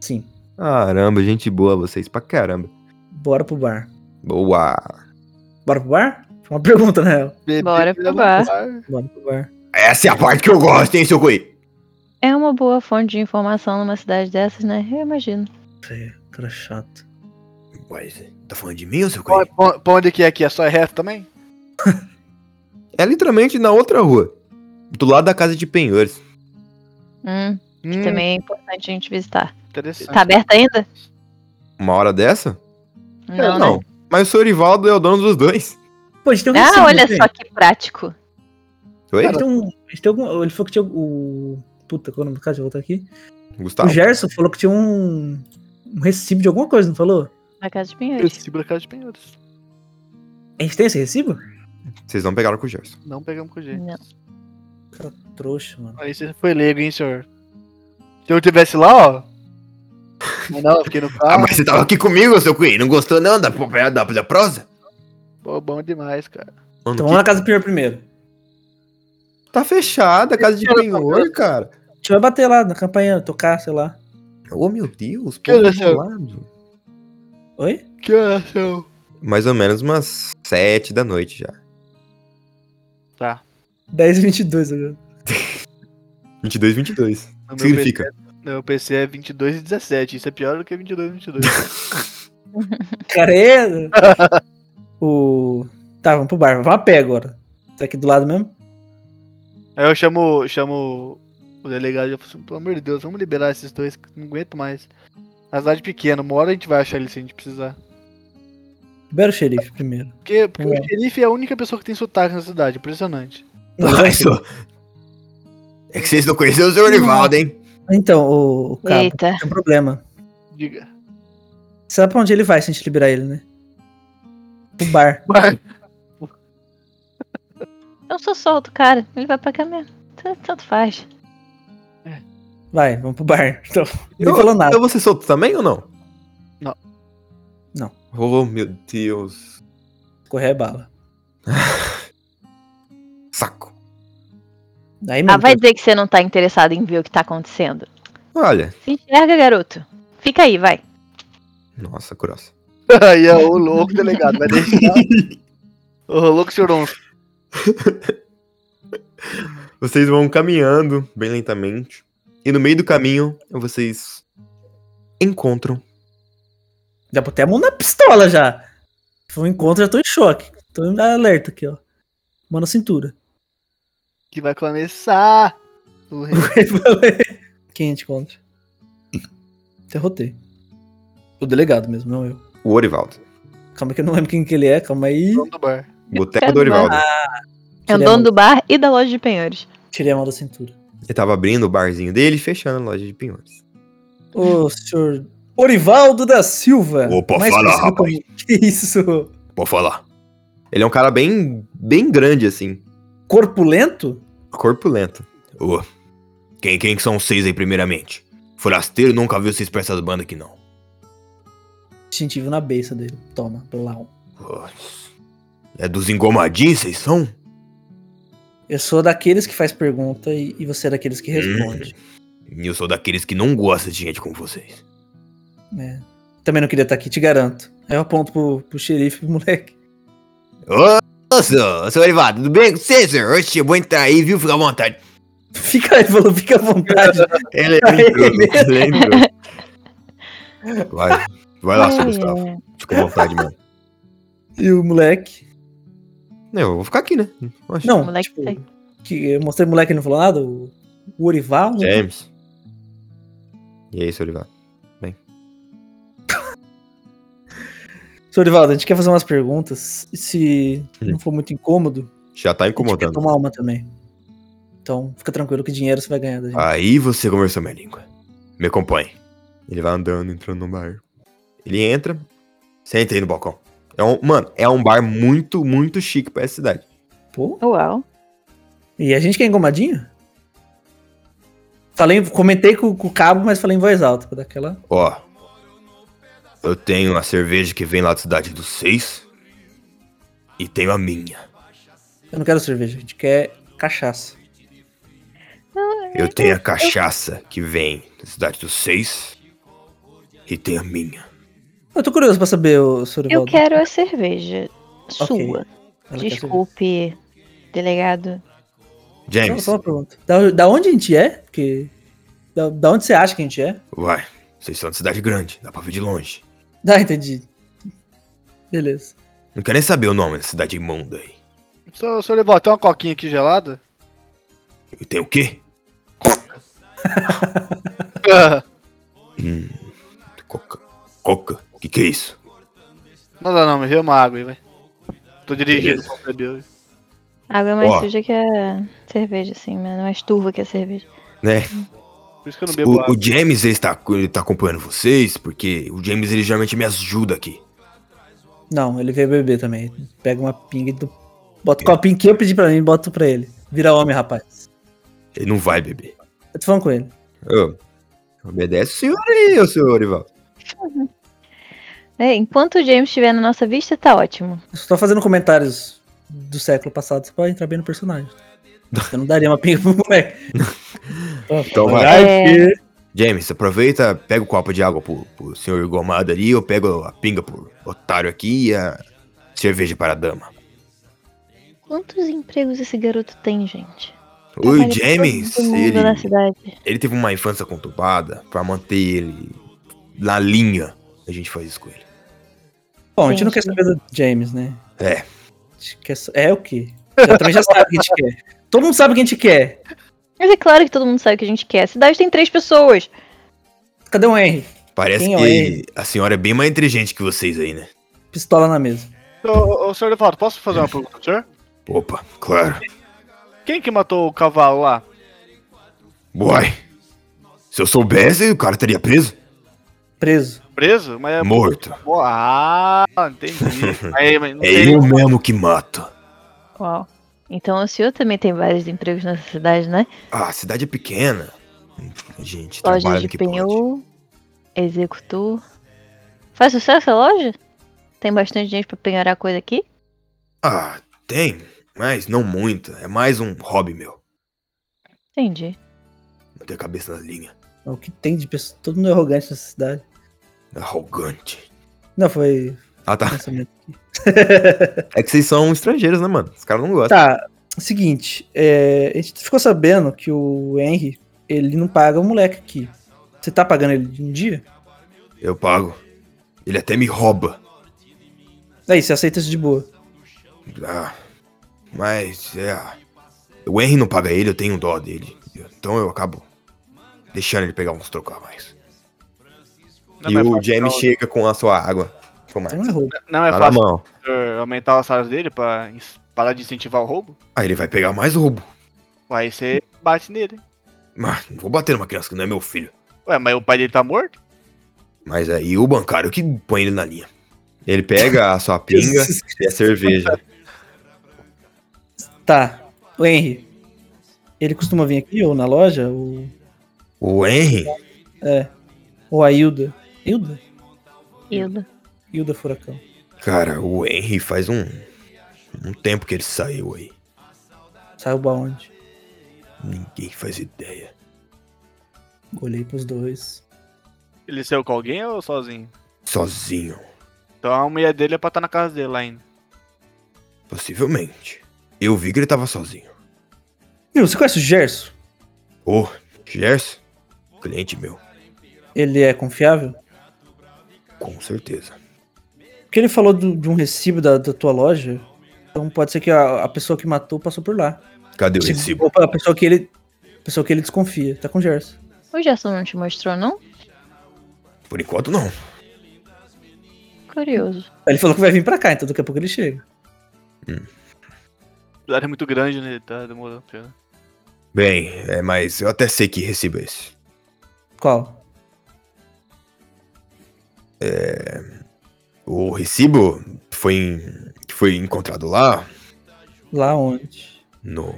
Speaker 1: Sim.
Speaker 2: Caramba, gente boa vocês pra caramba.
Speaker 1: Bora pro bar.
Speaker 2: Boa.
Speaker 1: Bora pro bar? Foi uma pergunta, na real.
Speaker 3: Bebê
Speaker 4: Bora
Speaker 3: pelo
Speaker 4: pro bar.
Speaker 1: Bora pro bar.
Speaker 2: Essa é a parte que eu gosto, hein, seu Coi?
Speaker 4: É uma boa fonte de informação numa cidade dessas, né? Eu imagino.
Speaker 1: Fê, cara é chato.
Speaker 2: Mas, tá falando de mim, ô seu
Speaker 3: Pra- pra- Pra onde que é aqui? É só reto também?
Speaker 2: É literalmente na outra rua. Do lado da casa de penhores.
Speaker 4: Hum,
Speaker 3: Hum,
Speaker 4: Também é importante a gente visitar.
Speaker 3: Interessante.
Speaker 4: Tá aberta ainda?
Speaker 2: Uma hora dessa? É,
Speaker 4: Não, né?
Speaker 2: Mas o seu Orivaldo é o dono dos dois.
Speaker 1: Pô, a gente tem um
Speaker 4: Ah,
Speaker 1: recibo,
Speaker 4: olha
Speaker 1: né?
Speaker 4: só que prático.
Speaker 2: Oi?
Speaker 1: A gente tem um- a gente tem algum- Ele falou que tinha o. Puta, qual é o nome do cara? Deixa eu voltar aqui.
Speaker 2: Gustavo.
Speaker 1: O Gerson falou que tinha um, um recibo de alguma coisa, não falou?
Speaker 4: Na casa de
Speaker 3: Eu
Speaker 4: pinheiros.
Speaker 3: seguro a é casa de penhores.
Speaker 1: A gente tem esse recibo?
Speaker 2: Vocês não pegaram com o Gerson.
Speaker 3: Não pegamos com jeito.
Speaker 4: Não.
Speaker 1: Cara, trouxa, mano.
Speaker 3: Aí você foi leigo, hein, senhor? Se eu tivesse lá, ó. Mas não, eu fiquei no
Speaker 2: Ah,
Speaker 3: carro.
Speaker 2: mas você tava aqui comigo, ô seu Coi. Não gostou não da, da, da, da prosa?
Speaker 3: Pô, bom demais, cara.
Speaker 1: Então
Speaker 2: Mano,
Speaker 1: é- vamos na casa do Pinheiro primeiro.
Speaker 2: que- Tá fechada a casa
Speaker 4: é
Speaker 2: de penhor, cara.
Speaker 1: A gente vai bater lá na campanha, tocar, sei lá.
Speaker 2: Oh, meu Deus.
Speaker 3: Que
Speaker 2: povo
Speaker 3: hora são?
Speaker 2: isolado.
Speaker 1: Oi?
Speaker 3: Que
Speaker 2: é,
Speaker 3: horas são?
Speaker 2: Mais ou menos umas sete da noite já.
Speaker 3: Tá.
Speaker 1: 10 e 22 agora.
Speaker 2: 22, 22.
Speaker 3: No meu
Speaker 2: Significa.
Speaker 3: PC, meu PC é 22 e 17. Isso é pior do que 22 e 22.
Speaker 1: Careta! é- o... Tá, vamos pro bar. Vamos a pé agora. Tá aqui do lado mesmo?
Speaker 3: Aí eu chamo, chamo o delegado e eu falo assim, pelo amor de Deus, vamos liberar esses dois, que eu não aguento mais. A cidade pequena, uma hora a gente vai achar ele se a gente precisar.
Speaker 1: Libera o xerife primeiro.
Speaker 3: Porque, porque
Speaker 1: É.
Speaker 3: o xerife é a única pessoa que tem sotaque na cidade, impressionante.
Speaker 2: Ai, senhor. É que vocês não conheceram o seu Orivaldo, hein?
Speaker 1: Então, o, o cara,
Speaker 4: Eita.
Speaker 1: tem um problema.
Speaker 3: Diga.
Speaker 1: Você sabe pra onde ele vai se a gente liberar ele, né? Pro bar.
Speaker 4: Eu só solto o cara, ele vai pra cá mesmo. Tanto- Tanto faz.
Speaker 1: Vai, vamos pro bar. Então,
Speaker 2: Eu,
Speaker 1: não falou nada.
Speaker 2: eu vou ser solto também ou não?
Speaker 3: Não.
Speaker 1: Não.
Speaker 2: Oh, meu Deus.
Speaker 1: Correr é bala.
Speaker 2: Saco.
Speaker 1: Aí mesmo,
Speaker 4: Ah, vai
Speaker 1: tá-
Speaker 4: dizer que você não tá interessado em ver o que tá acontecendo.
Speaker 2: Olha.
Speaker 4: Se enxerga, garoto. Fica aí, vai.
Speaker 2: Nossa, grossa.
Speaker 3: Aí é o louco, delegado, vai deixar. Ô, louco, senhor Onça.
Speaker 2: Vocês vão caminhando bem lentamente. E no meio do caminho, vocês encontram.
Speaker 1: Já botei a mão na pistola já. Foi um encontro, já tô em choque. Tô em alerta aqui, ó. Mão na cintura.
Speaker 3: Que vai começar. O re-
Speaker 1: Quem é a gente encontra? Derrotei. O delegado mesmo, não eu.
Speaker 2: O Orivaldo.
Speaker 1: Calma que eu não lembro quem que ele é, calma aí.
Speaker 3: dono do bar.
Speaker 2: Boteco do Orivaldo.
Speaker 4: É o
Speaker 1: Tirei a
Speaker 4: dono
Speaker 1: mão-
Speaker 4: do bar e da loja de penhores.
Speaker 1: Tirei a mão da cintura.
Speaker 2: Ele tava abrindo o barzinho dele e fechando a loja de pinhões.
Speaker 1: Ô, senhor Orivaldo da Silva.
Speaker 2: Opa,
Speaker 1: mais
Speaker 2: fala,
Speaker 1: conhecido como- Que isso?
Speaker 2: Vou falar. Ele é um cara bem, bem grande, assim.
Speaker 1: Corpulento?
Speaker 2: Corpulento. Ô, quem, quem que são vocês aí, primeiramente? Forasteiro nunca viu vocês pra essas bandas aqui, não.
Speaker 1: Distintivo na beça dele. Toma, lá. um. ó.
Speaker 2: Ô, É dos engomadinhos, vocês são?
Speaker 1: Eu sou daqueles que faz pergunta e, e você é daqueles que responde.
Speaker 2: Hum. E eu sou daqueles que não gosta de gente como vocês.
Speaker 1: né? Também não queria estar aqui, te garanto. Aí eu aponto pro, pro xerife, pro moleque.
Speaker 2: Ô, senhor, senhor Orivaldo, tudo bem com você, senhor? Oxe, eu vou entrar aí, viu? Fica à vontade.
Speaker 1: Fica aí, falou, fica à vontade.
Speaker 2: Ele
Speaker 1: entrou,
Speaker 2: ele entrou. Vai, vai lá,
Speaker 4: Ai,
Speaker 2: senhor Gustavo.
Speaker 4: ai.
Speaker 2: Fica à vontade, mano.
Speaker 1: e o moleque.
Speaker 2: Eu vou ficar aqui, né? Oxe.
Speaker 1: Não,
Speaker 4: O moleque
Speaker 1: tipo,
Speaker 4: tá aí.
Speaker 1: que eu mostrei o moleque e não falou nada. O, o Orivaldo.
Speaker 2: James. E aí, senhor Orivaldo?
Speaker 1: Senhor Orivaldo, a gente quer fazer umas perguntas. e Se
Speaker 2: Hum.
Speaker 1: não for muito incômodo,
Speaker 2: Já tá
Speaker 1: a gente quer
Speaker 2: incomodando.
Speaker 1: tomar uma também. Então, fica tranquilo que dinheiro você vai ganhar da gente.
Speaker 2: Aí você conversou minha língua. Me acompanhe. Ele vai andando, entrando no bar. Ele entra, senta aí no balcão. É um, mano, é um bar muito, muito chique pra essa cidade.
Speaker 1: Pô.
Speaker 4: Uau.
Speaker 1: E a gente quer engomadinho? Falei, comentei com, com o cabo, mas falei em voz alta. pra dar aquela.
Speaker 2: Ó, eu tenho a cerveja que vem lá da cidade dos seis e tenho a minha.
Speaker 1: Eu não quero cerveja, a gente quer cachaça.
Speaker 2: Eu tenho a cachaça que vem da cidade dos seis e tenho a minha.
Speaker 1: Eu tô curioso pra saber, o senhor
Speaker 4: Eu
Speaker 1: Orivaldo.
Speaker 4: quero a cerveja sua.
Speaker 1: Ela quer
Speaker 4: Desculpe, delegado.
Speaker 1: cerveja. Só,
Speaker 2: James,
Speaker 1: só uma pergunta. Da, da onde a gente é? Porque. Da, da onde você acha que a gente é?
Speaker 2: vai. Vocês são de cidade grande, dá pra ver de longe.
Speaker 1: Ah, entendi. Beleza.
Speaker 2: Não quero nem saber o nome da cidade imunda aí.
Speaker 3: Senhor, senhor Leval, tem uma coquinha aqui gelada?
Speaker 2: E tem o quê? Hum, coca. Coca? O que, que é isso?
Speaker 3: Nada não, me vê uma água aí, vai. Tô dirigindo, é
Speaker 2: Beleza.
Speaker 3: não bebeu.
Speaker 4: A água é mais
Speaker 2: Ó.
Speaker 4: suja que a cerveja, assim, mas não é esturva que a cerveja.
Speaker 2: Né?
Speaker 3: Por isso que eu não bebo
Speaker 2: O,
Speaker 3: água.
Speaker 2: o James ele está, ele está acompanhando vocês, porque o James ele geralmente me ajuda aqui.
Speaker 1: Não, ele veio beber também. Pega uma pinga e do... bota o copinho que eu pedi pra mim e boto pra ele. Vira homem, rapaz.
Speaker 2: Ele não vai beber.
Speaker 1: Eu tô falando com ele.
Speaker 2: Ô, obedece o senhor aí, ô senhor Orival.
Speaker 4: É, enquanto o James estiver na nossa vista, tá ótimo.
Speaker 1: Eu só tô fazendo comentários do século passado só pra entrar bem no personagem. Eu não daria uma pinga pro moleque.
Speaker 2: Então vai.
Speaker 4: É,
Speaker 2: James, aproveita, pega o copo de água pro, pro senhor gomado ali, eu pego a pinga pro otário aqui e a cerveja para a dama.
Speaker 4: quantos empregos esse garoto tem, gente?
Speaker 2: O
Speaker 4: Trabalha pra
Speaker 2: James,
Speaker 4: Tá todo mundo assim.
Speaker 2: ele,
Speaker 4: na cidade.
Speaker 2: ele teve uma infância conturbada, pra manter ele na linha, a gente faz isso com ele.
Speaker 1: Bom, a gente não quer
Speaker 4: Entendi.
Speaker 1: saber do James, né?
Speaker 2: É.
Speaker 1: A gente quer sa- É o quê? Eu também já sabe o que a gente quer. Todo mundo sabe o que a gente quer.
Speaker 4: Mas é claro que todo mundo sabe o que a gente quer. A cidade tem três pessoas.
Speaker 1: Cadê o Henry?
Speaker 2: Parece
Speaker 1: Quem é o
Speaker 2: que a senhora é bem mais inteligente que vocês aí, né?
Speaker 1: Pistola na mesa.
Speaker 3: Ô, ô, ô, senhor Leval, posso fazer uma pergunta, senhor?
Speaker 2: Opa, claro.
Speaker 3: Quem que matou o cavalo lá?
Speaker 2: Boy, se eu soubesse, o cara teria preso?
Speaker 1: Preso.
Speaker 3: Preso? Mas é.
Speaker 2: Morto.
Speaker 3: Pô, Ah, entendi. Aí, mas não
Speaker 2: Hum. É
Speaker 3: tem.
Speaker 2: eu mesmo que mato.
Speaker 4: Uau. Então o senhor também tem vários empregos nessa cidade, né?
Speaker 2: Ah, a cidade é pequena. Gente,
Speaker 4: Loja
Speaker 2: trabalha
Speaker 4: de
Speaker 2: no que pode.
Speaker 4: pneu, executor. Faz sucesso a loja? Tem bastante gente pra penhorar coisa aqui?
Speaker 2: Ah, tem, mas não muita. É mais um hobby meu.
Speaker 4: Entendi.
Speaker 2: Não ter cabeça na linha.
Speaker 1: É O que tem de pessoa. Todo mundo é arrogante nessa cidade.
Speaker 2: Arrogante.
Speaker 1: Não, foi
Speaker 2: Ah, tá.
Speaker 1: pensamento.
Speaker 2: É que vocês são estrangeiros, né, mano? Os caras não gostam.
Speaker 1: Tá, seguinte, é, a gente ficou sabendo que o Henry, ele não paga o moleque aqui. Você tá pagando ele de um dia?
Speaker 4: Tá.
Speaker 2: Eu pago. Ele até me rouba.
Speaker 1: Aí, você aceita isso de boa.
Speaker 2: Ah, mas é. O Henry não paga ele, eu tenho dó dele. Então eu acabo deixando ele pegar uns trocar mais.
Speaker 3: Não,
Speaker 2: e
Speaker 3: mas
Speaker 2: o
Speaker 3: fácil,
Speaker 2: Jamie
Speaker 3: não.
Speaker 2: chega com a sua água. Com mais.
Speaker 1: Então é roubo.
Speaker 3: Não é
Speaker 2: Tá na
Speaker 3: fácil
Speaker 2: mão.
Speaker 3: o senhor aumentar o salário dele pra ins- parar de incentivar o roubo?
Speaker 2: Aí ele vai pegar mais roubo.
Speaker 3: Aí você bate nele.
Speaker 2: Mas não vou bater numa criança que não é meu filho.
Speaker 3: Ué, mas o pai dele tá morto?
Speaker 2: Mas aí o bancário que põe ele na linha. Ele pega a sua pinga e a cerveja.
Speaker 1: Tá, o Henry, ele costuma vir aqui ou na loja? Ou,
Speaker 2: O Henry?
Speaker 1: ou a Hilda? Hilda?
Speaker 4: Hilda.
Speaker 1: Hilda Furacão.
Speaker 2: Cara, o Henry faz um. Um tempo que ele saiu aí.
Speaker 1: Saiu pra onde?
Speaker 2: Ninguém faz ideia.
Speaker 1: Olhei pros dois.
Speaker 3: Ele saiu com alguém ou sozinho?
Speaker 2: Sozinho.
Speaker 3: Então a mulher dele é pra estar na casa dele lá ainda.
Speaker 2: Possivelmente. Eu vi que ele tava sozinho.
Speaker 1: Viu, você conhece o Gerson?
Speaker 2: Ô, Gerson? Cliente meu,
Speaker 1: Ele é confiável?
Speaker 2: com certeza.
Speaker 1: Porque ele falou do- de um recibo da, da tua loja. Então pode ser que a, a pessoa que matou passou por lá.
Speaker 2: Cadê o
Speaker 1: Tipo,
Speaker 2: recibo?
Speaker 1: A pessoa que ele. a pessoa que ele desconfia. Tá com o Gerson.
Speaker 4: O Gerson não te mostrou, não?
Speaker 2: Por enquanto não.
Speaker 4: Curioso.
Speaker 1: Aí Ele falou que vai vir pra cá, então daqui a pouco ele chega.
Speaker 3: O cidade é muito grande, né? Tá demorando. pra-
Speaker 2: Bem, é, mas eu até sei que recibo é esse.
Speaker 1: Qual?
Speaker 2: O recibo foi, em- que foi encontrado lá,
Speaker 1: Lá onde?
Speaker 2: no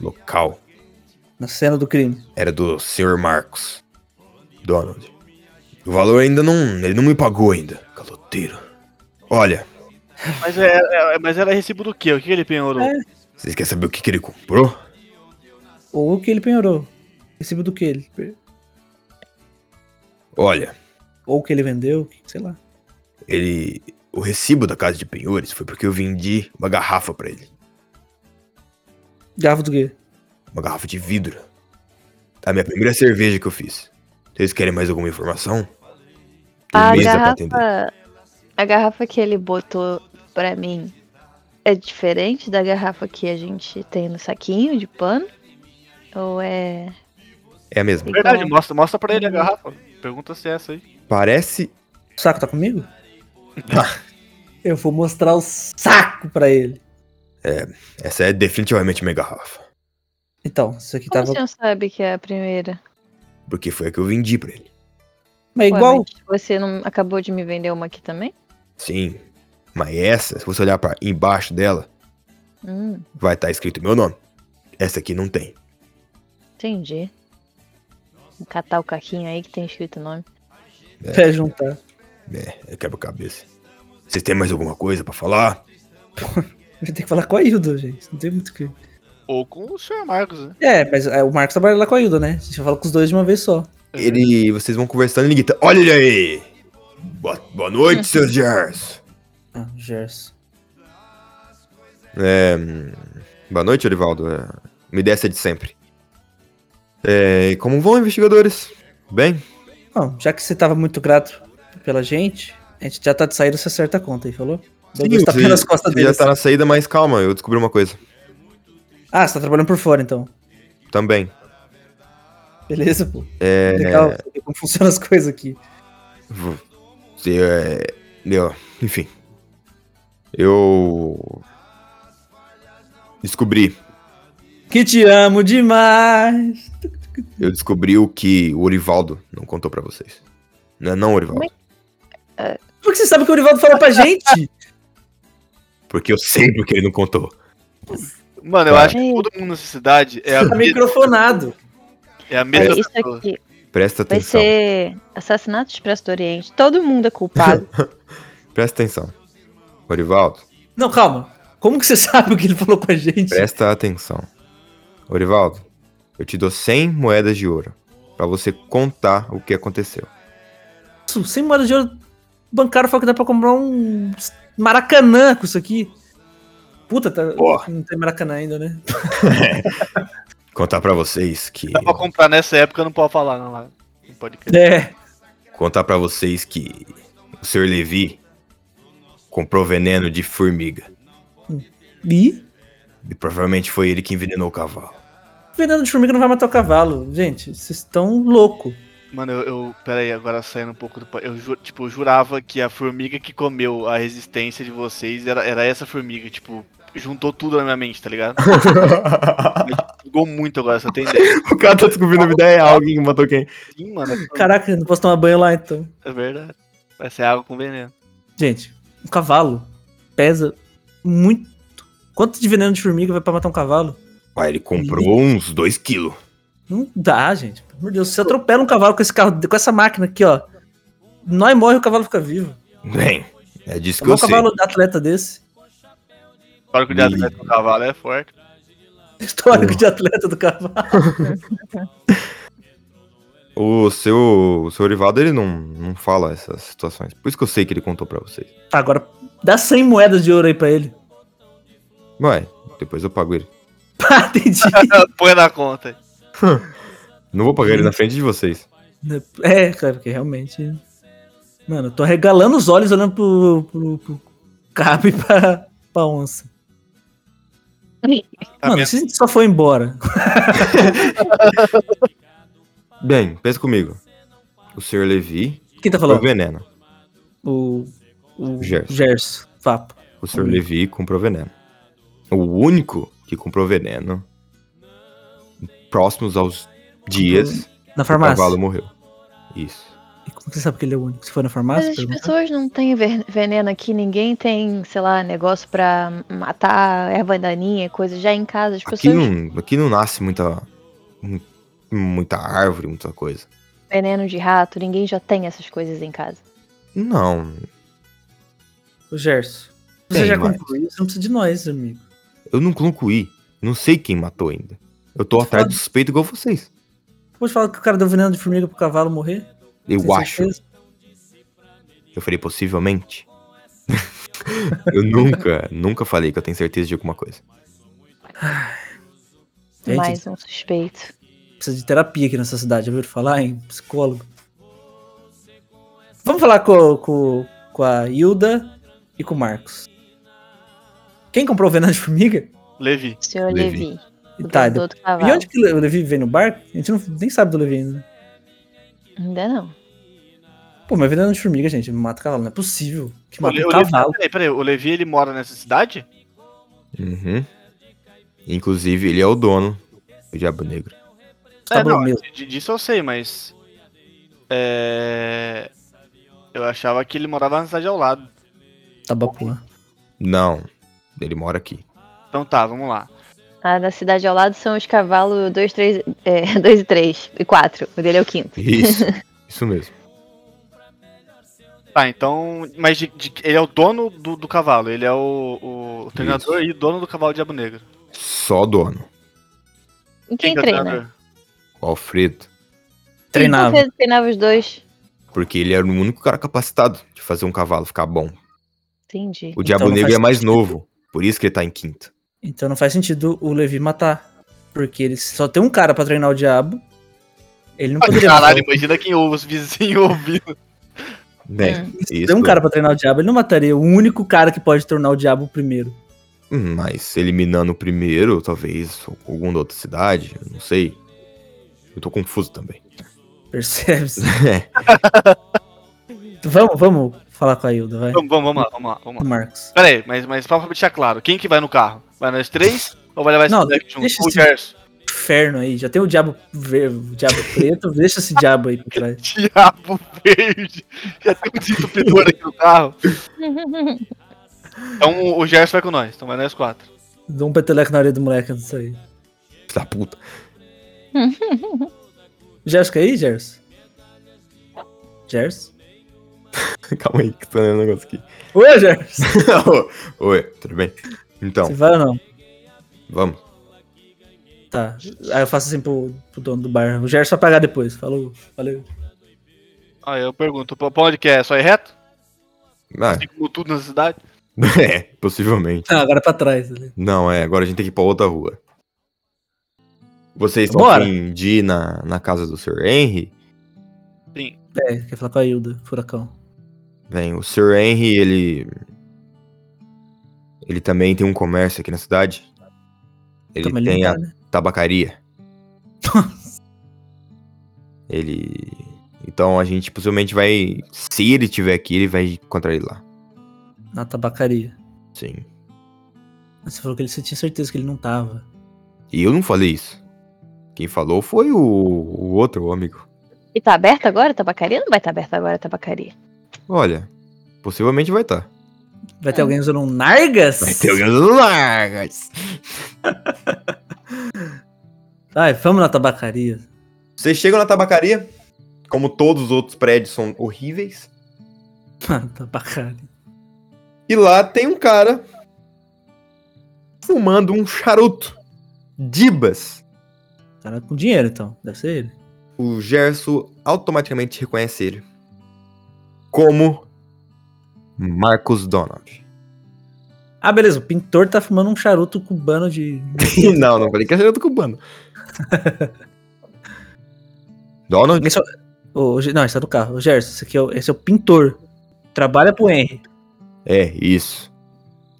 Speaker 2: local.
Speaker 1: Na cena do crime.
Speaker 2: Era do Sr. Marcos. Donald. O valor ainda não. Ele não me pagou ainda. Caloteiro. Olha,
Speaker 3: Mas, é, é- mas era recibo do quê? O que que ele penhorou?
Speaker 1: É.
Speaker 2: vocês querem saber o que, que ele comprou?
Speaker 1: Ou o que ele penhorou. Recibo do que ele? pe-
Speaker 2: Olha,
Speaker 1: Ou o que ele vendeu, sei lá.
Speaker 2: ele. O recibo da casa de penhores foi porque eu vendi uma garrafa pra ele.
Speaker 1: Garfo do quê?
Speaker 2: Uma garrafa de vidro. A minha primeira cerveja que eu fiz. Vocês querem mais alguma informação? Tem
Speaker 4: A
Speaker 2: mesa pra atender.
Speaker 4: garrafa, a garrafa que ele botou pra mim é diferente da garrafa que a gente tem no saquinho de pano? Ou é.
Speaker 2: É a mesma.
Speaker 3: Verdade,
Speaker 4: igual?
Speaker 3: mostra, mostra pra ele a garrafa. Pergunta se é essa aí.
Speaker 2: Parece.
Speaker 1: O saco tá comigo?
Speaker 2: Tá.
Speaker 1: Eu vou mostrar o saco pra ele.
Speaker 2: Essa é definitivamente minha garrafa.
Speaker 1: Então, isso aqui
Speaker 4: Como
Speaker 1: tava.
Speaker 4: você não sabe que é a primeira?
Speaker 2: Porque foi a que eu vendi pra ele.
Speaker 1: Mas
Speaker 2: É
Speaker 4: Ué,
Speaker 1: igual.
Speaker 4: mas você não acabou de me vender uma aqui também?
Speaker 2: Sim. Mas essa, se você olhar pra embaixo dela,
Speaker 4: Hum,
Speaker 2: vai estar escrito meu nome. Essa aqui não tem.
Speaker 4: entendi. Vou catar o caquinho aí que tem escrito o nome.
Speaker 1: Pra juntar.
Speaker 2: É, é quebra-cabeça. Vocês têm mais alguma coisa pra falar?
Speaker 1: A gente tem que falar com a Hilda, gente. Não tem muito o que.
Speaker 3: Ou com o Sr. Marcos, né?
Speaker 1: É, mas é, o Marcos trabalha lá com a Hilda, né? A gente fala com os dois de uma vez só.
Speaker 4: Uhum.
Speaker 2: Ele. Vocês vão conversando e ele grita. Olha ele aí! Boa, boa
Speaker 4: Hum.
Speaker 2: noite, seus Jars!
Speaker 1: Ah, Gerson.
Speaker 2: É, hum, boa noite, Orivaldo. É, me dê essa de sempre. É, e como vão, investigadores? Bem?
Speaker 1: Bom, já que você tava muito grato pela gente, a gente já tá de saída, você acerta a conta aí, falou? Douglas tá
Speaker 2: você-
Speaker 1: pelas costas
Speaker 2: você já
Speaker 1: dele.
Speaker 2: tá na saída, mas calma, eu descobri uma coisa.
Speaker 1: Ah, você tá trabalhando por fora, então.
Speaker 2: Também.
Speaker 1: Beleza, pô. É... Legal saber como funcionam as coisas aqui.
Speaker 2: V- Se, é, eu- enfim. Eu. Descobri.
Speaker 1: Que te amo demais!
Speaker 2: Eu descobri o que o Orivaldo não contou pra vocês. Não é não, Orivaldo?
Speaker 1: Como que você sabe que o Orivaldo fala pra gente?
Speaker 2: Porque eu sei porque ele não contou.
Speaker 3: Mano, eu acho que todo mundo nessa cidade é a
Speaker 1: Tá
Speaker 3: mesma,
Speaker 1: microfonado.
Speaker 3: é a mesma
Speaker 4: Isso
Speaker 3: pessoa.
Speaker 4: aqui
Speaker 2: Presta
Speaker 4: vai
Speaker 2: atenção.
Speaker 4: ser Assassinato Expresso do Oriente. Todo mundo é culpado.
Speaker 2: Presta atenção. Orivaldo,
Speaker 1: Não, calma. Como que você sabe o que ele falou com a gente?
Speaker 2: presta atenção. Orivaldo, eu te dou 100 moedas de ouro pra você contar o que aconteceu.
Speaker 1: Isso, 100 moedas de ouro. O bancário falou que dá pra comprar um maracanã com isso aqui. Puta, tá...
Speaker 2: Porra.
Speaker 1: não tem maracanã ainda, né?
Speaker 2: Contar pra vocês que
Speaker 3: Dá pra comprar nessa época, não pode falar, não. lá. Não pode crer.
Speaker 1: É.
Speaker 2: contar para vocês que o Sr. Levi comprou veneno de formiga
Speaker 1: E
Speaker 2: e provavelmente foi ele que envenenou o cavalo.
Speaker 1: veneno de formiga não vai matar o cavalo. Gente, vocês estão louco.
Speaker 3: Mano, eu, eu. Pera aí, agora saindo um pouco do. pa- Eu, ju- tipo, eu jurava que a formiga que comeu a resistência de vocês era, era essa formiga. Tipo, juntou tudo na minha mente, tá ligado? Jogou muito agora, só tem ideia.
Speaker 2: o cara tá descobrindo a vida real, alguém que matou quem.
Speaker 3: Sim, mano.
Speaker 1: Caraca, não posso tomar banho lá então.
Speaker 3: É verdade. Vai ser água com veneno.
Speaker 1: Gente, um cavalo pesa muito. Quanto de veneno de formiga vai pra matar um cavalo?
Speaker 2: Ué, ele comprou uns 2 quilos.
Speaker 1: Não dá, gente. Pelo amor de Deus, você atropela um cavalo com esse carro, com essa máquina aqui, ó. Nós morre o cavalo fica vivo.
Speaker 2: Bem, é disso que
Speaker 1: Tomar
Speaker 2: eu
Speaker 1: um
Speaker 2: sei.
Speaker 1: cavalo de atleta desse.
Speaker 3: Histórico de
Speaker 2: Ih.
Speaker 3: atleta do cavalo é forte.
Speaker 1: Histórico de atleta do cavalo.
Speaker 2: O seu, o seu Orivaldo, ele não, não fala essas situações. Por isso que eu sei que ele contou pra vocês.
Speaker 1: Tá, agora dá 100 moedas de ouro aí pra ele.
Speaker 2: Ué, depois eu pago ele.
Speaker 1: Pá, entendi.
Speaker 3: Põe na conta.
Speaker 2: Não vou pagar ele na frente de vocês.
Speaker 1: É, cara, porque realmente. Mano, eu tô regalando os olhos olhando pro, pro, pro cabo e pra, pra onça.
Speaker 3: Tá
Speaker 1: Mano,
Speaker 3: vendo?
Speaker 1: se a gente só foi embora.
Speaker 2: Bem, pensa comigo. O Sr. Levi
Speaker 1: Quem tá
Speaker 2: foi
Speaker 1: falando?
Speaker 2: veneno.
Speaker 1: O. O
Speaker 2: Gerson.
Speaker 1: Gerson. Papo.
Speaker 2: O Sr. Levi comprou veneno. O único que comprou veneno próximos aos dias
Speaker 1: Na
Speaker 2: que o
Speaker 1: farmácia.
Speaker 2: cavalo morreu. Isso.
Speaker 1: E como que você sabe que ele é o único? Você foi na
Speaker 4: Mas
Speaker 1: farmácia?
Speaker 4: as
Speaker 1: perguntar?
Speaker 4: pessoas não têm ver- veneno aqui, ninguém tem, sei lá, negócio pra matar erva daninha, e coisa já em casa. As
Speaker 2: Aqui
Speaker 4: pessoas
Speaker 2: não, aqui não nasce muita, mu- muita árvore, muita coisa.
Speaker 4: veneno de rato, ninguém já tem essas coisas em casa.
Speaker 2: Não,
Speaker 1: Ô, Gerson. Você
Speaker 2: Tem,
Speaker 1: já
Speaker 2: mas-
Speaker 1: concluiu, você não precisa de nós, amigo.
Speaker 2: eu não concluí. Não sei quem matou ainda. Eu tô atrás do suspeito igual vocês.
Speaker 1: Pode falar que o cara deu veneno de formiga pro cavalo morrer?
Speaker 2: Eu
Speaker 1: Tem
Speaker 2: acho.
Speaker 1: certeza?
Speaker 2: Eu falei possivelmente. eu nunca, nunca falei que eu tenho certeza de alguma coisa.
Speaker 1: Gente,
Speaker 4: Mais um suspeito.
Speaker 1: precisa de terapia aqui nessa cidade, já ouviram falar em psicólogo? Vamos falar com, com, com a Hilda e com o Marcos. Quem comprou o veneno de formiga?
Speaker 3: Levi.
Speaker 4: O senhor
Speaker 2: Levi.
Speaker 4: Levi,
Speaker 1: E,
Speaker 4: o
Speaker 1: tá,
Speaker 4: dono do
Speaker 1: e
Speaker 4: cavalo.
Speaker 1: onde que o Levi veio no barco? A gente não, nem sabe do Levi ainda.
Speaker 4: Ainda não.
Speaker 1: Pô, mas veneno de formiga, gente, mata o cavalo. Não é possível que
Speaker 3: O,
Speaker 1: mata
Speaker 3: Le-
Speaker 1: um
Speaker 3: o Levi
Speaker 1: cavalo.
Speaker 3: peraí, peraí, o Levi ele mora nessa cidade?
Speaker 2: Uhum. Inclusive, ele é o dono do Diabo Negro.
Speaker 1: Tá
Speaker 3: é,
Speaker 1: bom
Speaker 3: não,
Speaker 1: mesmo.
Speaker 3: de- disso eu sei, mas. É. Eu achava que ele morava na cidade ao lado.
Speaker 1: Tá bom, porra.
Speaker 2: Não, ele mora aqui.
Speaker 3: Então tá, vamos lá.
Speaker 4: A da cidade ao lado são os cavalos 2 três, é, dois e 3 e 4. O dele é o quinto.
Speaker 2: Isso, isso mesmo.
Speaker 3: Tá, então. Mas de- de- ele é o dono do, do cavalo, ele é o, o treinador e dono do cavalo Diabo Negro.
Speaker 2: Só dono.
Speaker 4: E quem,
Speaker 3: que é o
Speaker 4: treina?
Speaker 3: treinador?
Speaker 2: O Alfredo.
Speaker 1: Treinava.
Speaker 4: Quem treinava os dois?
Speaker 2: Porque ele era o único cara capacitado de fazer um cavalo ficar bom.
Speaker 4: Entendi.
Speaker 2: O Diabo
Speaker 1: Então não
Speaker 2: Negro
Speaker 1: faz
Speaker 2: é mais
Speaker 1: sentido.
Speaker 2: novo. Por isso que ele tá em quinto.
Speaker 1: Então não faz sentido o Levi matar. Porque ele só tem um cara pra treinar o diabo. Ele não poderia.
Speaker 3: Ah, Caralho,
Speaker 1: matar-
Speaker 3: imagina quem ouve, os vizinhos ouvindo.
Speaker 2: Bem,
Speaker 4: Hum.
Speaker 1: Se
Speaker 2: isso. é
Speaker 1: tem um cara pra treinar o diabo, ele não mataria o único cara que pode tornar o diabo o primeiro.
Speaker 2: Hum, Mas eliminando o primeiro, talvez alguma outra cidade, eu não sei. Eu tô confuso também.
Speaker 1: Percebe-se? vamos, vamos falar com a Hilda, vai.
Speaker 3: Então, Vamos, vamos, vamos lá, vamos lá, vamos
Speaker 1: Com
Speaker 3: lá.
Speaker 1: o Marcos.
Speaker 3: Pera aí, mas, mas pra deixar claro, quem que vai no carro? Vai nós três ou vai levar esse
Speaker 1: Não,
Speaker 3: moleque junto?
Speaker 1: deixa
Speaker 3: O
Speaker 1: esse-
Speaker 3: Gerson.
Speaker 1: Inferno aí, já tem o diabo verde, o diabo preto, deixa esse diabo aí pra trás.
Speaker 3: Diabo verde. Já tem um desentupidor aqui no carro. Então o Gerson vai com nós, então vai nós quatro.
Speaker 1: Dou um peteleco na orelha do moleque antes de sair.
Speaker 2: Filho da puta.
Speaker 1: Gerson, quer ir, Gerson? Gerson?
Speaker 2: Calma aí, que tô lendo um negócio aqui.
Speaker 1: Ô, Gerson!
Speaker 2: Oi, tudo bem? Então,
Speaker 1: Você vai ou não?
Speaker 2: vamos.
Speaker 1: Tá. Aí eu faço assim pro, pro dono do bar. O Gerson vai pagar depois. Falou. Valeu.
Speaker 3: Aí eu pergunto, "Pra- pra onde que é? Só ir reto?
Speaker 2: Ah,
Speaker 3: Assim como tudo na cidade?
Speaker 2: é, possivelmente.
Speaker 1: Ah, agora é pra trás. ali.
Speaker 2: Não, é, agora a gente tem que ir pra outra rua. Vocês estão
Speaker 1: Bora.
Speaker 2: afim de ir na, na casa do Sr. Henry?
Speaker 1: É, quer falar com a Hilda, furacão.
Speaker 2: Bem, o Sr. Henry, ele. Ele também tem um comércio aqui na cidade. Ele
Speaker 1: Toma, ele
Speaker 2: tem
Speaker 1: não
Speaker 2: a
Speaker 1: tá, né?
Speaker 2: tabacaria. Ele. Então a gente possivelmente vai. Se ele tiver aqui, ele vai encontrar ele lá.
Speaker 1: Na tabacaria.
Speaker 2: Sim.
Speaker 1: Mas Você falou que ele, você tinha certeza que ele não tava.
Speaker 2: E eu não falei isso. Quem falou foi o, o outro amigo.
Speaker 4: E tá aberta agora a tabacaria? Não vai estar aberta agora a tabacaria.
Speaker 2: Olha, possivelmente vai tá. estar.
Speaker 1: Vai ter alguém usando um Nargas?
Speaker 2: Vai ter alguém usando largas.
Speaker 1: Vai, vamos na tabacaria.
Speaker 2: Vocês chegam na tabacaria. Como todos os outros prédios são horríveis.
Speaker 1: Na tabacaria.
Speaker 2: E lá tem um cara. Fumando um charuto. Dibas.
Speaker 1: Cara com dinheiro, então. Deve ser ele.
Speaker 2: O Gerson automaticamente reconhece ele como Marcos Donald.
Speaker 1: Ah, beleza. O pintor tá fumando um charuto cubano de.
Speaker 2: não, não falei que era do cubano. Donald?
Speaker 1: Esse é o... o Ge- não, esse é do carro. O Gerson, esse aqui é o, esse é o pintor. Trabalha pro Henry.
Speaker 2: É, isso.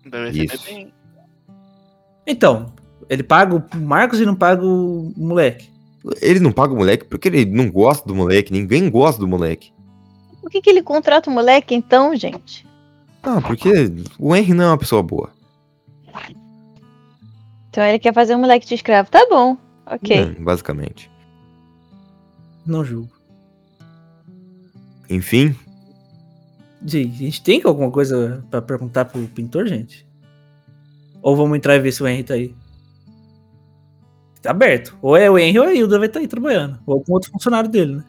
Speaker 3: Deve ser
Speaker 2: Isso.
Speaker 3: bem.
Speaker 1: Então, ele paga o Marcos e não paga o moleque.
Speaker 2: Ele não paga o moleque porque ele não gosta do moleque, ninguém gosta do moleque.
Speaker 4: Por que, que ele contrata o moleque então, gente?
Speaker 2: Ah, porque o Henry não é uma pessoa boa.
Speaker 4: Então ele quer fazer um moleque de escravo. Tá bom, ok.
Speaker 2: Hum, basicamente.
Speaker 1: Não julgo.
Speaker 2: Enfim,
Speaker 1: Gente, a gente tem alguma coisa pra perguntar pro pintor, gente? Ou vamos entrar e ver se o Henry tá aí? Tá aberto. Ou é o Henry ou a Hilda vai estar tá aí trabalhando. Ou com outro funcionário dele, né?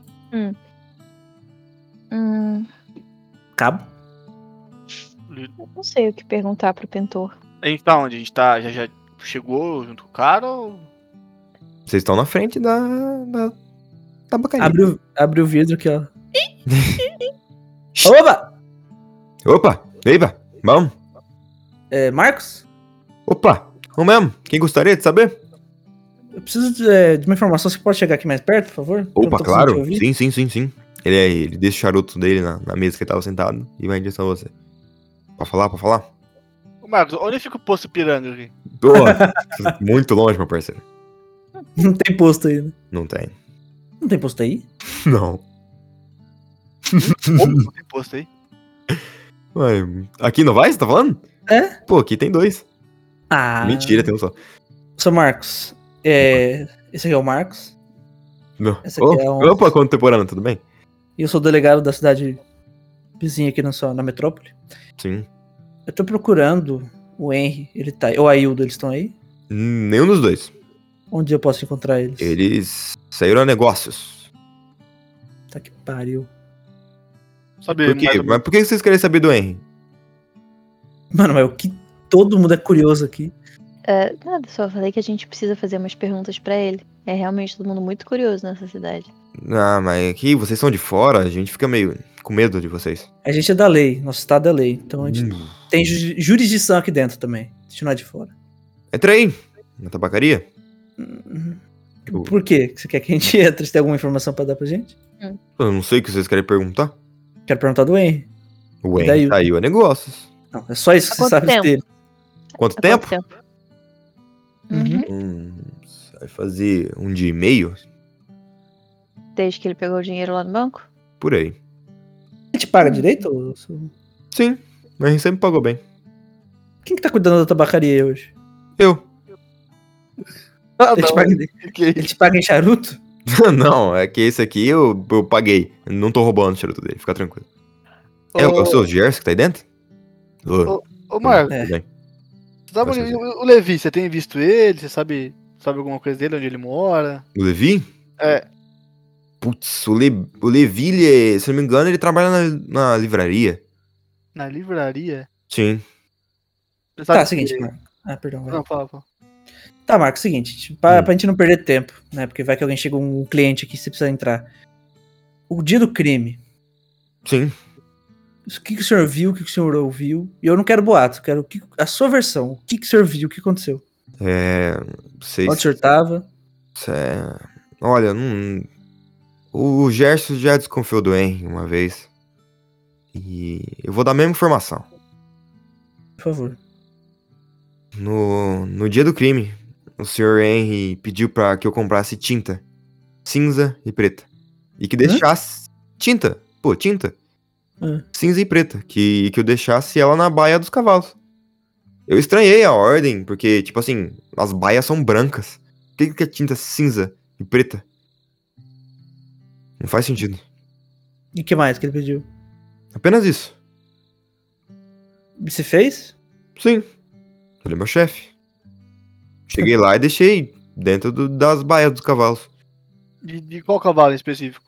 Speaker 2: É.
Speaker 4: Hum,
Speaker 1: Cabo.
Speaker 4: eu não sei o que perguntar pro pintor.
Speaker 3: A gente tá onde? A gente tá. Já, já chegou junto com o cara ou.
Speaker 2: vocês estão na frente da, da tabacaria.
Speaker 1: Abre o, abre o vidro aqui, ó. Opa!
Speaker 2: Opa, Eiva, vamos.
Speaker 1: É, Marcos,
Speaker 2: Opa, vamos mesmo. Quem gostaria de saber?
Speaker 1: eu preciso de, é, de uma informação. Você pode chegar aqui mais perto, por favor? Eu não tô
Speaker 2: Opa,
Speaker 1: conseguindo te
Speaker 2: claro.
Speaker 1: ouvir.
Speaker 2: Sim, sim, sim, sim. Ele, é, ele deixa o charuto dele na, na mesa que ele tava sentado e vai em direção a você. Pra falar, pra falar?
Speaker 3: Ô, Marcos, onde fica o posto piranga aqui?
Speaker 2: Pô, muito longe, meu parceiro.
Speaker 1: Não tem posto aí, né?
Speaker 2: Não tem.
Speaker 1: Não tem posto aí?
Speaker 2: Não.
Speaker 3: Opa, não tem posto aí.
Speaker 2: Ué, aqui não vai, você tá falando?
Speaker 1: É?
Speaker 2: Pô, aqui tem dois.
Speaker 1: Ah.
Speaker 2: Mentira, tem um só.
Speaker 1: Seu Marcos, é, esse aqui é o Marcos.
Speaker 2: Não.
Speaker 1: Essa aqui
Speaker 2: Oh,
Speaker 1: é um-
Speaker 2: Opa, contemporâneo, tudo bem?
Speaker 1: E eu sou delegado da cidade vizinha aqui na, sua, na metrópole.
Speaker 2: Sim.
Speaker 1: Eu tô procurando o Henry, ele tá aí. Ou a Hilda, eles estão aí?
Speaker 2: Hum, Nenhum dos dois.
Speaker 1: Onde eu posso encontrar eles?
Speaker 2: Eles saíram a negócios.
Speaker 1: Tá que pariu.
Speaker 3: Sabe,
Speaker 2: Por
Speaker 3: mais
Speaker 2: quê?
Speaker 3: ou menos-
Speaker 2: Mas por que vocês querem saber do Henry?
Speaker 1: Mano, mas o que todo mundo é curioso aqui.
Speaker 4: É, nada, só falei que a gente precisa fazer umas perguntas pra ele. É realmente todo mundo muito curioso nessa cidade.
Speaker 2: Ah, mas aqui vocês são de fora, a gente fica meio com medo de vocês.
Speaker 1: A gente é da lei, nosso estado é lei. Então a gente
Speaker 2: Hum.
Speaker 1: tem ju- jurisdição aqui dentro também. A gente não é de fora.
Speaker 2: Entra aí, na tabacaria. Tipo,
Speaker 1: Por quê? Você quer que a gente entre? Você tem alguma informação pra dar pra gente?
Speaker 2: Eu não sei o que vocês querem perguntar.
Speaker 1: Quero perguntar do Henry.
Speaker 2: O
Speaker 1: E
Speaker 2: Henry
Speaker 1: daí?
Speaker 2: saiu a negócios.
Speaker 1: Não, é só isso que
Speaker 4: Há
Speaker 1: você
Speaker 4: quanto
Speaker 1: sabe
Speaker 4: tempo?
Speaker 1: dele.
Speaker 2: Quanto
Speaker 4: Há
Speaker 2: tempo?
Speaker 4: quanto tempo?
Speaker 1: Uhum.
Speaker 2: Hum, vai fazer um dia e meio?
Speaker 4: Desde que ele pegou o dinheiro lá no banco?
Speaker 2: Por aí.
Speaker 1: A gente paga direito? ô, seu-
Speaker 2: Sim, o Henry sempre pagou bem.
Speaker 1: Quem que tá cuidando da tabacaria hoje?
Speaker 2: Eu.
Speaker 3: Ah,
Speaker 1: Ele te,
Speaker 3: não,
Speaker 1: paga, ele te paga em charuto?
Speaker 2: não, é que esse aqui eu, eu paguei. Não tô roubando o charuto dele, fica tranquilo. É, o- é o
Speaker 3: Ô,
Speaker 2: seu Gerson que tá aí dentro? Ô,
Speaker 3: Ô, Marcos, É.
Speaker 2: tudo bem.
Speaker 3: Sabe
Speaker 2: Posso
Speaker 3: onde-
Speaker 2: dizer.
Speaker 3: o, o Levi, você tem visto ele? Você sabe, sabe alguma coisa dele, onde ele mora?
Speaker 2: O Levi?
Speaker 3: É.
Speaker 2: Putz, o, Le, o Levi, ele é- se eu não me engano, ele trabalha na, na livraria.
Speaker 3: Na livraria?
Speaker 2: Sim.
Speaker 3: Você sabe
Speaker 1: Tá,
Speaker 3: que-
Speaker 1: seguinte, Marco. Ah, perdão. vai.
Speaker 3: Não, fala, fala.
Speaker 1: Tá, Marco, seguinte, pra,
Speaker 2: Hum.
Speaker 1: pra gente não perder tempo, né? Porque vai que alguém chega um cliente aqui, você precisa entrar. O dia do crime,
Speaker 2: Sim.
Speaker 1: o que, que o senhor viu, o que, que o senhor ouviu? E eu não quero boato, eu quero o que- a sua versão. O que, que o senhor viu, o que aconteceu?
Speaker 2: É. Vocês.
Speaker 1: Onde o senhor tava?
Speaker 2: Isso é- Olha, não... o Gerson já desconfiou do Henry uma vez. E eu vou dar a mesma informação.
Speaker 1: Por favor.
Speaker 2: No, no dia do crime, o Sr. Henry pediu pra que eu comprasse tinta cinza e preta. E que deixasse. Tinta! Pô, tinta!
Speaker 1: Hã?
Speaker 2: Cinza e preta. Que, que eu deixasse ela na baia dos cavalos. Eu estranhei a ordem, porque, tipo assim, as baias são brancas. Por que, que é tinta cinza e preta? Não faz sentido.
Speaker 1: E o que mais que ele pediu?
Speaker 2: Apenas isso.
Speaker 1: E Você fez?
Speaker 2: Sim. Ele é meu chefe. Cheguei lá e deixei dentro do- das baias dos cavalos.
Speaker 3: De, de qual cavalo em específico?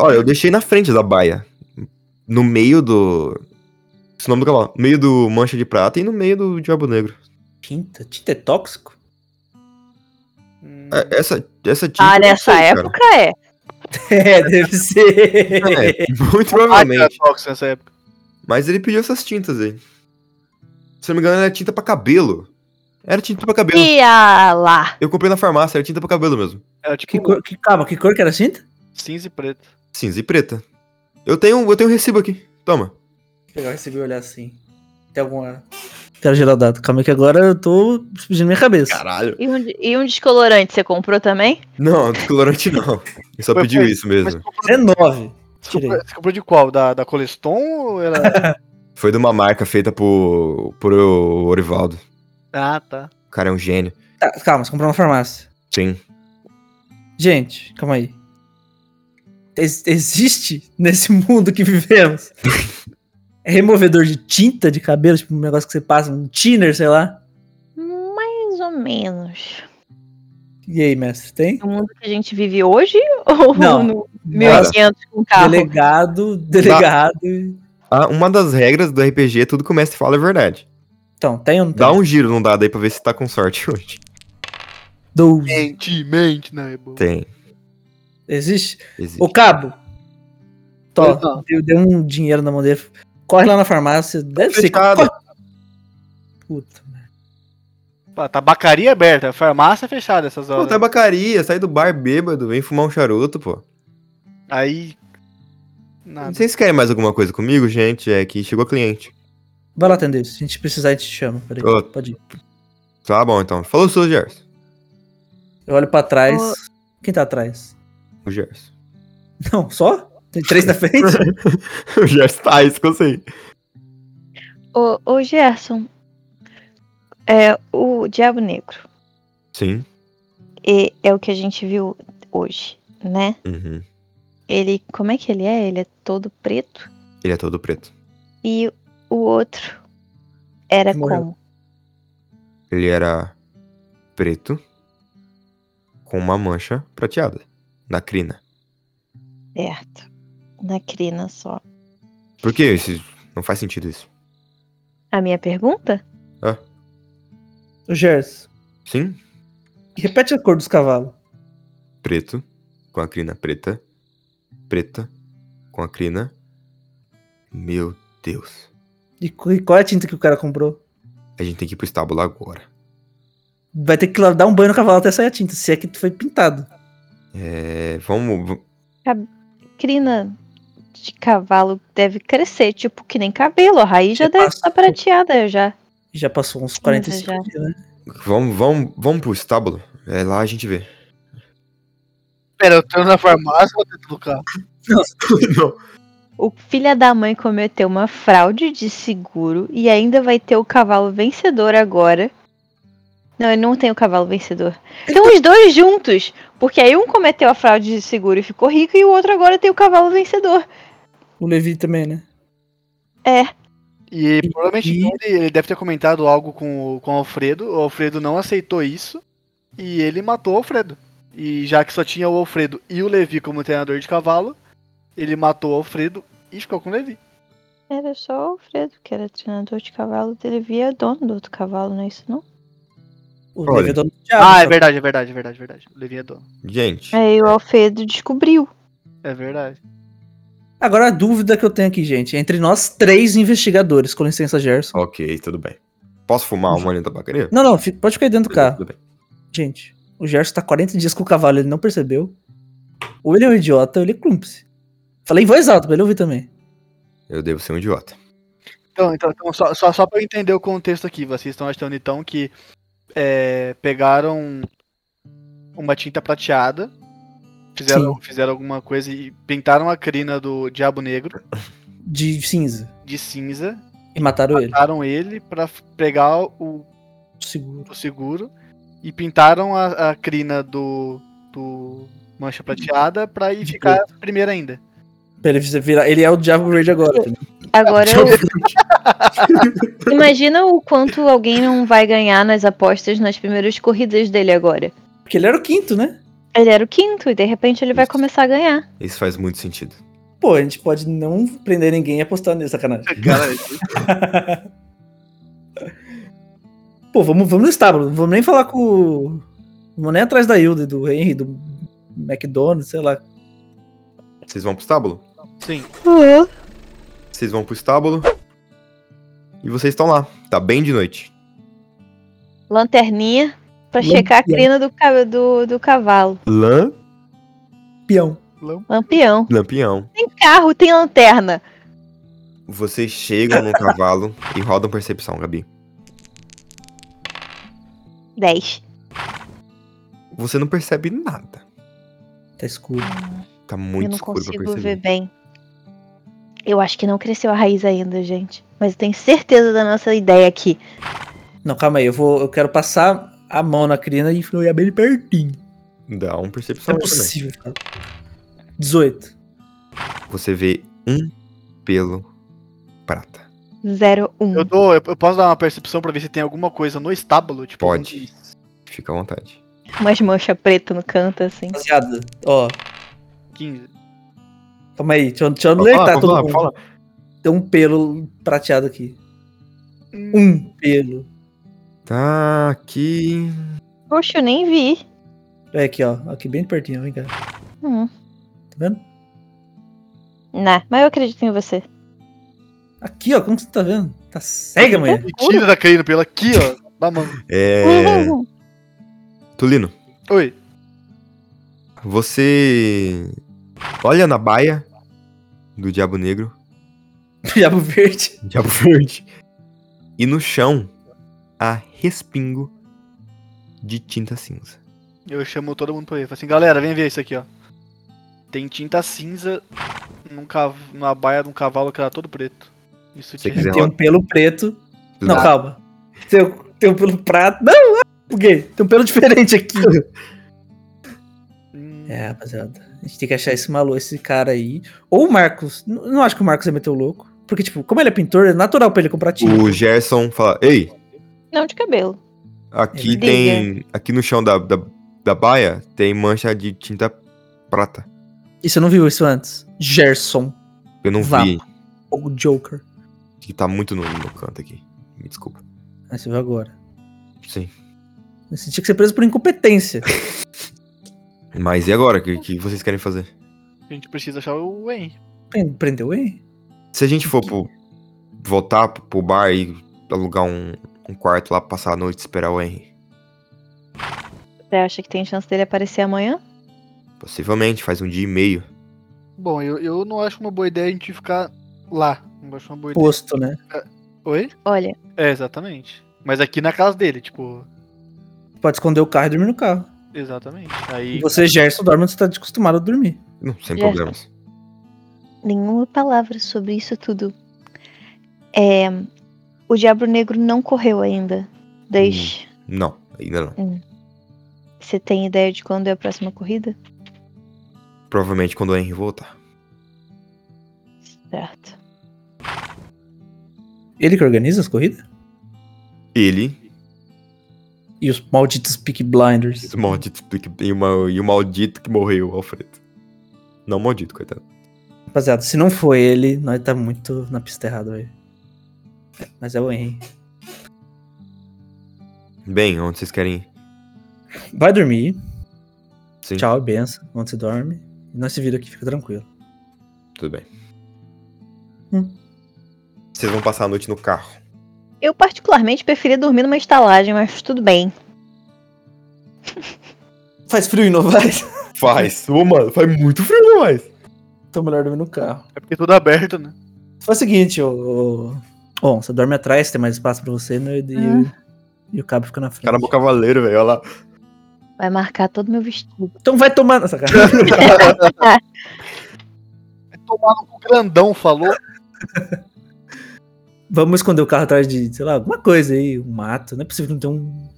Speaker 2: Olha, eu deixei na frente da baia. No meio do. Esse nome do cavalo. No meio do Mancha de Prata e no meio do Diabo Negro.
Speaker 1: Tinta? Tinta é tóxico?
Speaker 3: Hum,
Speaker 2: É, Essa, essa tinta.
Speaker 4: Ah,
Speaker 2: eu não
Speaker 4: nessa
Speaker 2: sei, cara.
Speaker 4: época é.
Speaker 1: É, deve ser.
Speaker 2: É, muito
Speaker 3: Ah, tinha
Speaker 2: provavelmente.
Speaker 3: Tox nessa época.
Speaker 2: Mas ele pediu essas tintas aí. Se não me engano, era tinta pra cabelo. Era tinta pra cabelo.
Speaker 4: Ia lá.
Speaker 2: Eu comprei na farmácia, era tinta pra cabelo mesmo.
Speaker 3: Era tipo
Speaker 1: Que cor, que, calma, que cor que era a cinta?
Speaker 3: cinza e preto.
Speaker 2: Cinza e preta. Eu tenho, eu tenho um recibo aqui. Toma.
Speaker 1: Legal, recebi olhar assim. Tem alguma. Quero gerar o dado. Calma aí que agora eu tô explodindo minha cabeça.
Speaker 2: Caralho.
Speaker 4: E um, e um descolorante você comprou também?
Speaker 2: Não, descolorante não. Ele só
Speaker 3: Foi-
Speaker 2: pediu
Speaker 3: foi-
Speaker 2: isso mesmo.
Speaker 1: É 9.
Speaker 3: Você
Speaker 1: Tirei.
Speaker 3: comprou- você comprou de qual? Da, da Coleston ou era.
Speaker 2: Foi de uma marca feita por, por o Orivaldo.
Speaker 3: ah, tá.
Speaker 2: O cara é um gênio.
Speaker 1: Tá, calma, você comprou na farmácia.
Speaker 2: Sim.
Speaker 1: Gente, calma aí. Ex- existe nesse mundo que vivemos É removedor de tinta de cabelo, tipo um negócio que você passa, um thinner, sei lá.
Speaker 4: Mais ou menos.
Speaker 1: E aí, mestre, tem?
Speaker 4: No mundo que a gente vive hoje? Ou
Speaker 1: Não.
Speaker 4: no 1500 com carro?
Speaker 2: é
Speaker 1: Delegado,
Speaker 4: Tá.
Speaker 1: delegado. e-
Speaker 2: Ah, uma das regras do RPG é tudo que o mestre fala é verdade.
Speaker 1: Então, tem ou não tem?
Speaker 2: Dá um giro num dado aí pra ver se tá com sorte hoje.
Speaker 1: Doze.
Speaker 3: Mente, mente, não é bom.
Speaker 2: Tem.
Speaker 1: Existe?
Speaker 2: Existe.
Speaker 1: Ô, Cabo. Tó,
Speaker 3: Não.
Speaker 1: deu, deu um dinheiro na mão dele. Corre lá na farmácia. Deve ser.
Speaker 2: Fechado.
Speaker 1: Corre. Puta.
Speaker 3: Pá, Tabacaria aberta, farmácia fechada essas
Speaker 2: Pô,
Speaker 3: horas.
Speaker 2: tabacaria, tá sai do bar bêbado, vem fumar um charuto, pô.
Speaker 3: Aí.
Speaker 2: Não
Speaker 3: Nada.
Speaker 2: sei se querem mais alguma coisa comigo, gente. É que chegou cliente.
Speaker 1: Vai lá atender. Se a gente precisar, a gente te chama. Peraí.
Speaker 2: Ô.
Speaker 1: Pode ir.
Speaker 2: Tá bom, então. Falou o seu Gerson.
Speaker 1: Eu olho pra trás.
Speaker 4: Ô.
Speaker 1: Quem tá atrás?
Speaker 2: O Gerson.
Speaker 1: Não, só? Tem três na frente?
Speaker 2: o Gerson tá, isso que eu sei.
Speaker 4: Ô, ô Gerson, é, o Diabo Negro
Speaker 2: Sim.
Speaker 4: e é o que a gente viu hoje, né?
Speaker 2: Uhum.
Speaker 4: Ele, como é que ele é? Ele é todo preto
Speaker 2: Ele é todo preto.
Speaker 4: e o outro era
Speaker 1: Morreu.
Speaker 4: como?
Speaker 2: Ele era preto com uma mancha prateada na crina.
Speaker 4: Certo. Na crina só.
Speaker 2: Por que isso? Não faz sentido isso.
Speaker 4: A minha pergunta?
Speaker 1: o Gerson.
Speaker 2: Sim,
Speaker 1: Repete a cor dos cavalos.
Speaker 2: preto com a crina preta, preta com a crina. Meu Deus.
Speaker 1: E co- e qual é a tinta que o cara comprou?
Speaker 2: A gente tem que ir pro estábulo agora.
Speaker 1: Vai ter que lá dar um banho no cavalo até sair a tinta. Se é que foi pintado.
Speaker 2: É, vamos. v-
Speaker 4: Crina de cavalo deve crescer, tipo que nem cabelo. A raiz já
Speaker 1: Já
Speaker 4: deve
Speaker 1: passou.
Speaker 4: estar prateada já.
Speaker 1: Já passou uns
Speaker 4: já.
Speaker 1: 45 dias, né?
Speaker 2: Vamos, vamos, vamos pro estábulo. É lá a gente vê.
Speaker 3: Pera, eu tô na farmácia ou dentro do carro?
Speaker 2: Não.
Speaker 4: O filho da mãe cometeu uma fraude de seguro e ainda vai ter o cavalo vencedor agora. Não, ele não tem o cavalo vencedor. Então os dois juntos, porque aí um cometeu a fraude de seguro e ficou rico e o outro agora tem o cavalo vencedor.
Speaker 1: O Levi também, né?
Speaker 4: É.
Speaker 3: E
Speaker 1: E-
Speaker 3: provavelmente
Speaker 1: e-
Speaker 3: ele, ele deve ter comentado algo com, o- com o Alfredo. O Alfredo não aceitou isso. E ele matou o Alfredo. E já que só tinha o Alfredo e o Levi como treinador de cavalo, ele matou o Alfredo e ficou com o Levi.
Speaker 4: Era só o Alfredo, que era treinador de cavalo, então ele via dono do outro cavalo, não é isso não?
Speaker 1: O
Speaker 2: Olha.
Speaker 1: Levi é dono do diabo.
Speaker 3: Ah, é
Speaker 1: então.
Speaker 3: verdade, é verdade, é verdade, é verdade. O Levi é dono.
Speaker 2: Gente,
Speaker 4: Aí o Alfredo descobriu.
Speaker 3: É verdade.
Speaker 1: Agora a dúvida que eu tenho aqui, gente, é entre nós três investigadores, com licença, Gerson.
Speaker 2: ok, tudo bem. Posso fumar uma linha da tabacaria?
Speaker 1: Não, não, fi- pode ficar aí dentro do carro.
Speaker 2: Tudo bem.
Speaker 1: Gente, o Gerson tá 40 dias com o cavalo, ele não percebeu. Ou ele é um idiota, ou ele é cúmplice. Falei em voz alta pra ele ouvir também.
Speaker 2: Eu devo ser um idiota.
Speaker 3: Então, então, então, só, só, só pra eu entender o contexto aqui, vocês estão achando então que é, pegaram uma tinta prateada, fizeram, fizeram alguma coisa e pintaram a crina do Diabo Negro
Speaker 1: De cinza.
Speaker 3: de cinza,
Speaker 1: E mataram ele.
Speaker 3: mataram ele pra f- pregar o,
Speaker 1: Seguro.
Speaker 3: o seguro e pintaram a, a crina do, do Mancha Prateada pra ir
Speaker 1: De
Speaker 3: ficar primeiro ainda.
Speaker 1: Pra ele virar. Ele é o Diabo Verde agora. entendeu?
Speaker 4: Agora eu- imagina o quanto alguém não vai ganhar nas apostas nas primeiras corridas dele agora.
Speaker 1: Porque ele era o quinto, né?
Speaker 4: Ele era o quinto e de repente ele vai
Speaker 2: Isso.
Speaker 4: começar a ganhar.
Speaker 2: Isso faz muito sentido.
Speaker 1: Pô, a gente pode não prender ninguém e apostar nele, sacanagem. Pô, vamos, vamos no estábulo. Não vamos nem falar com. o- Não vamos nem atrás da Hilda, e do Henry, do McDonald's, sei lá.
Speaker 2: Vocês vão pro estábulo?
Speaker 3: Sim.
Speaker 2: Vocês vão pro estábulo. E vocês estão lá. Tá bem de noite.
Speaker 4: Lanterninha pra
Speaker 1: Lampião.
Speaker 4: checar a crina do, ca- do, do cavalo.
Speaker 2: Lã,
Speaker 1: Peão.
Speaker 4: Lampião.
Speaker 2: lampião.
Speaker 4: Tem carro, tem lanterna.
Speaker 2: Vocês chegam no cavalo e rodam percepção, Gabi.
Speaker 4: 10.
Speaker 2: Você não percebe nada.
Speaker 1: Tá escuro.
Speaker 2: Tá
Speaker 4: Eu
Speaker 2: muito
Speaker 4: não
Speaker 2: escuro pra
Speaker 4: consigo ver
Speaker 2: perceber.
Speaker 4: bem. Eu acho que não cresceu a raiz ainda, gente. Mas eu tenho certeza da nossa ideia aqui.
Speaker 1: Não, calma aí. Eu, vou, eu quero passar a mão na crina e olhar bem pertinho.
Speaker 2: Dá um
Speaker 1: Não
Speaker 2: percepção
Speaker 1: é
Speaker 2: aí também.
Speaker 1: possível, cara. 18.
Speaker 2: Você vê um pelo prata.
Speaker 4: 0, 1.
Speaker 3: Eu, dou, eu, eu posso dar uma percepção pra ver se tem alguma coisa no estábulo? Tipo,
Speaker 2: Pode.
Speaker 3: onde-
Speaker 2: Fica à vontade.
Speaker 4: Umas manchas pretas no canto, assim.
Speaker 1: Rapaziada, ó.
Speaker 3: 15.
Speaker 1: Calma aí. Deixa eu, deixa eu
Speaker 2: Pode falar,
Speaker 1: alertar
Speaker 2: pode
Speaker 1: todo
Speaker 2: falar,
Speaker 1: mundo.
Speaker 2: pode falar.
Speaker 1: Tem um pelo prateado aqui. Um pelo.
Speaker 2: Tá aqui.
Speaker 4: Poxa, eu nem vi.
Speaker 1: É aqui, ó. Aqui bem pertinho, vem cá.
Speaker 4: Hum.
Speaker 1: Tá vendo?
Speaker 4: Não, mas eu acredito em você.
Speaker 1: Aqui, ó. Como que você tá vendo? Tá cega, mulher.
Speaker 3: E tira da crina tá pelo aqui, ó. Da mão.
Speaker 2: É.
Speaker 4: Uhum.
Speaker 2: Tulino,
Speaker 3: Oi.
Speaker 2: você olha na baia do Diabo Negro,
Speaker 1: Diabo verde.
Speaker 2: Diabo Verde, e no chão há respingo de tinta cinza.
Speaker 3: Eu chamo todo mundo pra ver. Falo assim, galera, vem ver isso aqui, ó. Tem tinta cinza num cav... numa baia de um cavalo que era todo preto. Isso
Speaker 2: Se
Speaker 3: te
Speaker 2: quiser
Speaker 1: Tem um pelo preto. Não,
Speaker 2: Lá-
Speaker 1: calma. Tem, um- tem um pelo prato. Não, ah, por quê? Tem um pelo diferente aqui.
Speaker 3: Hum,
Speaker 1: É, rapaziada. A gente tem que achar esse maluco, esse cara aí. Ou o Marcos. N- Não acho que o Marcos é meteu louco. Porque, tipo, como ele é pintor, é natural pra ele comprar tinta.
Speaker 2: O Gerson fala: Ei,
Speaker 4: Não de cabelo.
Speaker 2: aqui
Speaker 1: Ele-
Speaker 2: tem. Aqui no chão da, da, da baia tem mancha de tinta prata.
Speaker 1: E você não viu isso antes? Gerson,
Speaker 2: Eu não
Speaker 1: Vá.
Speaker 2: vi,
Speaker 1: ou Joker.
Speaker 2: que tá muito no, no canto aqui. Me desculpa.
Speaker 1: Ah, você viu agora.
Speaker 2: Sim.
Speaker 1: Você tinha que ser preso por incompetência.
Speaker 2: Mas e agora? O que, que vocês querem fazer?
Speaker 3: A gente precisa achar o Henry.
Speaker 1: Pre- Prendeu ele?
Speaker 2: Se a gente for pro, voltar pro- pro bar e alugar um, um quarto lá pra passar a noite e esperar o Henry,
Speaker 4: Você acha que tem chance dele aparecer amanhã?
Speaker 2: possivelmente faz um dia e meio.
Speaker 3: Bom, eu, eu não acho uma boa ideia a gente ficar lá. Não acho uma boa ideia.
Speaker 1: Posto, né?
Speaker 3: Oi?
Speaker 4: Olha,
Speaker 3: É, exatamente. Mas aqui na casa dele, tipo.
Speaker 1: Pode esconder o carro e dormir no carro.
Speaker 3: Exatamente.
Speaker 1: E
Speaker 3: Aí.
Speaker 1: você, Gerson, dorme onde você tá acostumado a dormir.
Speaker 2: Não, sem
Speaker 4: É.
Speaker 2: problemas.
Speaker 4: nenhuma palavra sobre isso tudo. É, o Diabo Negro não correu ainda. Deixe.
Speaker 1: Uhum.
Speaker 2: Não, ainda não.
Speaker 4: Você tem ideia de quando é a próxima corrida?
Speaker 2: Provavelmente quando o Henry voltar.
Speaker 4: Certo.
Speaker 1: Ele que organiza as corridas?
Speaker 2: Ele
Speaker 1: E os malditos Peak Blinders.
Speaker 2: esse maldito, que- e, uma, e o maldito que morreu, Alfredo. Não maldito, coitado.
Speaker 1: Rapaziada, se não for ele, nós tá muito na pista errada, velho. Mas é o Henry.
Speaker 2: Bem, onde vocês querem ir?
Speaker 1: Vai dormir.
Speaker 2: Sim,
Speaker 1: Tchau e benção. Onde você dorme. E nós se vira aqui, fica tranquilo.
Speaker 2: tudo bem.
Speaker 1: Hum.
Speaker 2: Vocês vão passar a noite no carro.
Speaker 4: Eu particularmente preferia dormir numa estalagem, mas tudo bem.
Speaker 1: Faz frio em Novaes?
Speaker 2: Faz. Ô, mano, faz muito frio né, demais.
Speaker 1: Tô melhor dormir no carro.
Speaker 3: É porque é tudo aberto, né?
Speaker 1: Faz o seguinte, ô. ô- ô, você dorme atrás, tem mais espaço pra você, né? E, e o cabo fica na frente.
Speaker 2: Cara, meu cavaleiro, velho, olha lá.
Speaker 4: Vai marcar todo meu vestido.
Speaker 1: Então vai tomar essa cara.
Speaker 3: Tomar o grandão falou.
Speaker 1: Vamos esconder o carro atrás de, sei lá, alguma coisa aí, um mato. Não é possível que não tenha um,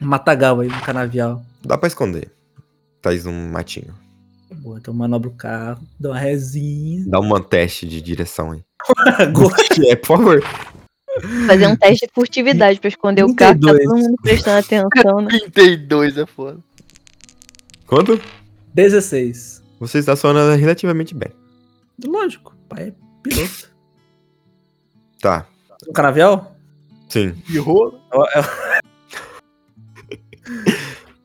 Speaker 1: um matagal aí, um canavial.
Speaker 2: Dá pra esconder. Faz um matinho.
Speaker 1: Boa, então manobra o carro, dá uma resinha.
Speaker 2: Dá um teste de direção aí.
Speaker 1: Agora,
Speaker 2: é, por favor.
Speaker 4: Fazer um teste de furtividade pra esconder o carro, tá
Speaker 1: 32.
Speaker 4: todo mundo prestando atenção, né?
Speaker 3: 32 é foda.
Speaker 2: Quanto?
Speaker 1: 16.
Speaker 2: Você está sonando relativamente bem.
Speaker 1: Lógico, pai é piloto.
Speaker 2: Tá.
Speaker 1: Um canavial?
Speaker 2: Sim.
Speaker 3: De rolo.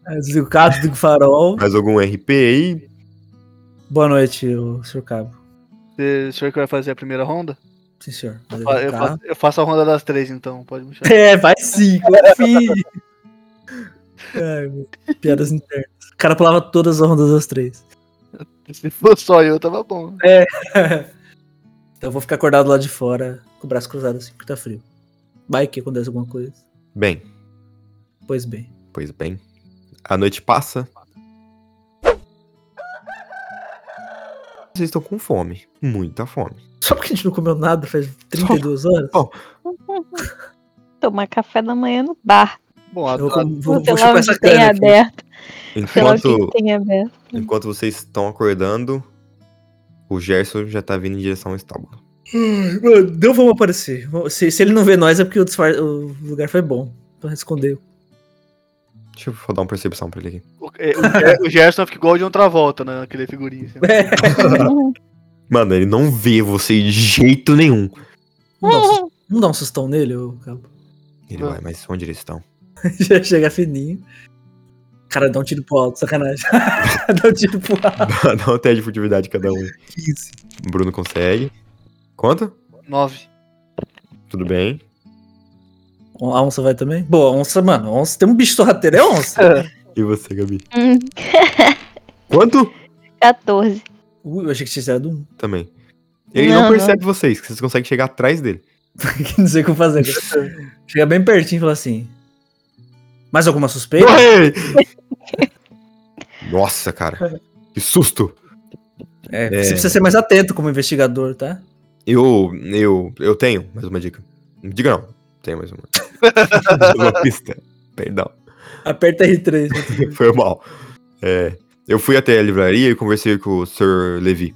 Speaker 1: É, Desliga o carro, desliga o farol.
Speaker 2: Mais algum RP aí?
Speaker 1: Boa noite, ô, senhor cabo.
Speaker 3: Você- O senhor que vai fazer a primeira ronda?
Speaker 1: Sim, senhor.
Speaker 3: Eu,
Speaker 1: Desliga
Speaker 3: fa-
Speaker 1: o
Speaker 3: eu
Speaker 1: carro.
Speaker 3: faço, eu faço a ronda das três, então. Pode me chamar.
Speaker 1: É, vai sim, confie. Ai, meu, piadas internas. O cara pulava todas as rondas das três.
Speaker 3: Se for só eu, tava bom.
Speaker 1: Então eu vou ficar acordado lá de fora, com o braço cruzado assim, porque tá frio. Vai que acontece alguma coisa.
Speaker 2: Bem,
Speaker 1: Pois bem.
Speaker 2: pois bem. A noite passa. Vocês estão com fome. Muita fome.
Speaker 1: Só porque a gente não comeu nada faz 32 horas?
Speaker 2: Bom,
Speaker 4: Tomar café da manhã no bar.
Speaker 3: Bom,
Speaker 1: eu vou,
Speaker 3: a, a,
Speaker 1: com- vou,
Speaker 4: sei
Speaker 1: vou
Speaker 4: lá
Speaker 1: chupar
Speaker 4: o que
Speaker 1: essa
Speaker 4: tem
Speaker 1: cana aqui.
Speaker 4: aberto. Sei lá o que
Speaker 2: Enquanto,
Speaker 4: que tem aberto.
Speaker 2: enquanto vocês estão acordando, o Gerson já tá vindo em direção ao estábulo.
Speaker 1: Mano, Não vamos aparecer. Se, se ele não vê nós é porque o, disfar- o lugar foi bom pra esconder.
Speaker 2: Deixa eu só dar uma percepção pra ele aqui.
Speaker 3: o, é, o Ger- o Gerson fica igual o John Travolta, né? Aquele figurinha. Assim.
Speaker 1: É,
Speaker 4: Hum,
Speaker 2: Mano, ele não vê você de jeito nenhum.
Speaker 1: Vamos dar um sus- vamos dar um sustão nele, ô cabo.
Speaker 2: Ele
Speaker 3: Ah.
Speaker 2: vai, mas onde eles estão?
Speaker 1: Já chega fininho. Cara, dá um tiro pro alto, sacanagem. dá um tiro pro alto.
Speaker 2: Dá um teste de furtividade cada um.
Speaker 1: 15.
Speaker 2: O Bruno consegue. Quanto?
Speaker 3: Nove.
Speaker 2: Tudo bem.
Speaker 1: Um, A onça vai também? Boa, onça, mano. Onça tem um bicho sorrateiro, é onça.
Speaker 2: E você, Gabi?
Speaker 4: Hum,
Speaker 2: Quanto?
Speaker 4: 14.
Speaker 1: Ui, eu achei que tinha sido um.
Speaker 2: Também. Ele não,
Speaker 4: Não,
Speaker 2: percebe vocês, que vocês conseguem chegar atrás dele.
Speaker 1: não sei o que eu fazer agora. Chega bem pertinho e fala assim. Mais alguma suspeita?
Speaker 2: Corre! Nossa, cara. Que susto!
Speaker 1: É,
Speaker 2: É.
Speaker 1: Você precisa ser mais atento como investigador, tá?
Speaker 2: Eu, eu, eu tenho mais uma dica. Diga não. Tenho mais uma. Mais uma pista. Perdão.
Speaker 1: Aperta R3. né?
Speaker 2: Foi mal. É, eu fui até a livraria e conversei com o Sr. Levi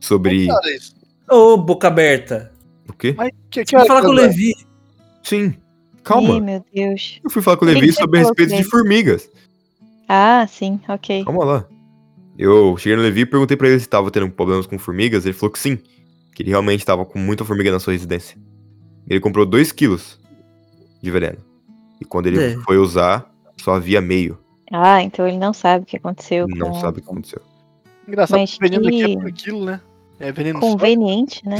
Speaker 2: sobre.
Speaker 3: Cara, isso.
Speaker 1: Ô, boca aberta.
Speaker 2: O quê?
Speaker 3: Mas que, que
Speaker 1: Vou falar com o
Speaker 3: cara,
Speaker 1: Levi.
Speaker 2: Sim.
Speaker 4: Ih,
Speaker 2: Calma.
Speaker 4: meu Deus.
Speaker 2: Eu fui falar com o
Speaker 4: Ele
Speaker 2: Levi
Speaker 4: que
Speaker 2: sobre a
Speaker 4: falou
Speaker 2: respeito
Speaker 4: com
Speaker 2: de
Speaker 4: ele.
Speaker 2: formigas.
Speaker 4: Ah, sim, ok.
Speaker 2: Calma lá. Eu cheguei no Levi e perguntei pra ele se tava tendo problemas com formigas. Ele falou que sim. Que ele realmente tava com muita formiga na sua residência. Ele comprou 2 quilos de veneno. E quando ele
Speaker 1: É.
Speaker 2: foi usar, só havia meio.
Speaker 4: Ah, então ele não sabe o que aconteceu.
Speaker 2: Não
Speaker 4: com-
Speaker 2: sabe o que aconteceu.
Speaker 3: Engraçado
Speaker 4: Mas
Speaker 3: que o veneno aqui é
Speaker 4: que-
Speaker 3: por quilo, né? É veneno só.
Speaker 4: Conveniente, né?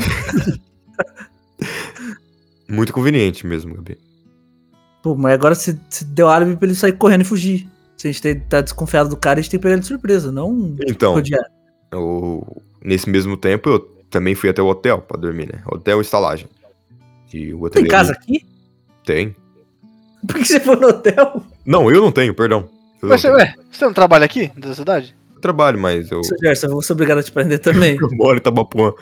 Speaker 2: Muito conveniente mesmo, Gabi.
Speaker 1: Pô, mas agora você você deu álibi pra ele sair correndo e fugir. Se a gente tem- tá desconfiado do cara, a gente tem que pegar ele de surpresa, não tipo,
Speaker 2: Então,
Speaker 1: rodear.
Speaker 2: eu- nesse mesmo tempo, eu também fui até o hotel pra dormir, né? Hotel estalagem. E o hotel.
Speaker 1: Tem tá casa aqui?
Speaker 2: Tem.
Speaker 1: Por que você foi no hotel?
Speaker 2: Não, eu não tenho, perdão. Eu não
Speaker 3: Mas,
Speaker 2: tenho.
Speaker 3: ué, você é? não trabalha aqui, nessa cidade?
Speaker 2: Eu trabalho, mas eu.
Speaker 1: Seu Gerson, eu vou ser obrigado a te prender também.
Speaker 2: Eu moro em Tabapuã.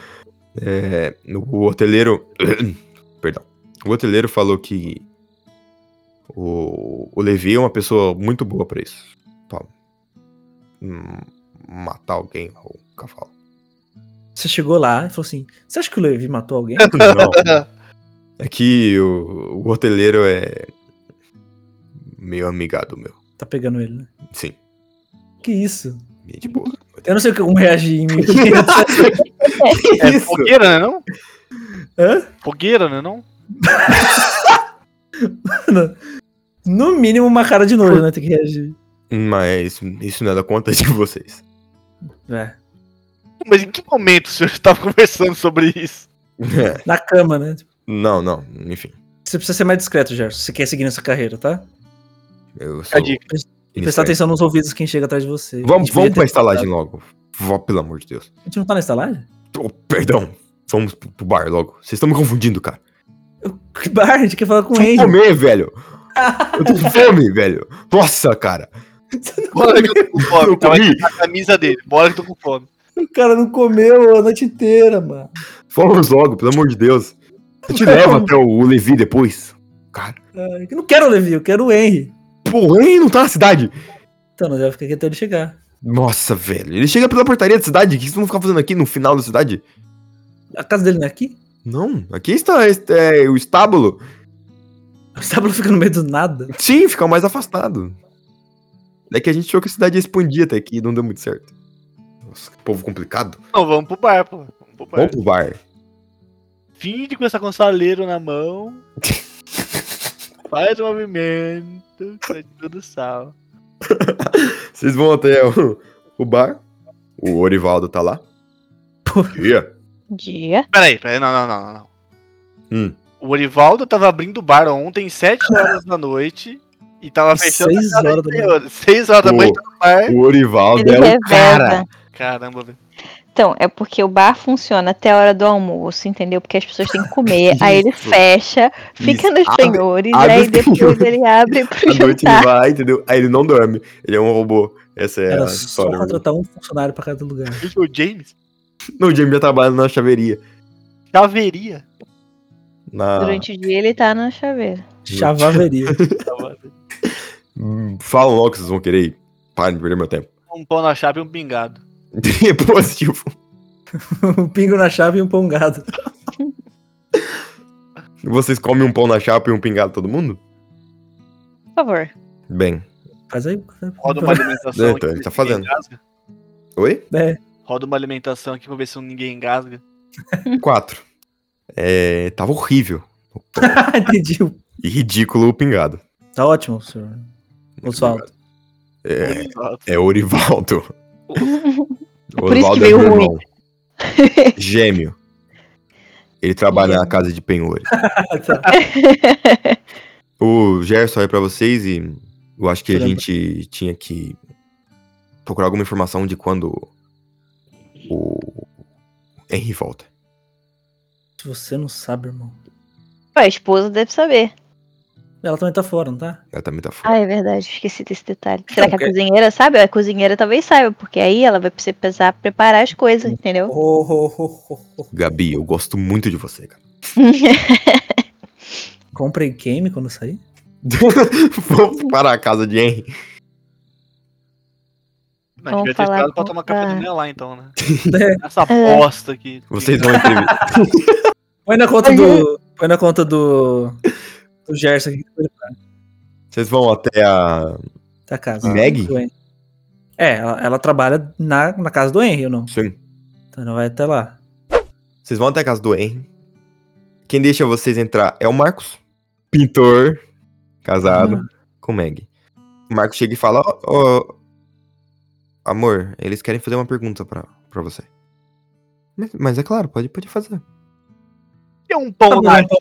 Speaker 2: É, o hoteleiro. Perdão. O hoteleiro falou que. O, o Levi é uma pessoa muito boa pra isso. Pra hum, matar alguém ou um cavalo.
Speaker 1: Você chegou lá e falou assim: Você acha que o Levi matou alguém?
Speaker 2: Não. Aqui É o, o hoteleiro é meio amigado meu.
Speaker 1: Tá pegando ele, né?
Speaker 2: Sim,
Speaker 1: Que isso?
Speaker 2: bem de boa.
Speaker 1: Eu não sei como reagir em mim.
Speaker 3: É
Speaker 2: Isso.
Speaker 3: fogueira, né não?
Speaker 1: Hã?
Speaker 3: Fogueira, né não?
Speaker 1: No mínimo, uma cara de nojo, né? Tem que reagir.
Speaker 2: Mas isso nada conta de vocês.
Speaker 1: É.
Speaker 3: Mas em que momento o senhor estava conversando sobre isso?
Speaker 1: Na cama, né?
Speaker 2: Não, não, enfim.
Speaker 1: Você precisa ser mais discreto, Gerson, se quer seguir nessa carreira, tá?
Speaker 2: Eu sou
Speaker 3: A dica.
Speaker 1: E Prestar atenção nos ouvidos quem chega atrás de você. A
Speaker 2: Vamos,
Speaker 1: gente
Speaker 2: vamos
Speaker 1: podia
Speaker 2: pra
Speaker 1: ter-
Speaker 2: estalagem logo. Vó, pelo amor de Deus.
Speaker 1: A gente não tá na estalagem?
Speaker 2: Oh, perdão. Vamos pro pro bar logo. Vocês estão me confundindo, cara.
Speaker 1: Que bar, a gente quer falar com
Speaker 2: Vou
Speaker 1: ele.
Speaker 2: comer, velho. Eu tô com fome, velho. Nossa, cara.
Speaker 3: Bora que eu tô com fome.
Speaker 2: Eu
Speaker 3: Tá, vai
Speaker 2: comi.
Speaker 3: tirar a camisa dele. Bora que eu tô com fome.
Speaker 1: O cara não comeu a noite inteira, mano.
Speaker 2: Vamos logo, pelo amor de Deus. Eu te levo até o Levi depois. Cara.
Speaker 1: Ai, Eu não quero o Levi, eu quero o Henry.
Speaker 2: Porra, ele não tá na cidade.
Speaker 1: Então, nós vamos ficar aqui até ele chegar.
Speaker 2: Nossa, velho. Ele chega pela portaria da cidade. O que vocês vão ficar fazendo aqui no final da cidade?
Speaker 1: A casa dele não é aqui?
Speaker 2: Não. Aqui está este- é, o estábulo.
Speaker 1: O estábulo fica no meio do nada.
Speaker 2: Sim, fica mais afastado. É que a gente achou que a cidade ia expandir até aqui e não deu muito certo. Nossa, que povo complicado.
Speaker 3: Não, vamos pro bar, pô. Vamos pro bar.
Speaker 2: Vamos pro bar.
Speaker 3: Finge com essa com saleiro na mão. Faz o movimento. Faz tudo sal.
Speaker 2: Vocês vão até o, o bar. O Orivaldo tá lá. Ia.
Speaker 4: Dia.
Speaker 3: Peraí, peraí, não, não, não, não, não.
Speaker 2: Hum.
Speaker 3: O Orivaldo tava abrindo o bar ontem, 7 horas da noite. E tava fechando.
Speaker 1: Seis horas da manhã.
Speaker 3: 6 horas da
Speaker 2: Pô.
Speaker 3: manhã tava no bar.
Speaker 2: O Orivaldo
Speaker 4: Ele
Speaker 2: é o
Speaker 4: revela.
Speaker 2: cara.
Speaker 3: Caramba, velho.
Speaker 4: Então, é porque o bar funciona até a hora do almoço, entendeu? Porque as pessoas têm que comer, aí ele
Speaker 2: Isso.
Speaker 4: fecha, fica
Speaker 2: Isso.
Speaker 4: nos
Speaker 2: Abre-
Speaker 4: senhores,
Speaker 2: abre
Speaker 4: aí
Speaker 2: os
Speaker 4: depois
Speaker 2: senhores.
Speaker 4: ele abre pro
Speaker 2: A noite ele
Speaker 4: jantar.
Speaker 2: vai, entendeu? Aí ele não dorme. Ele é um robô. Essa é
Speaker 1: Era
Speaker 2: a
Speaker 1: só
Speaker 2: história.
Speaker 1: contratar um funcionário pra cada lugar.
Speaker 3: Esse é o James.
Speaker 2: Não, o Jamie já trabalha na chaveria.
Speaker 3: Chaveria.
Speaker 2: Na...
Speaker 4: Durante o dia ele tá na chaveira.
Speaker 1: Chavaveria.
Speaker 2: Hum, Falam logo que vocês vão querer ir. Parem de perder meu tempo.
Speaker 3: Um pão na chave e um pingado.
Speaker 2: É positivo.
Speaker 1: um pingo na chave e um pongado.
Speaker 2: Vocês comem um pão na chapa e um pingado todo mundo?
Speaker 4: Por favor.
Speaker 2: Bem.
Speaker 1: Faz aí.
Speaker 3: Roda uma alimentação.
Speaker 2: É, então,
Speaker 3: aqui
Speaker 2: ele tá
Speaker 3: pra ver se ninguém
Speaker 2: fazendo.
Speaker 3: engasga.
Speaker 2: Oi?
Speaker 1: É,
Speaker 3: Roda uma alimentação aqui pra ver se ninguém engasga.
Speaker 4: Hum.
Speaker 2: Quatro. É, tava horrível.
Speaker 1: Ah, entendi.
Speaker 2: E ridículo o pingado.
Speaker 1: Tá ótimo, senhor. Osvaldo.
Speaker 2: É, é Orivaldo.
Speaker 4: Por isso que
Speaker 2: é
Speaker 4: veio
Speaker 2: meu
Speaker 4: ruim.
Speaker 2: irmão. Gêmeo. Ele trabalha na casa de penhores.
Speaker 1: Ah, tá.
Speaker 2: O Gerson é pra vocês e eu acho que a
Speaker 1: Lembra.
Speaker 2: gente tinha que procurar alguma informação de quando o Henry volta.
Speaker 1: Se você não sabe, irmão.
Speaker 4: Ué, a esposa deve saber.
Speaker 1: Ela também tá fora, não tá?
Speaker 2: Ela também tá fora.
Speaker 4: Ah, é verdade, esqueci desse detalhe. Será que
Speaker 1: porque-
Speaker 4: a cozinheira sabe? A cozinheira talvez saiba, porque aí ela vai precisar preparar as coisas, entendeu?
Speaker 1: Oh, oh, oh, oh, oh.
Speaker 2: Gabi, eu gosto muito de você, cara.
Speaker 1: Comprei game quando sair?
Speaker 2: Vamos para a casa de Henry.
Speaker 3: Não,
Speaker 4: Vamos
Speaker 3: devia ter
Speaker 4: falar
Speaker 3: ficado pra
Speaker 4: com-
Speaker 3: tomar café da
Speaker 4: ah.
Speaker 3: manhã lá, então, né?
Speaker 1: É.
Speaker 3: Essa bosta aqui.
Speaker 2: Vocês vão entrevistar.
Speaker 1: Põe na conta do. Põe na conta do. Do Gerson aqui
Speaker 2: Vocês vão até a.
Speaker 1: da casa.
Speaker 2: Maggie?
Speaker 1: Do Henry. É, ela, ela trabalha na, na casa do Henry ou não?
Speaker 2: Sim.
Speaker 1: Então ela vai até lá.
Speaker 2: Vocês vão até a casa do Henry. Quem deixa vocês entrar é o Marcos, pintor, casado com Meg. O Marcos chega e fala: "Ó, ó, Amor, eles querem fazer uma pergunta pra, pra você. Mas, mas é claro, pode, pode fazer.
Speaker 3: Que é um
Speaker 1: Tá
Speaker 3: pão na
Speaker 1: então.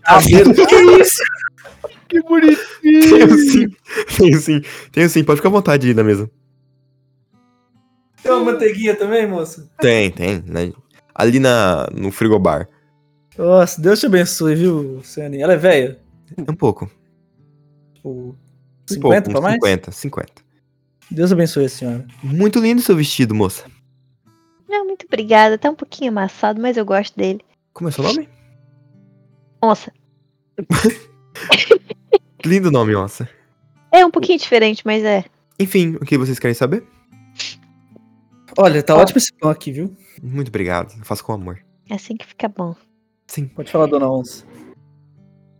Speaker 1: que isso?
Speaker 3: Que bonitinho.
Speaker 2: Tenho sim, tenho sim, tenho sim, pode ficar à vontade aí na mesa.
Speaker 1: Tem uma manteiguinha também, moço?
Speaker 2: Tem, tem. né? Ali na, no frigobar.
Speaker 1: Nossa, Deus te abençoe, viu, Luciane? Ela é velha?
Speaker 2: É um pouco.
Speaker 1: Tipo,
Speaker 2: Um pouco,
Speaker 1: 50 pra
Speaker 2: uns
Speaker 1: mais?
Speaker 2: 50, 50.
Speaker 1: Deus abençoe a senhora.
Speaker 2: Muito lindo seu vestido, moça. Uhum.
Speaker 4: Não, muito obrigada. Tá um pouquinho amassado, mas eu gosto dele.
Speaker 2: Como é seu nome?
Speaker 4: Nossa,
Speaker 2: Que lindo nome, moça.
Speaker 4: é um pouquinho diferente, mas é.
Speaker 2: Enfim, o que vocês querem saber?
Speaker 1: Olha, tá ótimo esse pão aqui, viu?
Speaker 2: Muito obrigado. Eu faço com amor.
Speaker 4: É assim que fica bom.
Speaker 1: Pode falar, dona Onça.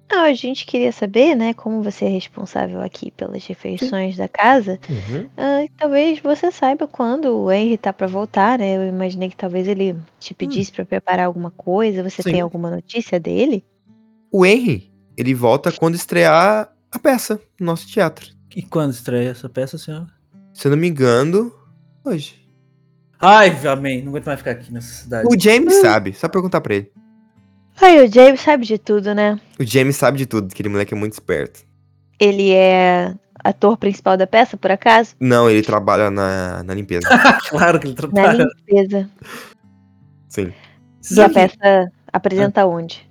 Speaker 4: Ah, a gente queria saber, né, como você é responsável aqui pelas refeições da casa.
Speaker 1: Uhum.
Speaker 4: Ah, talvez você saiba quando o Henry tá pra voltar, né? Eu imaginei que talvez ele te pedisse pra preparar alguma coisa. Você
Speaker 1: Hum. Sim.
Speaker 4: tem alguma notícia dele?
Speaker 2: O Henry, ele volta quando estrear a peça no nosso teatro.
Speaker 1: E quando estreia essa peça, senhora?
Speaker 2: Se eu não me engano, hoje.
Speaker 1: Ai, amém. Não aguento mais ficar aqui nessa cidade.
Speaker 2: O James sabe, só perguntar pra ele.
Speaker 4: Ai, o James sabe de tudo, né?
Speaker 2: O James sabe de tudo, aquele moleque é muito esperto.
Speaker 4: Ele é ator principal da peça, por acaso?
Speaker 2: Não, ele trabalha na, na limpeza.
Speaker 1: Claro que ele
Speaker 4: Na
Speaker 1: trabalha.
Speaker 4: limpeza.
Speaker 2: Sim.
Speaker 4: E a
Speaker 1: Sabe-
Speaker 4: peça apresenta onde?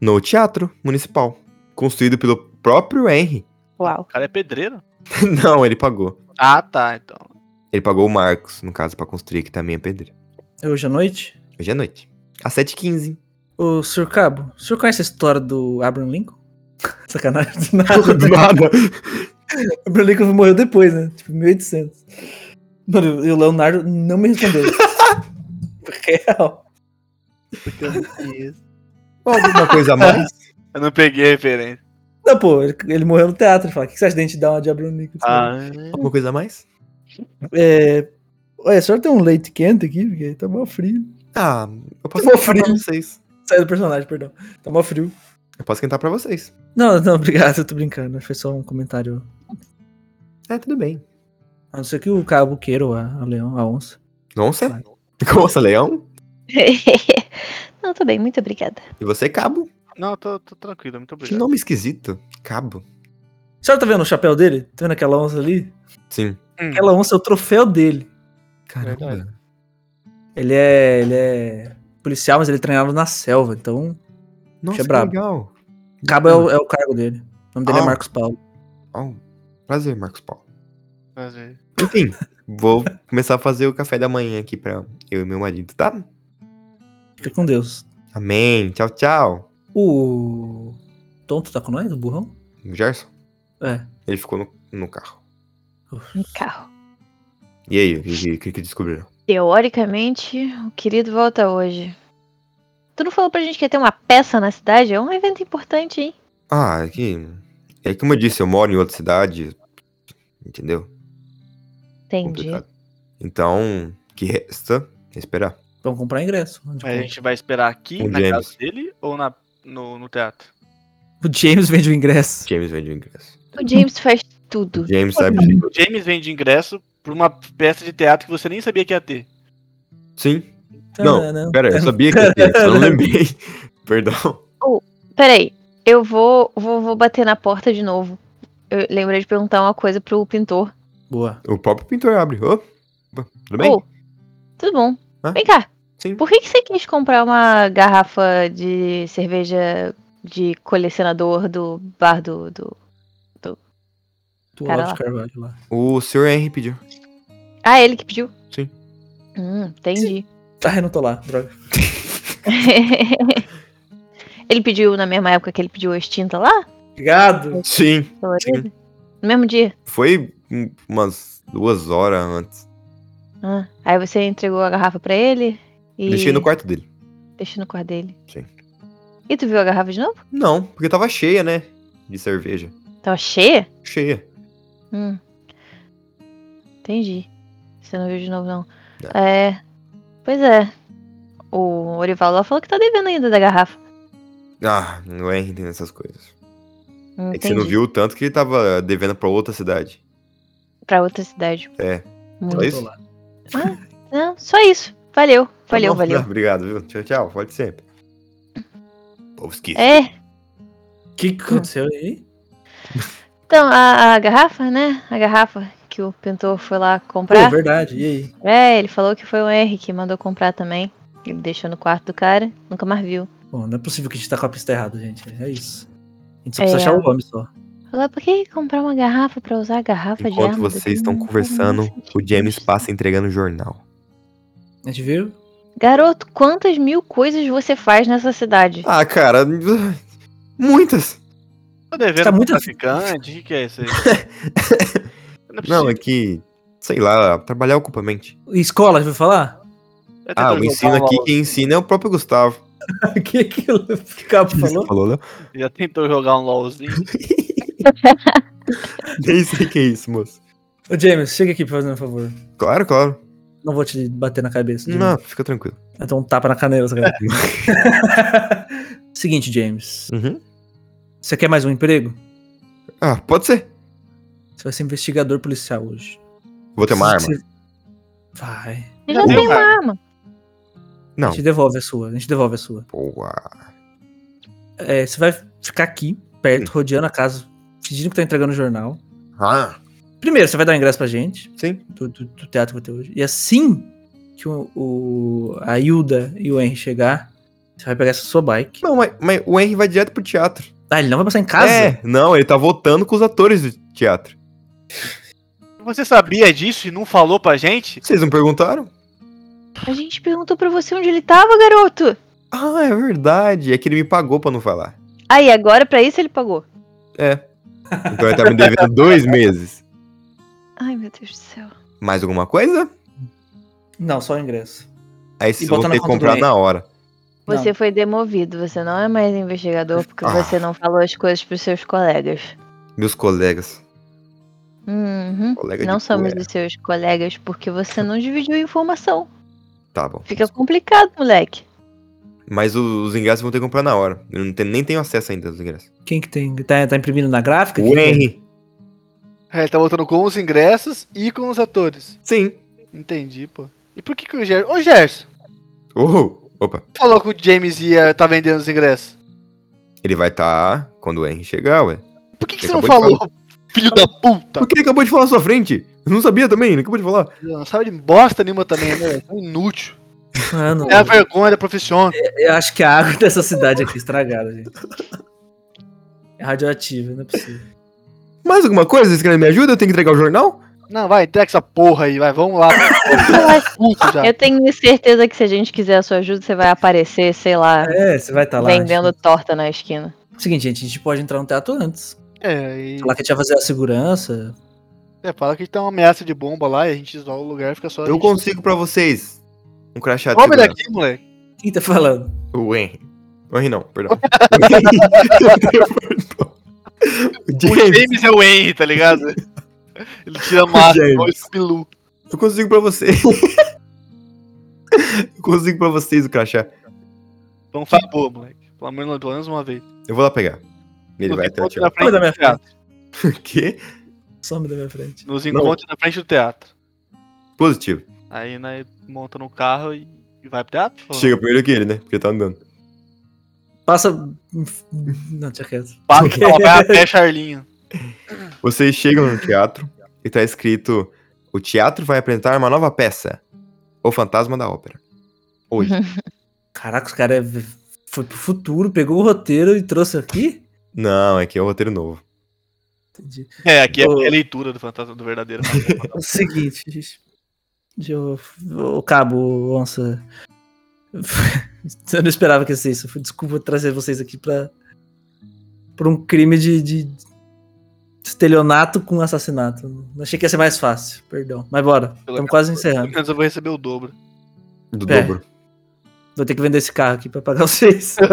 Speaker 2: No teatro municipal. Construído pelo próprio Henry.
Speaker 4: Uau.
Speaker 3: O cara é pedreiro?
Speaker 2: não, ele pagou.
Speaker 3: Ah, tá, então.
Speaker 2: Ele pagou o Marcos, no caso, pra construir, que também é pedreiro.
Speaker 1: É Hoje à noite?
Speaker 2: Hoje é noite. Às 7h15.
Speaker 1: Ô, Sr. Cabo, o senhor conhece a história do Abraham Lincoln? Sacanagem, do nada.
Speaker 2: Do nada.
Speaker 1: Abraham Lincoln morreu depois, né? Tipo, 1800. Mano, e o Leonardo não me respondeu. Real.
Speaker 2: Alguma coisa a mais?
Speaker 3: Eu não peguei a referência.
Speaker 1: Não, pô, ele, ele morreu no teatro. Ele fala, o que você acha da gente dar uma de Abraham Lincoln?
Speaker 3: Ah,
Speaker 2: Alguma coisa a mais?
Speaker 1: É... Olha, a senhora tem um leite quente aqui? Porque tá mal frio.
Speaker 2: Ah, eu posso
Speaker 1: Tô
Speaker 2: esquentar pra
Speaker 1: frio.
Speaker 2: vocês.
Speaker 1: Sai do personagem, perdão. Tá mal frio.
Speaker 2: Eu posso esquentar pra vocês.
Speaker 1: Não, não, obrigado, eu tô brincando. Foi só um comentário.
Speaker 2: É, tudo bem.
Speaker 1: A não ser que o cabo queira ou a, a leão, a onça.
Speaker 2: Onça?
Speaker 1: Vai.
Speaker 2: Onça, leão?
Speaker 4: Não, tô bem, muito obrigada.
Speaker 2: E você, cabo?
Speaker 3: não, tô, tô tranquilo, muito
Speaker 2: Que
Speaker 3: obrigado.
Speaker 2: nome esquisito. Cabo.
Speaker 1: A senhora tá vendo o chapéu dele? Tá vendo aquela onça ali?
Speaker 2: Sim.
Speaker 3: Hum,
Speaker 1: Aquela onça é o troféu dele.
Speaker 2: Caramba.
Speaker 1: Ele é. Ele é policial, mas ele é treinado na selva. Então,
Speaker 2: Nossa,
Speaker 1: Que
Speaker 2: que
Speaker 1: brabo.
Speaker 2: legal.
Speaker 1: cabo é o, é o cargo dele. O nome dele é
Speaker 2: Hum. Ah.
Speaker 1: Marcos Paulo.
Speaker 2: Ó, um prazer, Marcos Paulo.
Speaker 3: prazer.
Speaker 2: Enfim, vou começar a fazer o café da manhã aqui pra eu e meu marido, tá?
Speaker 1: Fica com Deus.
Speaker 2: Amém. Tchau, tchau.
Speaker 1: O. Tonto tá com nós? O burrão?
Speaker 2: O Gerson,
Speaker 1: É.
Speaker 2: ele ficou no, no carro.
Speaker 4: Um carro.
Speaker 2: E aí, o que, que, que descobriram?
Speaker 4: Teoricamente, o querido volta hoje. Tu não falou pra gente que ia ter uma peça na cidade? É um evento importante, hein?
Speaker 2: Ah, aqui. É como eu disse, eu moro em outra cidade. Entendeu?
Speaker 4: Entendi.
Speaker 2: Então, o que resta é esperar.
Speaker 1: Vamos comprar ingresso. Onde
Speaker 3: Mas a gente vai esperar aqui
Speaker 2: O
Speaker 3: na
Speaker 2: James.
Speaker 3: casa dele ou na, no, no teatro?
Speaker 1: compra. O James vende o ingresso.
Speaker 2: James vende o ingresso.
Speaker 4: O James faz tudo.
Speaker 2: James sabe de
Speaker 3: O James vende ingresso pra uma peça de teatro que você nem sabia que ia ter.
Speaker 2: Sim.
Speaker 1: Ah,
Speaker 2: Não, pera, eu sabia que ia ter, só não lembrei. Perdão.
Speaker 4: Peraí, eu vou, vou, vou bater na porta de novo. Eu lembrei de perguntar uma coisa pro pintor.
Speaker 1: Boa.
Speaker 2: O próprio pintor abre. Ô, opa, tudo bem?
Speaker 4: Ô, tudo bom?
Speaker 2: Hã?
Speaker 4: Vem cá.
Speaker 2: Sim.
Speaker 4: Por que, que você quis comprar uma garrafa de cerveja de colecionador do bar do. do...
Speaker 1: Tu
Speaker 4: Cara
Speaker 1: Olavo
Speaker 4: lá.
Speaker 1: Carvalho lá.
Speaker 2: O senhor Henry pediu.
Speaker 4: Ah, ele que pediu?
Speaker 2: Sim.
Speaker 4: Hum, entendi.
Speaker 1: Ah, eu não tô lá, droga.
Speaker 4: ele pediu na mesma época que ele pediu a extinta lá?
Speaker 2: Hum.
Speaker 1: Obrigado.
Speaker 2: Sim.
Speaker 4: colorida? No mesmo dia?
Speaker 2: Foi um- umas duas horas antes.
Speaker 4: Ah, aí você entregou a garrafa pra ele e.
Speaker 2: Deixei no quarto dele.
Speaker 4: Deixou no quarto dele.
Speaker 2: Sim.
Speaker 4: E tu viu a garrafa de novo?
Speaker 2: Não, porque tava cheia, né? De cerveja.
Speaker 4: Tava cheia?
Speaker 2: Cheia.
Speaker 4: Hum. Entendi. Você não viu de novo, não.
Speaker 2: Não.
Speaker 4: É. Pois é. O Orival lá falou que tá devendo ainda da garrafa.
Speaker 2: Ah, o Henry tem essas coisas.
Speaker 4: Entendi.
Speaker 2: É que você não viu o tanto que ele tava devendo pra outra cidade.
Speaker 4: Pra outra cidade.
Speaker 2: É.
Speaker 1: Eu
Speaker 4: Muito.
Speaker 1: não
Speaker 2: Só
Speaker 1: tô
Speaker 2: isso?
Speaker 1: lá.
Speaker 4: Não, só isso. Valeu.
Speaker 2: Tá
Speaker 4: Valeu,
Speaker 2: bom.
Speaker 4: valeu.
Speaker 2: Obrigado, viu? Tchau, tchau. Pode sempre. Povo esquisito.
Speaker 4: É.
Speaker 1: O que que aconteceu aí?
Speaker 4: Então, a, a garrafa, né? A garrafa que o pintor foi lá
Speaker 1: Pô,
Speaker 4: comprar.
Speaker 1: verdade. E aí?
Speaker 4: É, ele falou que foi o Henry que mandou comprar também. Ele deixou no quarto do cara, nunca mais viu.
Speaker 1: Bom, não é possível que a gente tá com a pista errada, gente. É isso. A gente só
Speaker 4: É.
Speaker 1: precisa achar o homem só.
Speaker 4: Falou, "Ah, por que comprar uma garrafa pra usar a garrafa de
Speaker 2: Enquanto
Speaker 4: arma?
Speaker 2: vocês estão conversando, o James passa entregando o jornal.
Speaker 1: A gente viu?
Speaker 4: Garoto, quantas mil coisas você faz nessa cidade?
Speaker 2: Ah, cara. Muitas!
Speaker 3: Tá devendo
Speaker 1: Tá
Speaker 3: pra um
Speaker 1: muito-
Speaker 3: traficante? O que, que é isso aí? é
Speaker 2: Não, é
Speaker 3: possível.
Speaker 2: que. Sei lá, trabalhar ocupa a mente.
Speaker 1: E escola, já ouviu falar?
Speaker 3: Eu tento
Speaker 2: Ah, o
Speaker 3: jogar um
Speaker 2: ensino
Speaker 3: uma-
Speaker 2: aqui, quem ensina é o próprio Gustavo.
Speaker 1: O que que o Cabo falou?
Speaker 2: Falou, Léo?
Speaker 3: Já tentou jogar um LOLzinho?
Speaker 2: Nem sei o que é isso, moço.
Speaker 1: Ô, James, chega aqui, por favor.
Speaker 2: Claro, claro.
Speaker 1: Não vou te bater na cabeça. James.
Speaker 2: Não, fica tranquilo.
Speaker 1: Então um tapa na canela, essa galera. Seguinte, James.
Speaker 2: Uhum.
Speaker 1: Você quer mais um emprego?
Speaker 2: Ah, pode ser.
Speaker 1: Você vai ser investigador policial hoje.
Speaker 2: Vou ter uma arma.
Speaker 1: Você- Vai.
Speaker 4: Ele já
Speaker 3: Não,
Speaker 4: tem uma
Speaker 3: cara.
Speaker 4: arma.
Speaker 1: A
Speaker 2: Não.
Speaker 1: gente devolve a sua. A gente devolve a sua.
Speaker 2: Boa.
Speaker 1: É, você vai ficar aqui, perto, rodeando a casa, fingindo que tá entregando o jornal.
Speaker 2: Ah,
Speaker 1: Primeiro, você vai dar o ingresso pra gente,
Speaker 2: sim.
Speaker 1: do, do- do teatro que vai ter hoje. E assim que o, o- a Hilda e o Henry chegar, você vai pegar essa sua bike.
Speaker 2: Não, mas, mas o Henry vai direto pro teatro.
Speaker 1: Ah, ele não vai passar em casa?
Speaker 2: É, não, ele tá votando com os atores do teatro.
Speaker 3: Você sabia disso e não falou pra gente?
Speaker 2: Vocês não perguntaram?
Speaker 4: A gente perguntou pra você onde ele tava, garoto.
Speaker 2: Ah, é verdade. É que ele me pagou pra não falar.
Speaker 4: Aí, agora pra isso ele pagou.
Speaker 2: Então ele tá me devendo dois meses.
Speaker 4: Ai, meu Deus do céu.
Speaker 2: Mais alguma coisa?
Speaker 1: Não, só o ingresso.
Speaker 2: Aí vocês
Speaker 1: botar
Speaker 2: vão
Speaker 1: na
Speaker 2: ter que
Speaker 1: conta do
Speaker 2: comprar
Speaker 1: Henry.
Speaker 2: na hora.
Speaker 4: Você foi demovido, você não é mais investigador porque
Speaker 2: Ah.
Speaker 4: você não falou as coisas pros seus colegas.
Speaker 2: Meus colegas.
Speaker 4: Uhum.
Speaker 2: Colega
Speaker 4: Não
Speaker 2: de
Speaker 4: somos
Speaker 2: poeira.
Speaker 4: os seus colegas porque você não dividiu informação.
Speaker 2: Tá bom.
Speaker 4: Fica complicado, moleque.
Speaker 2: Mas o- os ingressos vão ter que comprar na hora. Eu não tenho, nem tenho acesso ainda aos ingressos.
Speaker 1: Quem que tem? Tá, tá imprimindo na gráfica?
Speaker 2: O Henry.
Speaker 3: É, ele tá voltando com os ingressos e com os atores.
Speaker 2: Sim.
Speaker 3: Entendi, pô. E por que que o Gerson... Ô, Gerson,
Speaker 2: Uhul. Opa.
Speaker 3: tu falou que o James ia tá vendendo os ingressos.
Speaker 2: Ele vai tá quando o Henry chegar, ué.
Speaker 3: Por que que
Speaker 2: Ele
Speaker 3: você não
Speaker 2: acabou de
Speaker 3: falou, filho da puta?
Speaker 2: Porque ele acabou de falar na sua frente. Eu não sabia também, ele acabou de falar.
Speaker 3: Não sabe de bosta nenhuma também, né? É Inútil.
Speaker 1: Mano,
Speaker 3: É a vergonha da profissão.
Speaker 1: Ah, eu acho que a água dessa cidade aqui é estragada, gente. É radioativa, não é possível.
Speaker 2: Mais alguma coisa? Vocês querem me ajuda? Eu tenho que entregar o jornal?
Speaker 3: Não, vai, entrega essa porra aí, vai, vamos lá. Puta já.
Speaker 4: Eu tenho certeza que se a gente quiser a sua ajuda, você vai aparecer, sei lá,
Speaker 1: É, você vai estar lá.
Speaker 4: vendendo torta na esquina.
Speaker 1: Seguinte, gente, a gente pode entrar no teatro antes.
Speaker 3: É, e...
Speaker 1: Falar que a gente vai fazer a segurança.
Speaker 3: é, fala que tem uma ameaça de bomba lá e a gente isola o lugar e fica só. a
Speaker 2: Eu
Speaker 3: gente-
Speaker 2: consigo pra vocês. Um crachá de
Speaker 3: Some
Speaker 2: segurança.
Speaker 3: daqui, moleque.
Speaker 1: Quem tá falando?
Speaker 2: O Henry. O Henry não, perdão. O Henry- O
Speaker 3: O
Speaker 2: James,
Speaker 3: James é o Henry, tá ligado? Ele tira a máscara,
Speaker 2: James.
Speaker 3: igual o Scooby-Doo.
Speaker 2: eu consigo pra vocês. eu consigo pra vocês o crachá.
Speaker 3: Então faz boa, moleque. Pelo menos, pelo menos uma vez.
Speaker 2: Eu vou lá pegar. Ele
Speaker 3: Nos
Speaker 2: vai até o
Speaker 3: encontra na
Speaker 2: teatro.
Speaker 3: frente
Speaker 1: Olha da
Speaker 3: do
Speaker 1: minha
Speaker 3: teatro.
Speaker 2: O quê?
Speaker 1: Some da minha frente.
Speaker 3: Nos encontra na frente do teatro.
Speaker 2: Positivo.
Speaker 3: Aí né, monta no carro e, e vai pro teatro. pô.
Speaker 2: Chega primeiro que ele, né? Porque tá andando.
Speaker 1: Passa. hum, Não, tinha quieto.
Speaker 3: Passa, ela vai até Charlinho.
Speaker 2: Vocês chegam no teatro e tá escrito: O teatro vai apresentar uma nova peça. O Fantasma da Ópera. Hoje.
Speaker 1: Caraca, os caras foi pro futuro, pegou o roteiro e trouxe aqui?
Speaker 2: não, é que é o roteiro novo.
Speaker 1: Entendi.
Speaker 3: É, aqui é
Speaker 1: Ô.
Speaker 3: a leitura do fantasma do verdadeiro.
Speaker 1: É o seguinte, gente. Deixa eu- O cabo, onça. Eu não esperava que ia ser isso. Desculpa trazer vocês aqui pra. Por um crime de. de... Estelionato com assassinato. Não achei que ia ser mais fácil, perdão. Mas bora, estamos quase
Speaker 3: Pelo
Speaker 1: encerrando.
Speaker 3: menos eu vou receber o dobro.
Speaker 2: Do
Speaker 1: É.
Speaker 2: dobro.
Speaker 1: Vou ter que vender esse carro aqui pra pagar vocês.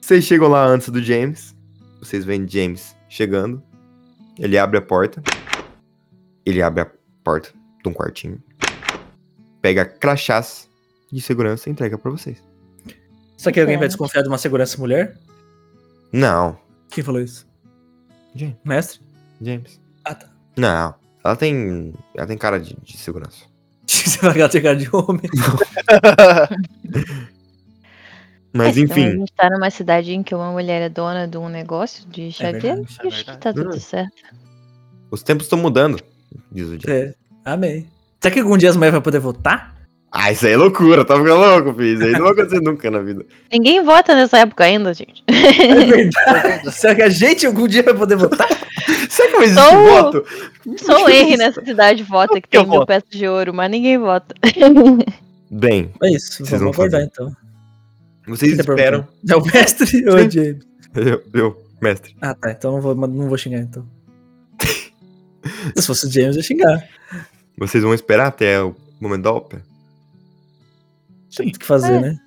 Speaker 2: Vocês chegam lá antes do James. Vocês veem James chegando. Ele abre a porta. Ele abre a porta de um quartinho. Pega crachás de segurança e entrega pra vocês.
Speaker 1: Só que alguém vai
Speaker 4: Certo.
Speaker 1: desconfiar de uma segurança mulher?
Speaker 2: Não,
Speaker 1: Quem falou isso?
Speaker 2: Gente.
Speaker 1: Mestre?
Speaker 2: James.
Speaker 1: Ah, tá.
Speaker 2: Não. Ela tem. Ela tem cara de, de segurança.
Speaker 1: Você vai ganhar cara de homem.
Speaker 2: Mas
Speaker 4: É, Então a
Speaker 2: enfim.
Speaker 4: gente tá numa cidade em que uma mulher é dona de um negócio de xadrez.
Speaker 1: verdade,
Speaker 3: é
Speaker 4: acho que tá
Speaker 2: verdade.
Speaker 4: tudo certo.
Speaker 2: Os tempos estão mudando. Diz o James.
Speaker 1: É, amei. Será que algum dia as mulheres vão poder votar?
Speaker 2: Ah, isso aí é loucura. Tá ficando louco, filho. Isso aí não vai acontecer nunca na vida.
Speaker 4: Ninguém vota nessa época ainda, gente.
Speaker 1: É verdade. Será que a gente algum dia vai poder votar?
Speaker 2: Será que vai existir
Speaker 4: Só o-
Speaker 2: voto?
Speaker 4: Só o Henry nessa cidade vota que
Speaker 3: que eu
Speaker 4: tem mil
Speaker 3: voto?
Speaker 4: peças de ouro, mas ninguém vota.
Speaker 2: Bem,
Speaker 1: É isso,
Speaker 2: Vocês vão
Speaker 1: vamos aguardar então.
Speaker 2: vocês
Speaker 1: Não tem problema.
Speaker 2: esperam.
Speaker 1: É o mestre ou é o James?
Speaker 2: Eu, eu, mestre.
Speaker 1: Ah tá, então não vou, não vou xingar então. Se fosse o James, eu ia xingar.
Speaker 2: Vocês vão esperar até o momento da ópera?
Speaker 1: Tem o que fazer,
Speaker 4: É.
Speaker 1: né?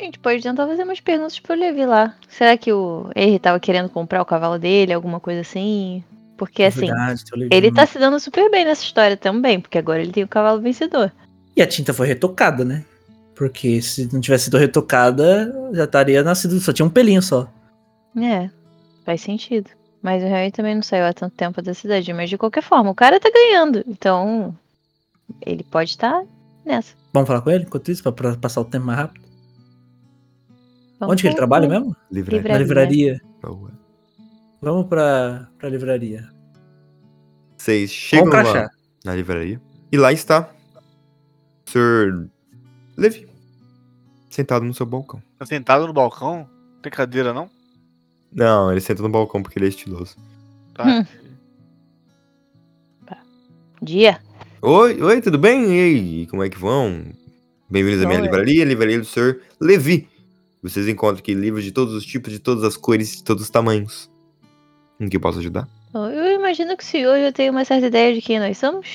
Speaker 4: A gente pode tentar fazer umas perguntas pro Levi lá. Será que o Henry tava querendo comprar o cavalo dele, alguma coisa assim? Porque assim,
Speaker 1: É Verdade, seu Levi
Speaker 4: ele
Speaker 1: não-
Speaker 4: tá se dando super bem nessa história também, porque agora ele tem o cavalo vencedor.
Speaker 1: E a tinta foi retocada, né? Porque se não tivesse sido retocada, já estaria nascido, só tinha um pelinho só.
Speaker 4: É, faz sentido. Mas o Harry também não saiu há tanto tempo da cidade. Mas de qualquer forma, o cara tá ganhando. Então, ele pode estar nessa.
Speaker 1: Vamos falar com ele enquanto isso, pra, pra passar o tempo mais rápido.
Speaker 4: Vamos
Speaker 1: Onde que ele
Speaker 4: ver.
Speaker 1: trabalha mesmo?
Speaker 2: Livraria.
Speaker 1: Na
Speaker 4: Livraria.
Speaker 1: livraria.
Speaker 2: Boa.
Speaker 1: Vamos pra, pra livraria.
Speaker 2: Vocês
Speaker 1: Vamos
Speaker 2: chegam
Speaker 1: crachá.
Speaker 2: lá na livraria e lá está Sir Levi sentado no seu balcão.
Speaker 3: Tá sentado no balcão? Não tem cadeira, não?
Speaker 2: Não, ele senta no balcão porque ele é estiloso.
Speaker 3: Tá.
Speaker 4: Hum. Dia.
Speaker 2: Oi, oi, tudo bem? E aí, como é que vão? Bem-vindos à minha
Speaker 4: Oi.
Speaker 2: livraria, livraria do Sr. Levi. Vocês encontram aqui livros de todos os tipos, de todas as cores, de todos os tamanhos. Em que posso ajudar?
Speaker 4: Eu imagino que o senhor já tem uma certa ideia de quem nós somos.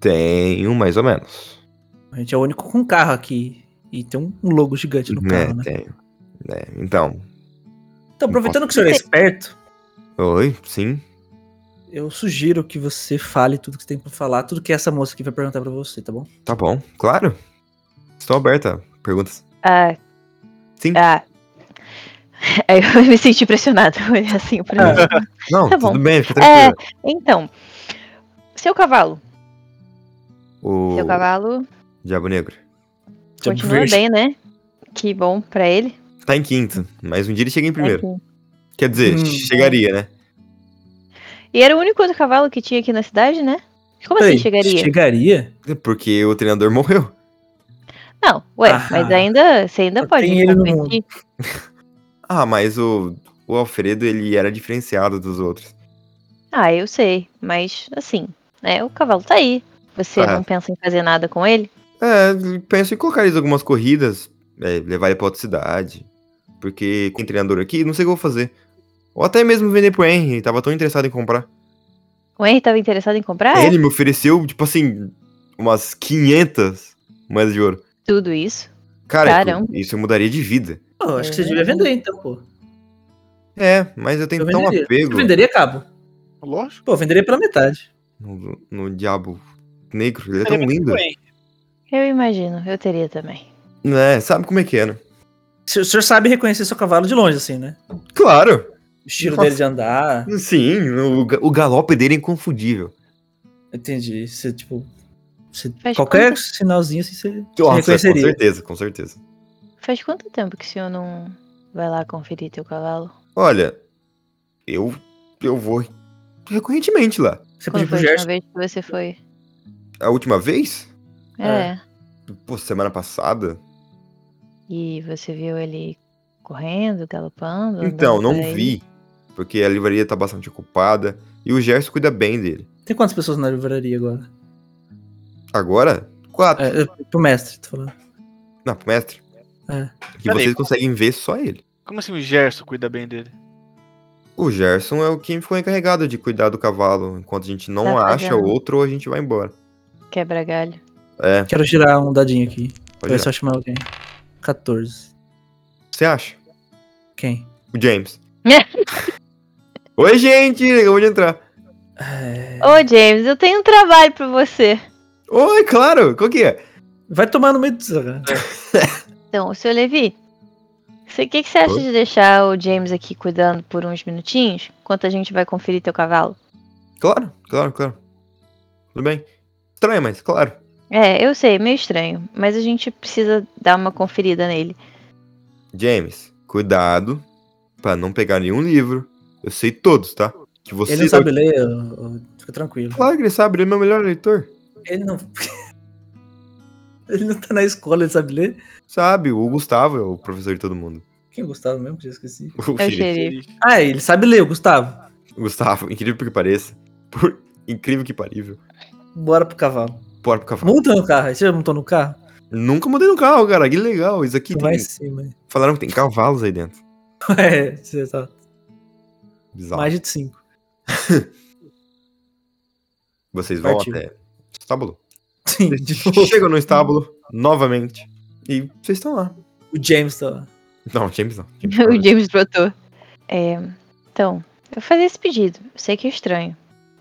Speaker 2: Tenho, mais ou menos.
Speaker 1: A gente é o único com carro aqui. E tem um logo gigante no
Speaker 2: É,
Speaker 1: carro, né?
Speaker 2: tenho. É, então,
Speaker 1: Então, aproveitando que o senhor é esperto,
Speaker 2: oi, sim.
Speaker 1: eu sugiro que você fale tudo que você tem pra falar, tudo que essa moça aqui vai perguntar pra você, tá bom?
Speaker 2: Tá bom, claro. Estou aberta. a Perguntas?
Speaker 4: Ah,
Speaker 2: Sim.
Speaker 4: ah. Aí Eu me senti pressionada olhar assim
Speaker 2: Ah,
Speaker 4: pra mim.
Speaker 2: Não,
Speaker 4: tá
Speaker 2: tudo
Speaker 4: bom.
Speaker 2: bem, fica
Speaker 4: É,
Speaker 2: tranquila.
Speaker 4: Então, seu cavalo.
Speaker 2: O
Speaker 4: Seu cavalo
Speaker 2: Diabo Negro.
Speaker 1: Diabo
Speaker 4: continua
Speaker 1: Verde.
Speaker 4: bem, né? Que bom pra ele. Assim.
Speaker 2: Tá em quinto, mas um dia ele chega em primeiro.
Speaker 4: Aqui.
Speaker 2: Quer dizer,
Speaker 1: Hum.
Speaker 2: chegaria, né?
Speaker 4: E era o único outro cavalo que tinha aqui na cidade, né? Como
Speaker 1: Peraí,
Speaker 4: assim chegaria?
Speaker 1: Chegaria?
Speaker 2: Porque o treinador morreu.
Speaker 4: Não, ué,
Speaker 1: Ah.
Speaker 4: mas ainda você ainda
Speaker 1: Só
Speaker 4: pode
Speaker 1: tem ele no mundo.
Speaker 4: competir.
Speaker 2: Ah, mas o, o Alfredo, ele era diferenciado dos outros.
Speaker 4: Ah, eu sei, mas assim, né? O cavalo tá aí. Você
Speaker 2: Ah.
Speaker 4: não pensa em fazer nada com ele?
Speaker 2: É, penso em colocar eles em algumas corridas, é, levar ele pra outra cidade. Porque com o treinador aqui, não sei o que eu vou fazer. Ou até mesmo vender pro Henry, ele tava tão interessado em comprar.
Speaker 4: O Henry tava interessado em comprar? é?
Speaker 2: Ele me ofereceu, tipo assim, umas 500 moedas de ouro.
Speaker 4: Tudo isso.
Speaker 2: Cara,
Speaker 4: Caramba.
Speaker 2: isso mudaria de vida.
Speaker 1: Pô, acho que você devia vender então, pô.
Speaker 2: É, mas eu tenho
Speaker 1: Eu
Speaker 2: tão
Speaker 1: venderia.
Speaker 2: apego
Speaker 1: Eu venderia cabo.
Speaker 3: Lógico.
Speaker 1: Pô, eu venderia pela metade.
Speaker 2: no, no diabo negro, ele é
Speaker 3: Ele
Speaker 2: tão
Speaker 3: é
Speaker 2: lindo.
Speaker 3: bem.
Speaker 4: Eu imagino, eu teria também.
Speaker 2: É, sabe como é que é, né?
Speaker 1: O senhor- o senhor sabe reconhecer seu cavalo de longe, assim, né?
Speaker 2: Claro!
Speaker 1: O estilo
Speaker 2: Nossa.
Speaker 1: dele de andar.
Speaker 2: Sim, o, ga- o galope dele é inconfundível.
Speaker 1: Entendi. Você, tipo. você-
Speaker 4: Faz
Speaker 1: qualquer
Speaker 4: conta.
Speaker 1: sinalzinho assim, você, você
Speaker 2: Nossa, com
Speaker 1: reconheceria.
Speaker 2: certeza, com certeza.
Speaker 4: Faz quanto tempo que o senhor não vai lá conferir teu cavalo?
Speaker 2: Olha, eu eu vou recorrentemente lá.
Speaker 1: Você
Speaker 4: Quando
Speaker 1: pediu pro
Speaker 4: foi a última
Speaker 1: Gerson.
Speaker 4: vez que você foi?
Speaker 2: A última vez?
Speaker 1: É.
Speaker 4: É.
Speaker 2: Pô, semana passada?
Speaker 4: E você viu ele correndo, galopando? andando
Speaker 2: Então, não
Speaker 4: por aí?
Speaker 2: vi. Porque a livraria tá bastante ocupada. E o Gerson cuida bem dele.
Speaker 1: Tem quantas pessoas na livraria agora?
Speaker 2: Agora, quatro.
Speaker 1: É, eu- pro mestre, tô falando.
Speaker 2: Não, pro mestre.
Speaker 1: É.
Speaker 2: Que
Speaker 3: Peraí,
Speaker 2: vocês
Speaker 3: como-
Speaker 2: conseguem ver só ele.
Speaker 3: Como assim o Gerson cuida bem dele?
Speaker 2: O Gerson é o que ficou encarregado de cuidar do cavalo. Enquanto a gente não
Speaker 4: Tá
Speaker 2: acha
Speaker 4: pegando.
Speaker 2: outro, a gente vai embora.
Speaker 4: Quebra galho.
Speaker 2: É,
Speaker 1: Quero girar um dadinho aqui.
Speaker 2: pode
Speaker 1: Pra ver se
Speaker 2: ir.
Speaker 1: eu chamar alguém. 14.
Speaker 2: Você acha?
Speaker 1: Quem?
Speaker 2: O James. Oi, gente! Acabou de entrar.
Speaker 1: É,
Speaker 4: Ô, James, eu tenho um trabalho pra você.
Speaker 2: Oi, claro! Qual que é?
Speaker 1: Vai tomar no meio do. Zé.
Speaker 4: Então, o seu Levi, o que, que você acha
Speaker 2: Oi?
Speaker 4: de deixar o James aqui cuidando por uns minutinhos, enquanto a gente vai conferir teu cavalo?
Speaker 2: Claro, claro, claro. Tudo bem. Estranho, mas claro.
Speaker 4: É, eu sei, meio estranho, mas a gente precisa dar uma conferida nele.
Speaker 2: James, cuidado pra não pegar nenhum livro. Eu sei todos, tá? Que você.
Speaker 1: Ele não sabe ler, eu- eu- fica tranquilo.
Speaker 2: Claro que ele sabe, ele é meu melhor leitor.
Speaker 1: Ele não. ele não tá na escola, ele sabe ler.
Speaker 2: Sabe, o Gustavo é o professor de todo mundo.
Speaker 1: Quem é o Gustavo mesmo? Já esqueci.
Speaker 2: O
Speaker 4: É o
Speaker 2: xerife.
Speaker 4: xerife.
Speaker 1: Ah, ele sabe ler, o Gustavo.
Speaker 2: Gustavo, incrível que pareça. Por incrível que parível.
Speaker 1: Bora pro cavalo.
Speaker 2: Bora pro cavalo.
Speaker 1: Monta no carro. Você já montou no carro?
Speaker 2: Nunca mudei no carro, cara. Que legal. Isso aqui
Speaker 1: Não
Speaker 2: tem...
Speaker 1: vai sim, mas.
Speaker 2: Falaram que tem cavalos aí dentro.
Speaker 1: É, você tá.
Speaker 2: Bizarro.
Speaker 1: Mais de cinco.
Speaker 2: Vocês vão
Speaker 1: Partiu.
Speaker 2: até. Tá Estábulo.
Speaker 1: Sim, de
Speaker 2: Vocês
Speaker 1: novo.
Speaker 2: chegam no estábulo novamente. E vocês estão lá.
Speaker 1: O James tá lá.
Speaker 2: Não, James não. James
Speaker 4: o
Speaker 2: Corden.
Speaker 4: James brotou. É, então, eu fazia esse pedido. Eu sei que é estranho.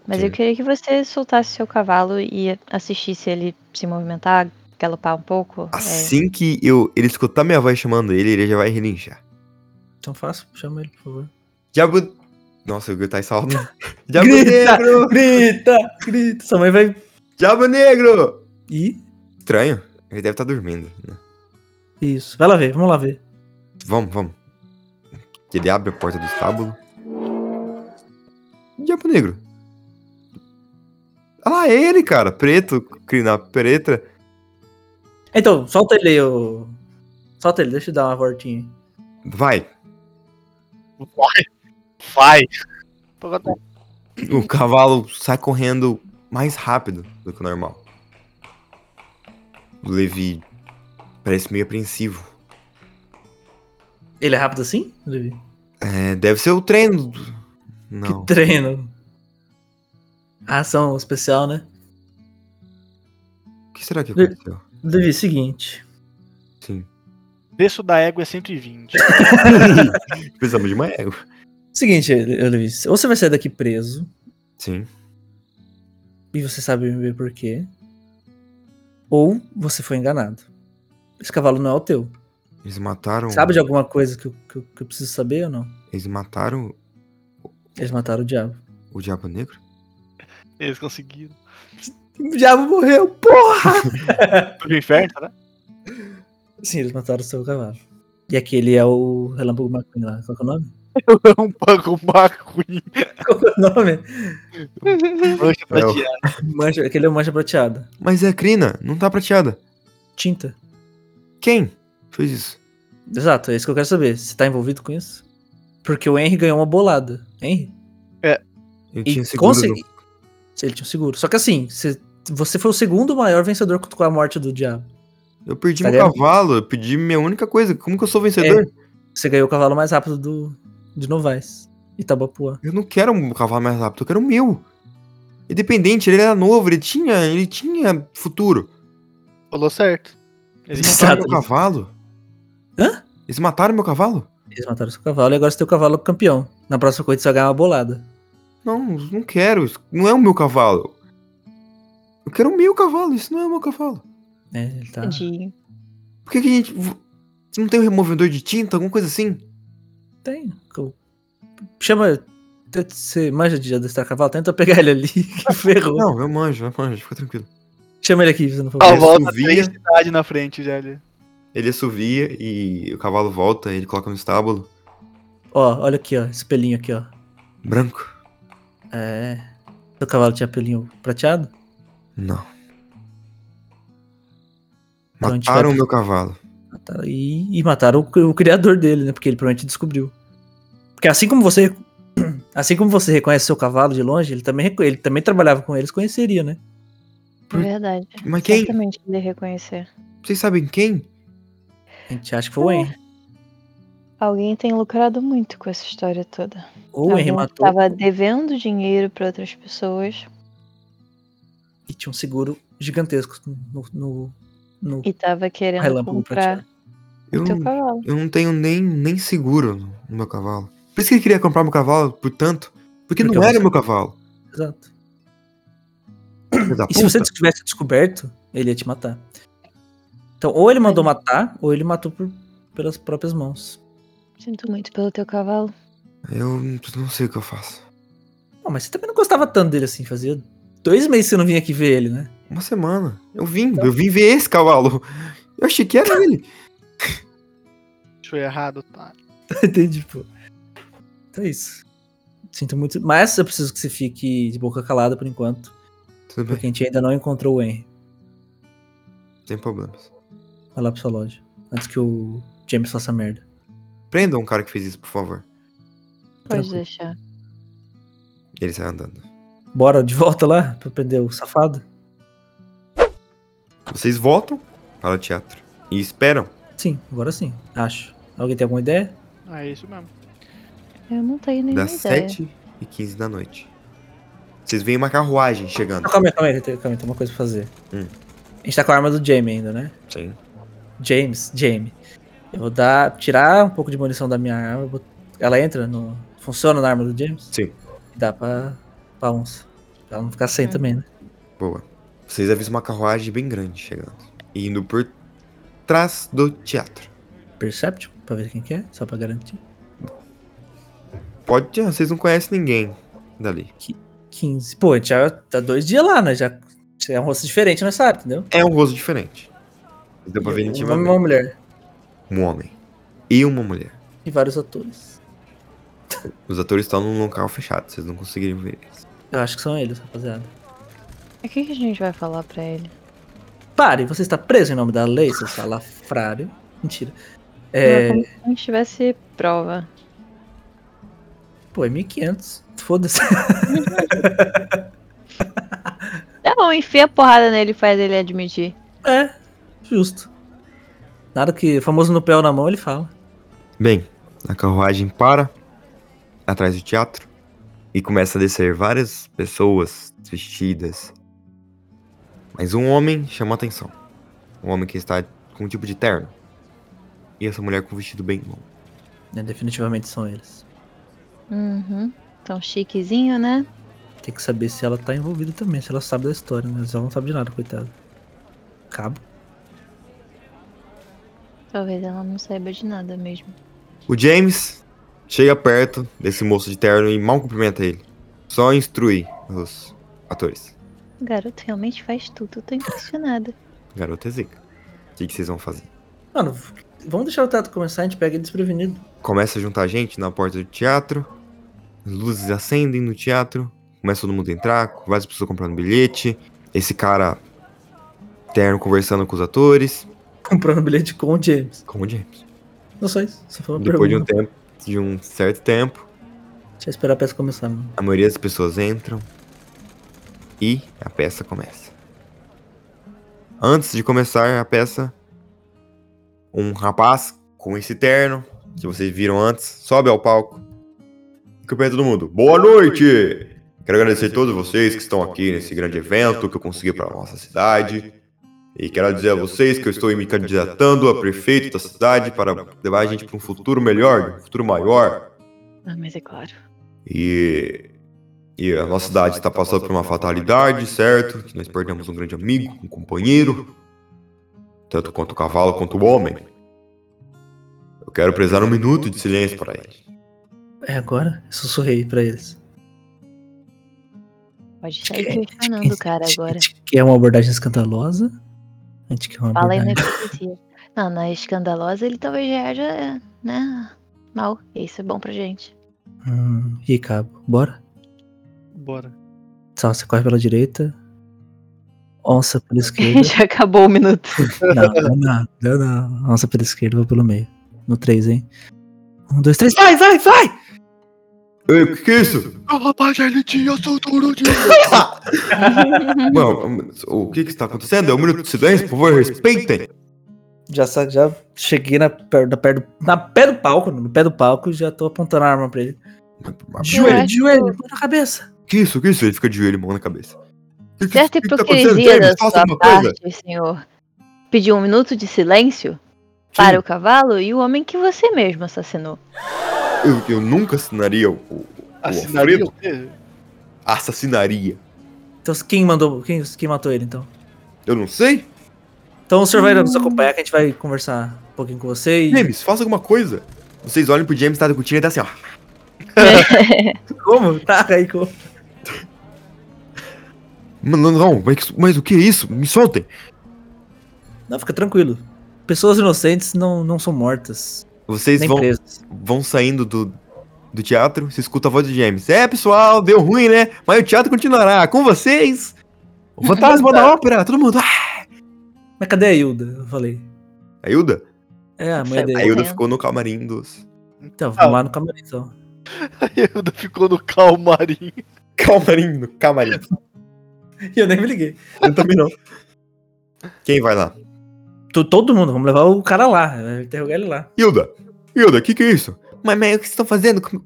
Speaker 4: Mas eu
Speaker 2: Sim.
Speaker 4: queria que você soltasse seu cavalo e assistisse ele se movimentar, galopar um pouco. é.
Speaker 2: Assim que eu, ele escutar minha voz chamando ele, ele já vai relinchar.
Speaker 1: Então faça, chama ele, por favor.
Speaker 2: Diabo. Nossa, eu gritar isso alto. Diabo
Speaker 1: Grita,
Speaker 2: negro!
Speaker 1: grita, grita. Sua mãe vai.
Speaker 2: Diabo negro!
Speaker 1: Ih,
Speaker 2: Estranho. Ele deve estar dormindo. né?
Speaker 1: isso. Vai lá ver, vamos lá ver.
Speaker 2: Vamos, vamos. Ele abre a porta do estábulo. Diabo negro. Ah lá, é ele, cara. Preto, crina preta.
Speaker 1: Então, solta ele aí, ô. Solta ele, deixa eu dar uma voltinha. aí.
Speaker 2: Vai.
Speaker 3: Vai! Vai! Tô com-
Speaker 2: O cavalo sai correndo mais rápido do que o normal. O Levi parece meio apreensivo.
Speaker 1: Ele é rápido assim? Levi?
Speaker 2: É, deve ser o treino. Não.
Speaker 1: Que treino. A ação especial, né?
Speaker 2: O que será que
Speaker 1: Ele-
Speaker 2: aconteceu?
Speaker 1: Levi, seguinte.
Speaker 2: Sim.
Speaker 3: preço da égua é 120.
Speaker 2: Precisamos de uma égua.
Speaker 1: Seguinte, Levi. Ou você vai sair daqui preso,
Speaker 2: Sim.
Speaker 1: e você sabe bem por quê. Ou você foi enganado. Esse cavalo não é o teu.
Speaker 2: Eles mataram.
Speaker 1: Sabe de alguma coisa que eu, que eu- que eu preciso saber ou não?
Speaker 2: Eles mataram
Speaker 1: Eles mataram o diabo.
Speaker 2: o Diabo Negro?
Speaker 3: Eles conseguiram.
Speaker 1: O diabo morreu, porra!
Speaker 3: Pro inferno, né?
Speaker 1: Sim, eles mataram o seu cavalo. E aquele é o Relâmpago McQueen lá. Qual que é o nome?
Speaker 3: Um pago macuinho.
Speaker 1: Qual que é o nome?
Speaker 3: Mancha
Speaker 2: É
Speaker 3: prateada.
Speaker 1: Mancha- aquele é o Mancha Prateada.
Speaker 2: Mas é a crina, não tá prateada.
Speaker 1: Tinta.
Speaker 2: Quem fez isso?
Speaker 1: Exato, é isso que eu quero saber. Você tá envolvido com isso? Porque o Henry ganhou uma bolada. Henry? E
Speaker 2: Eu tinha um seguro.
Speaker 1: consegui-
Speaker 2: do-
Speaker 1: Ele tinha um seguro. Só que assim, você, você foi o segundo maior vencedor com a morte do diabo.
Speaker 2: Eu perdi
Speaker 1: Tá
Speaker 2: meu
Speaker 1: ligado?
Speaker 2: cavalo, eu perdi minha única coisa. Como que eu sou vencedor?
Speaker 1: Você ganhou o cavalo mais rápido do, de Novaes. Itabapuã.
Speaker 2: Eu não quero um cavalo mais rápido, eu quero o meu. Independente, ele era novo, ele tinha, ele tinha futuro.
Speaker 3: Falou certo.
Speaker 2: Eles
Speaker 1: Exato.
Speaker 2: mataram meu cavalo?
Speaker 1: Hã?
Speaker 2: Eles mataram meu cavalo?
Speaker 1: Eles mataram seu cavalo e agora você tem o cavalo campeão. Na próxima corrida você vai ganhar uma bolada.
Speaker 2: Não, não quero. isso Não é o meu cavalo. Eu quero o meu cavalo, isso não é o meu cavalo.
Speaker 1: É, ele tá.
Speaker 4: Tadinho.
Speaker 2: Por que, que a gente. vo- Não tem um removedor de tinta, alguma coisa assim?
Speaker 1: Tem. co- Chama. te- Você manja de adestrar cavalo? Tenta pegar ele ali, que ferrou.
Speaker 2: Não, eu manjo, eu manjo, fica tranquilo.
Speaker 1: Chama ele aqui, você não
Speaker 3: Ah,
Speaker 1: favor.
Speaker 2: Ele
Speaker 3: volta
Speaker 2: assovia.
Speaker 3: três cidades na frente já ali.
Speaker 2: Ele assovia e o cavalo volta, ele coloca no estábulo.
Speaker 1: Ó, olha aqui, ó. Esse pelinho aqui, ó.
Speaker 2: Branco?
Speaker 1: É. Seu cavalo tinha pelinho prateado?
Speaker 2: Não.
Speaker 1: Então a gente vai-
Speaker 2: Mataram o meu cavalo.
Speaker 1: Mataram- E, e mataram o, cri- o criador dele, né? Porque ele provavelmente descobriu. Porque assim como você. Assim como você reconhece seu cavalo de longe, ele também, reco- ele também trabalhava com eles, conheceria, né?
Speaker 4: É verdade.
Speaker 2: Mas quem?
Speaker 4: Certamente ele ia reconhecer.
Speaker 2: Vocês sabem quem?
Speaker 1: A gente acha que foi o Henry.
Speaker 4: Alguém tem lucrado muito com essa história toda.
Speaker 1: Ou o
Speaker 4: Tá
Speaker 1: Henry matou
Speaker 4: Estava devendo dinheiro para outras pessoas
Speaker 1: e tinha um seguro gigantesco no, no, no
Speaker 4: e estava querendo
Speaker 1: relâmpago
Speaker 4: comprar
Speaker 1: prateado.
Speaker 2: Eu
Speaker 4: o teu
Speaker 2: não-
Speaker 4: cavalo.
Speaker 2: Eu não tenho nem, nem seguro no no meu cavalo. Por isso que ele queria comprar meu cavalo por tanto.
Speaker 1: Porque
Speaker 2: Porque,
Speaker 1: é
Speaker 2: não era
Speaker 1: você-
Speaker 2: meu cavalo.
Speaker 1: Exato.
Speaker 2: filho da
Speaker 1: E se você
Speaker 2: puta.
Speaker 1: tivesse descoberto, ele ia te matar. Então, ou ele mandou matar, ou ele matou por- pelas próprias mãos.
Speaker 4: Sinto muito pelo teu cavalo.
Speaker 2: Eu n- não sei o que eu faço.
Speaker 1: Bom, mas você também não gostava tanto dele assim, fazia dois meses que você não vinha aqui ver ele, né?
Speaker 2: Uma semana. Eu vim, eu vim ver esse cavalo. Eu achei que era ele.
Speaker 3: Deixou errado, tá?
Speaker 1: Entendi, pô. Então é isso. Sinto muito. Mas eu preciso que você fique de boca calada por enquanto,
Speaker 2: Tudo bem,
Speaker 1: porque a gente ainda não encontrou o Henry.
Speaker 2: sem problemas.
Speaker 1: Vai lá pra sua loja. Antes que o James faça merda.
Speaker 2: Prendam um cara que fez isso, por favor.
Speaker 4: Pode
Speaker 1: Tranquilo.
Speaker 4: deixar.
Speaker 2: Ele sai andando.
Speaker 1: Bora de volta lá pra prender o safado?
Speaker 2: Vocês voltam para o teatro. E esperam.
Speaker 1: Sim, agora sim, acho. Alguém tem alguma ideia?
Speaker 3: Ah, é isso mesmo.
Speaker 4: Eu não tenho nenhuma
Speaker 2: Das
Speaker 4: ideia.
Speaker 2: 7 e 15 da noite. Vocês veem uma carruagem chegando.
Speaker 1: Não, calma aí, calma aí, calma aí, tem uma coisa pra fazer.
Speaker 2: Hum.
Speaker 1: A gente tá com a arma do Jamie ainda, né?
Speaker 2: Sim.
Speaker 1: James, Jamie. Eu vou dar, tirar um pouco de munição da minha arma. eu vou- Ela entra no. Funciona na arma do James?
Speaker 2: Sim.
Speaker 1: Dá pra, pra onça. Pra ela não ficar sem
Speaker 4: Hum.
Speaker 1: também, né?
Speaker 2: Boa. Vocês avisam uma carruagem bem grande chegando. Indo por trás do teatro.
Speaker 1: Perception, pra ver quem que é, só pra garantir.
Speaker 2: Pode. ah, Vocês não conhecem ninguém dali.
Speaker 1: 15. Pô, a gente já tá dois dias lá, né? Já já é um rosto diferente nessa área, entendeu?
Speaker 2: É um rosto diferente. Deu pra
Speaker 1: Um
Speaker 2: ver
Speaker 1: homem e
Speaker 2: intimamente.
Speaker 1: uma mulher.
Speaker 2: Um homem. E uma mulher.
Speaker 1: E vários atores.
Speaker 2: Os atores estão num local fechado, vocês não conseguiriam ver eles.
Speaker 1: Eu acho que são eles, rapaziada.
Speaker 4: O que, que a gente vai falar pra ele?
Speaker 1: Pare, você está preso em nome da lei, seu salafrário. Mentira. É.
Speaker 4: É como se a gente tivesse prova.
Speaker 1: Pô, é 1500. Foda-se.
Speaker 4: Não, Tá enfia a porrada nele e faz ele admitir.
Speaker 1: É, justo. Nada que. Famoso no pé na mão, ele fala.
Speaker 2: Bem, a carruagem para atrás do teatro e começa a descer várias pessoas vestidas. Mas um homem chama a atenção. Um homem que está com um tipo de terno. E essa mulher com um vestido bem longo.
Speaker 1: É, definitivamente são eles.
Speaker 4: Uhum. Tão chiquezinho, né?
Speaker 1: Tem que saber se ela tá envolvida também, se ela sabe da história, né? Mas ela não sabe de nada, coitada. Cabo.
Speaker 4: Talvez ela não saiba de nada mesmo.
Speaker 2: O James chega perto desse moço de terno e mal cumprimenta ele. Só instrui os atores.
Speaker 4: O garoto realmente faz tudo, eu tô impressionada.
Speaker 2: Garota é zica. O que que vocês vão fazer?
Speaker 1: Mano, v- vamos deixar o teatro começar, a gente pega ele desprevenido.
Speaker 2: começa a juntar gente na porta do teatro, as luzes acendem no teatro, começa todo mundo a entrar, várias pessoas comprando bilhete, esse cara terno conversando com os atores,
Speaker 1: Comprando um bilhete com o James.
Speaker 2: como o James.
Speaker 1: Não só isso, só foi uma
Speaker 2: Depois de um
Speaker 1: pergunta.
Speaker 2: tempo, de um certo tempo,
Speaker 1: Deixa eu esperar a peça começar, mano.
Speaker 2: a maioria das pessoas entram e a peça começa. Antes de começar a peça, um rapaz com esse terno que vocês viram antes sobe ao palco. Fica perto todo mundo. Boa noite! Quero agradecer a todos vocês que estão aqui nesse grande evento que eu consegui para a nossa cidade. E quero dizer a vocês que eu estou me candidatando a prefeito da cidade para levar a gente para um futuro melhor, um futuro maior.
Speaker 4: Ah, mas é claro.
Speaker 2: E, e a nossa cidade está passando por uma fatalidade, certo? Que nós perdemos um grande amigo, um companheiro, tanto quanto o cavalo quanto o homem. Eu quero prezar um minuto de silêncio para ele.
Speaker 1: É agora? Eu sussurrei pra eles.
Speaker 4: Pode sair questionando o cara agora.
Speaker 1: A gente quer uma abordagem escandalosa. A gente quer uma
Speaker 4: Fala aí na
Speaker 1: abordagem.
Speaker 4: hipocrisia. Não, na escandalosa ele talvez já haja, né? Mal. Isso é bom pra gente.
Speaker 1: Hum, e aí, cabo, bora?
Speaker 3: Bora.
Speaker 1: Sal, você corre pela direita. Onça pela esquerda.
Speaker 4: já acabou o minuto.
Speaker 1: Não, deu não, deu não. Onça pela esquerda, vou pelo meio. No 3, hein? Um, dois, três, vai, vai, vai!
Speaker 2: Ei, o que, que é isso? Mano, o que, que está acontecendo? É um minuto de silêncio, por favor, respeitem.
Speaker 1: Já, sa- já cheguei na, per, na, per do, na pé do palco, no pé do palco, e já tô apontando a arma pra ele. De
Speaker 4: Eu
Speaker 1: joelho,
Speaker 4: acho
Speaker 1: de joelho, põe na cabeça.
Speaker 2: Que isso, que isso? Ele fica de joelho, mão na cabeça. Que que-
Speaker 4: Certa
Speaker 2: que que tá acontecendo,
Speaker 4: hipocrisia
Speaker 2: James?
Speaker 4: da
Speaker 2: Faça
Speaker 4: sua
Speaker 2: alguma coisa.
Speaker 4: parte, senhor. Pediu um minuto de silêncio para o cavalo e o homem que você mesmo assassinou.
Speaker 2: Eu, eu nunca assinaria o, o,
Speaker 3: Ah,
Speaker 2: o
Speaker 3: Assinaria
Speaker 2: Alfredo.
Speaker 3: você?
Speaker 2: Assassinaria.
Speaker 1: Então quem mandou, quem, quem matou ele, então?
Speaker 2: Eu não sei.
Speaker 1: Então o senhor vai nos acompanhar, que a gente vai conversar um pouquinho com você e...
Speaker 2: James, faça alguma coisa. Vocês olham pro James, tá discutindo e tá assim, ó.
Speaker 1: Como? Tá, aí como?
Speaker 2: Mano, não, não, mas, mas o que é isso? Me soltem.
Speaker 1: Não, fica tranquilo. Pessoas inocentes não, não são mortas,
Speaker 2: Vocês
Speaker 1: nem
Speaker 2: vão,
Speaker 1: presas.
Speaker 2: vão saindo do, do teatro, se escuta a voz do James. É, pessoal, deu ruim, né? Mas o teatro continuará com vocês. O fantasma da ópera, todo mundo. Ah!
Speaker 1: Mas cadê a Hilda? Eu falei.
Speaker 2: A Hilda?
Speaker 1: É, a mãe
Speaker 4: Saiu.
Speaker 2: A
Speaker 1: dele.
Speaker 2: Hilda
Speaker 4: É.
Speaker 2: ficou no camarim dos.
Speaker 1: Então, vamos lá no camarim, então.
Speaker 3: A Hilda ficou no calmarim.
Speaker 2: Camarim, no camarim.
Speaker 1: E eu nem me liguei.
Speaker 2: Eu também não. Quem vai lá?
Speaker 1: To- todo mundo, vamos levar o cara lá, eh, interrogar ele lá.
Speaker 2: Hilda! Hilda, o que, que é isso? Mas, mas o que vocês estão fazendo com,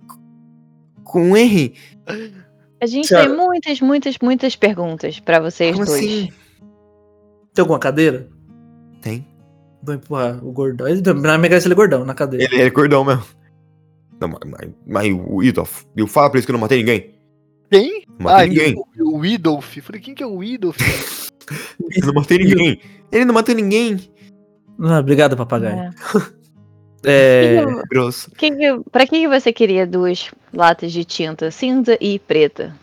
Speaker 2: com o Henry?
Speaker 4: A gente
Speaker 1: Senhora.
Speaker 4: tem muitas, muitas, muitas perguntas pra vocês
Speaker 2: Como
Speaker 4: dois.
Speaker 2: assim?
Speaker 1: Tem alguma cadeira?
Speaker 2: Tem.
Speaker 1: Vou empurrar ah, o gordão. Ele, na minha cabeça ele é gordão, na cadeira.
Speaker 2: Ele é gordão mesmo. Não, mas, mas, mas o Idolf, eu falo pra eles que eu não matei ninguém.
Speaker 3: Quem?
Speaker 2: Não matei
Speaker 3: Ah,
Speaker 2: ninguém.
Speaker 3: O Widolf. Falei, quem que é o Widolf?
Speaker 2: Eu não matei ninguém. Ele não matou ninguém.
Speaker 1: Ah, obrigado, papagaio.
Speaker 4: É.
Speaker 1: É,
Speaker 4: Que que-
Speaker 2: Grosso.
Speaker 4: que que- pra que que você queria duas latas de tinta cinza e preta?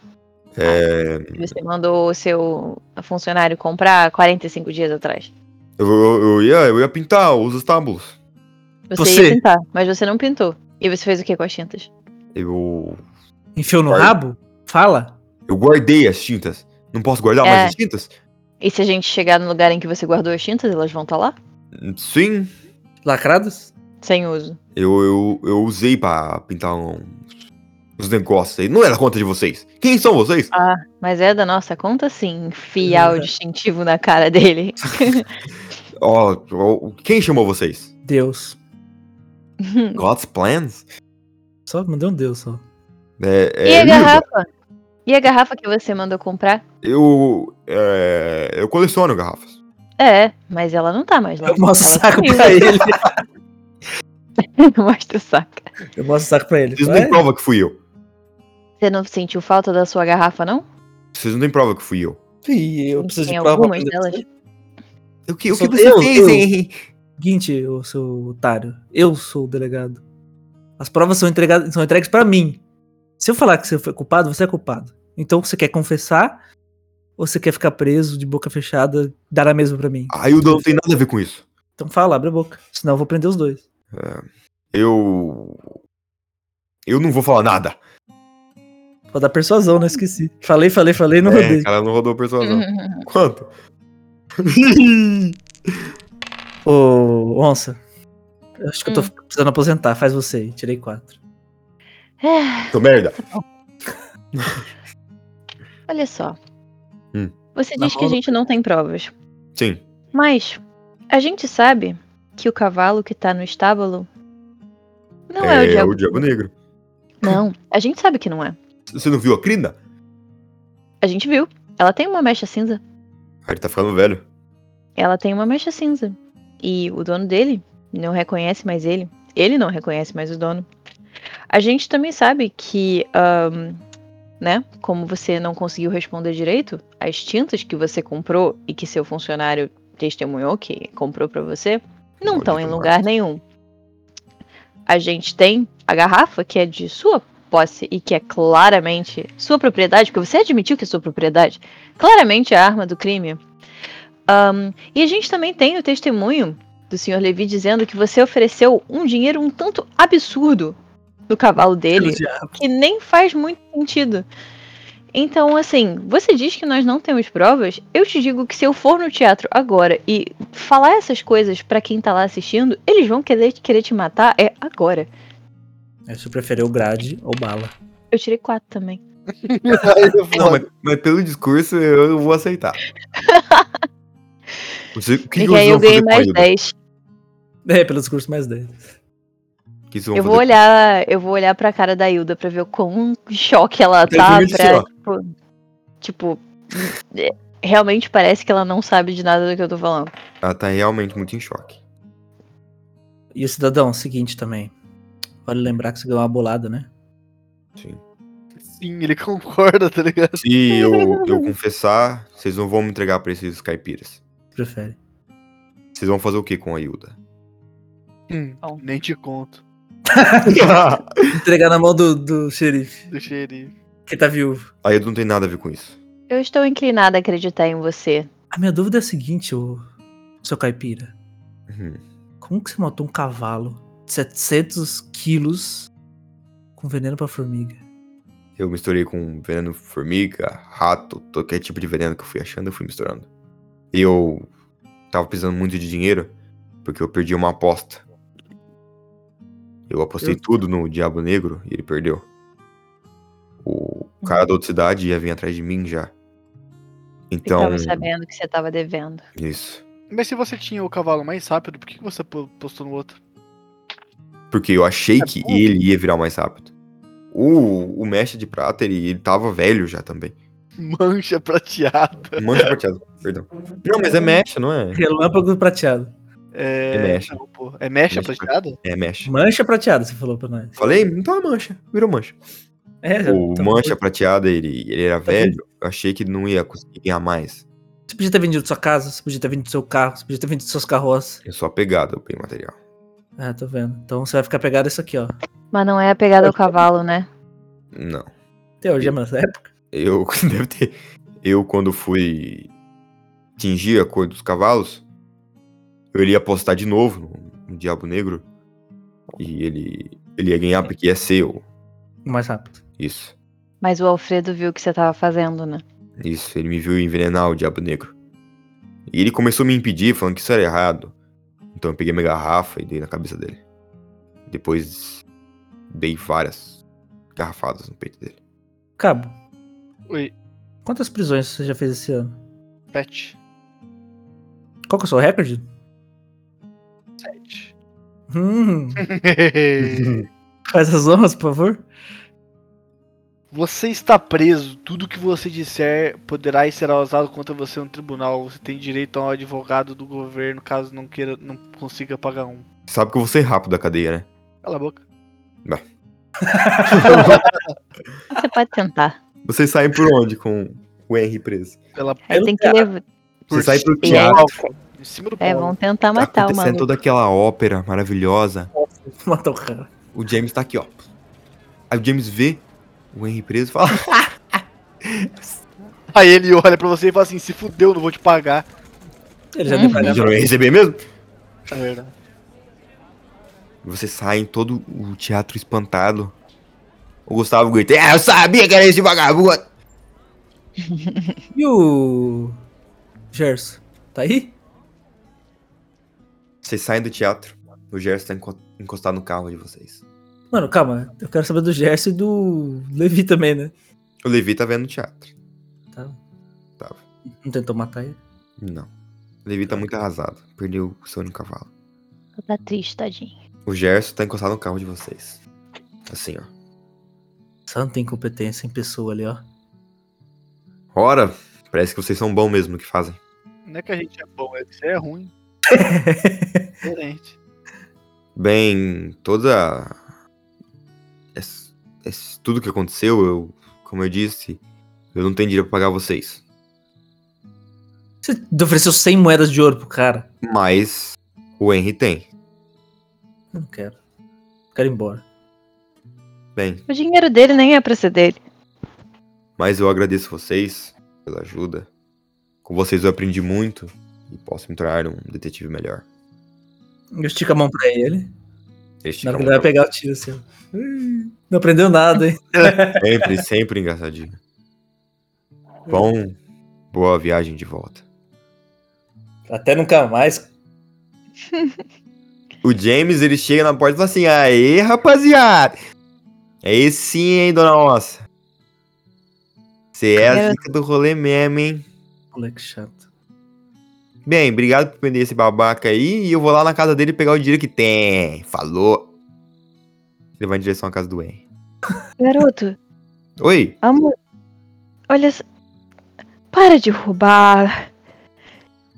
Speaker 2: É,
Speaker 4: Você mandou o seu funcionário comprar 45 dias atrás.
Speaker 2: eu, eu- eu ia, eu ia pintar os estábulos.
Speaker 4: Você,
Speaker 1: Você-
Speaker 4: ia pintar, mas você não pintou. E você fez o que com as tintas?
Speaker 2: Eu,
Speaker 1: enfiou no
Speaker 2: Guarda.
Speaker 1: rabo? Fala.
Speaker 2: eu guardei as tintas. Não posso guardar
Speaker 4: É.
Speaker 2: mais as tintas?
Speaker 4: E se a gente chegar no lugar em que você guardou as tintas, elas vão estar lá?
Speaker 2: Sim.
Speaker 1: Lacrados?
Speaker 4: Sem uso.
Speaker 2: Eu, eu, eu usei pra pintar um- uns negócios aí. Não era conta de vocês. Quem são vocês?
Speaker 4: Mas é da nossa conta sim, enfiar o distintivo na cara dele.
Speaker 2: Ó, ó, quem chamou vocês?
Speaker 1: Deus.
Speaker 4: Hum.
Speaker 2: God's plans?
Speaker 1: Só mandei um Deus só.
Speaker 2: É,
Speaker 4: e
Speaker 2: é,
Speaker 4: a garrafa? E a garrafa que você mandou comprar?
Speaker 2: Eu, é, eu coleciono garrafas.
Speaker 4: É, mas ela não tá mais lá.
Speaker 1: Eu mostro o
Speaker 4: Ela
Speaker 1: saco
Speaker 4: sumiu.
Speaker 1: pra ele.
Speaker 4: Mostra o saco.
Speaker 1: Eu mostro o saco pra ele.
Speaker 2: Vocês não
Speaker 1: Vai.
Speaker 2: têm prova que fui eu.
Speaker 4: Você não sentiu falta da sua garrafa, não?
Speaker 2: Vocês não têm prova que fui eu.
Speaker 1: Ih, eu
Speaker 4: Tem
Speaker 1: preciso de prova.
Speaker 4: algumas
Speaker 1: pra
Speaker 4: delas.
Speaker 1: fazer.
Speaker 2: O que, o que
Speaker 1: Sou
Speaker 2: você
Speaker 1: eu,
Speaker 2: fez,
Speaker 1: eu.
Speaker 2: hein?
Speaker 1: Seguinte, ô seu otário. Eu sou o delegado. As provas são, entregadas, são entregues pra mim. Se eu falar que você foi culpado, você é culpado. Então você quer confessar ou você quer ficar preso de boca fechada, dar a mesma pra mim?
Speaker 2: A Hilda Ah, não tem nada a ver com isso.
Speaker 1: Então fala, abre a boca. Senão eu vou prender os dois.
Speaker 2: Eu. Eu não vou falar nada.
Speaker 1: Vou dar persuasão, não esqueci. Falei, falei, falei, não
Speaker 2: É,
Speaker 1: rodei.
Speaker 2: cara, não rodou persuasão.
Speaker 4: Uhum.
Speaker 2: Quanto?
Speaker 1: Ô, onça. eu Acho que eu tô precisando aposentar. Faz você aí. Tirei quatro.
Speaker 4: É,
Speaker 2: Tô merda.
Speaker 4: olha só.
Speaker 2: Hum.
Speaker 4: Você
Speaker 1: Na
Speaker 4: diz que a
Speaker 1: roda-
Speaker 4: gente não tem provas.
Speaker 2: Sim.
Speaker 4: Mas a gente sabe que o cavalo que tá no estábulo não é, o
Speaker 2: é
Speaker 4: diabo.
Speaker 2: o Diabo Negro.
Speaker 4: Não, a gente sabe que não é.
Speaker 2: Você não viu a Crina?
Speaker 4: A gente viu. Ela tem uma mecha cinza.
Speaker 2: Ah, ele tá ficando velho.
Speaker 4: Ela tem uma mancha cinza. E o dono dele não reconhece mais ele. Ele não reconhece mais o dono. A gente também sabe que, ahn, né? Como você não conseguiu responder direito, as tintas que você comprou e que seu funcionário testemunhou que comprou pra você não
Speaker 2: Olha
Speaker 4: estão
Speaker 2: que
Speaker 4: em
Speaker 2: maravilha.
Speaker 4: lugar nenhum. A gente tem a garrafa que é de sua posse e que é claramente sua propriedade, porque você admitiu que é sua propriedade. Claramente é a arma do crime. Ahn, e a gente também tem o testemunho do Sr. Levi dizendo que você ofereceu um dinheiro um tanto absurdo no cavalo dele, que nem faz muito sentido. Então, assim, você diz que nós não temos provas. Eu te digo que se eu for no teatro agora e falar essas coisas pra quem tá lá assistindo, eles vão querer, querer te matar é agora.
Speaker 1: É, se eu preferir o grade ou bala.
Speaker 4: Eu tirei quatro também. É
Speaker 2: Não, mas, mas pelo discurso eu vou aceitar. Você, o que, que
Speaker 4: e
Speaker 2: vocês
Speaker 4: aí eu
Speaker 2: vão fazer
Speaker 4: ganhei
Speaker 2: com a
Speaker 4: mais
Speaker 2: Hilda?
Speaker 4: 10.
Speaker 1: É, pelo discurso mais 10.
Speaker 2: O que vocês vão
Speaker 4: Eu vou
Speaker 2: fazer?
Speaker 4: olhar, eu vou olhar pra cara da Hilda pra ver o quão em choque ela
Speaker 2: Tem
Speaker 4: tá.
Speaker 2: primeiro
Speaker 4: Pra,
Speaker 2: assim,
Speaker 4: tipo, tipo, é, realmente parece que ela não sabe de nada do que eu tô falando.
Speaker 2: Ela tá realmente muito em choque.
Speaker 1: E o cidadão, é o seguinte também. Vale lembrar que você ganhou uma bolada, né?
Speaker 2: Sim.
Speaker 3: Sim, assim, ele concorda, tá ligado?
Speaker 2: Se eu, eu confessar, vocês não vão me entregar pra esses caipiras.
Speaker 1: Prefere.
Speaker 2: Vocês vão fazer o que com a Hilda?
Speaker 4: Bom.
Speaker 3: Nem te conto.
Speaker 1: Entregar na mão do, do xerife,
Speaker 3: Do xerife.
Speaker 1: que tá viúvo.
Speaker 2: a Hilda não tem nada a ver com isso.
Speaker 4: Eu estou inclinada a acreditar em você.
Speaker 1: A minha dúvida é a seguinte, ô, seu caipira.
Speaker 2: Uhum.
Speaker 1: Como que você matou um cavalo de 700 quilos com veneno pra formiga?
Speaker 2: Eu misturei com veneno formiga, rato, todo aquele tipo de veneno que eu fui achando, eu fui misturando. E eu tava precisando muito de dinheiro, porque eu perdi uma aposta. Eu apostei
Speaker 1: Eu-
Speaker 2: tudo no Diabo Negro e ele perdeu. O cara da outra cidade ia vir atrás de mim já. Então,
Speaker 4: Ficava sabendo que você tava devendo.
Speaker 2: isso.
Speaker 3: Mas se você tinha o cavalo mais rápido, por que que você po- postou no outro?
Speaker 2: Porque eu achei
Speaker 3: É
Speaker 2: que
Speaker 3: burro.
Speaker 2: ele ia virar mais rápido. O, o mestre de prata, ele, ele tava velho já também. Um
Speaker 3: Mancha prateada.
Speaker 2: Mancha prateada, perdão. Não, mas é mecha, não é?
Speaker 1: Relâmpago prateado.
Speaker 3: É,
Speaker 2: É mecha.
Speaker 3: Não, pô. É mecha
Speaker 2: Mecha.
Speaker 3: prateada?
Speaker 2: É, mexe.
Speaker 1: Mancha prateada, você falou pra nós.
Speaker 2: Falei? Então é mancha. Virou mancha.
Speaker 1: É, já-
Speaker 2: O
Speaker 1: tá-
Speaker 2: mancha prateada, ele, ele era
Speaker 1: Tá
Speaker 2: velho. Eu achei que ele não ia conseguir ganhar mais.
Speaker 1: Você podia ter vendido sua casa, você podia ter vendido seu carro, você podia ter vendido suas carroças.
Speaker 2: Eu sou apegado ao bem material.
Speaker 1: Ah, tô vendo. Então você vai ficar pegado a isso aqui, ó.
Speaker 4: Mas não é a pegada ao cavalo, né?
Speaker 2: Não.
Speaker 1: Até hoje é mais época.
Speaker 2: Eu, deve ter, eu quando fui tingir a cor dos cavalos, eu iria apostar de novo no, no Diabo Negro. E ele, ele ia
Speaker 1: É.
Speaker 2: ganhar porque ia ser eu.
Speaker 1: Mais rápido.
Speaker 2: Isso.
Speaker 4: Mas o Alfredo viu o que você tava fazendo, né?
Speaker 2: Isso, ele me viu envenenar o Diabo Negro. E ele começou a me impedir, falando que isso era errado. Então eu peguei minha garrafa e dei na cabeça dele. Depois dei várias garrafadas no peito dele.
Speaker 1: Cabo,
Speaker 3: Oi,
Speaker 1: quantas prisões você já fez esse ano?
Speaker 3: pet.
Speaker 1: Qual que é o seu recorde?
Speaker 3: Sete.
Speaker 1: Hum, faz as honras, por favor.
Speaker 3: Você está preso. Tudo que você disser poderá e será usado contra você no tribunal. Você tem direito a um advogado do governo caso não queira, não consiga pagar um.
Speaker 2: Sabe que eu vou ser rápido da cadeia, né?
Speaker 3: Cala a boca.
Speaker 4: Você pode tentar.
Speaker 2: Vocês saem por onde com o Henry preso?
Speaker 3: Pela
Speaker 4: Aí
Speaker 1: Eu
Speaker 4: tem que levar.
Speaker 2: Você sai ah, pro
Speaker 3: cima do
Speaker 2: teatro.
Speaker 3: palco. Em cima do
Speaker 4: É,
Speaker 3: palco.
Speaker 4: vão tentar
Speaker 2: Tá
Speaker 4: matar o
Speaker 2: acontecendo
Speaker 4: maluco.
Speaker 2: toda aquela ópera maravilhosa.
Speaker 1: Matar o cara.
Speaker 2: O James tá aqui, ó. Aí o James vê o Henry preso e fala:
Speaker 3: Aí ele olha pra você e fala assim: se fudeu, não vou te pagar.
Speaker 1: Ele já
Speaker 4: Uhum.
Speaker 1: deu
Speaker 2: "Eu
Speaker 1: pra
Speaker 2: já não ia receber mesmo?
Speaker 3: É verdade.
Speaker 2: Vocês saem todo o teatro espantado. O Gustavo grita: É, eu sabia que era esse vagabundo!
Speaker 1: E o. Gerson? Tá aí?
Speaker 2: Vocês saem do teatro. O Gerson tá enco- encostado no carro de vocês.
Speaker 1: Mano, calma. Eu quero saber do Gerson e do Levi também, né?
Speaker 2: O Levi tá vendo o teatro.
Speaker 1: Tá.
Speaker 2: Tava.
Speaker 1: Não tentou matar ele.
Speaker 2: Não. O Levi tá muito arrasado. Perdeu o seu único cavalo.
Speaker 4: Tá triste, tadinho.
Speaker 2: O Gerson tá encostado no carro de vocês. Assim, ó.
Speaker 1: Santa incompetência em pessoa ali, ó.
Speaker 2: Ora, parece que vocês são bons mesmo no que fazem.
Speaker 3: Não é que a gente é bom, é que você é ruim. Diferente.
Speaker 2: Bem, toda. ess- ess- tudo que aconteceu, eu, como eu disse, eu não tenho dinheiro pra pagar vocês.
Speaker 1: Você ofereceu 100 moedas de ouro pro cara.
Speaker 2: Mas o Henry tem.
Speaker 1: Eu não quero. Quero ir embora.
Speaker 2: Bem,
Speaker 4: O dinheiro dele nem é pra ser dele.
Speaker 2: mas eu agradeço vocês pela ajuda. Com vocês eu aprendi muito e posso me tornar um detetive melhor.
Speaker 1: Eu estico a mão pra ele.
Speaker 2: Este
Speaker 1: Na hora
Speaker 2: é
Speaker 1: que
Speaker 2: um
Speaker 1: ele vai pegar o tiro assim. ó. Hum, Não aprendeu nada, hein?
Speaker 2: sempre, sempre engraçadinho. Bom, boa viagem de volta.
Speaker 1: Até nunca mais.
Speaker 2: O James, ele chega na porta e fala assim: Aê, rapaziada! É esse sim, hein, dona Onça? Você é a
Speaker 4: Era-
Speaker 2: zica do rolê mesmo, hein?
Speaker 1: Moleque chato.
Speaker 2: Bem, obrigado por prender esse babaca aí e eu vou lá na casa dele pegar o dinheiro que tem. Falou! Ele vai em direção à casa do Henry.
Speaker 4: Garoto,
Speaker 2: Oi!
Speaker 4: amor. Olha. s- Para de roubar.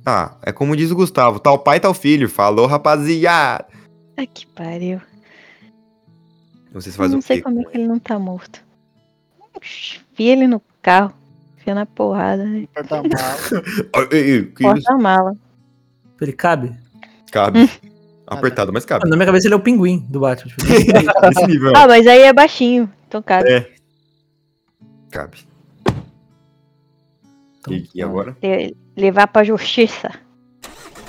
Speaker 2: Ah, é como diz o Gustavo: tal pai, tal filho. Falou, rapaziada!
Speaker 4: Ai, que pariu.
Speaker 2: Vocês
Speaker 4: Eu
Speaker 2: fazem
Speaker 4: não
Speaker 2: o quê?
Speaker 4: sei como é
Speaker 2: com
Speaker 4: que ele não tá morto. Enfia ele no carro. Enfia na porrada.
Speaker 3: Um
Speaker 4: né?
Speaker 3: Porta-mala.
Speaker 2: ele? Ah, ei, ei, que isso?
Speaker 4: Porta a mala.
Speaker 1: Ele cabe?
Speaker 2: Cabe. Apertado, mas cabe.
Speaker 1: Mano, na minha cabeça ele é o pinguim do Batman. Tipo,
Speaker 2: Nesse nível.
Speaker 4: Ah, mas aí é baixinho. Então, cara.
Speaker 2: Cabe.
Speaker 1: então,
Speaker 2: E, e agora?
Speaker 4: le- Levar pra justiça.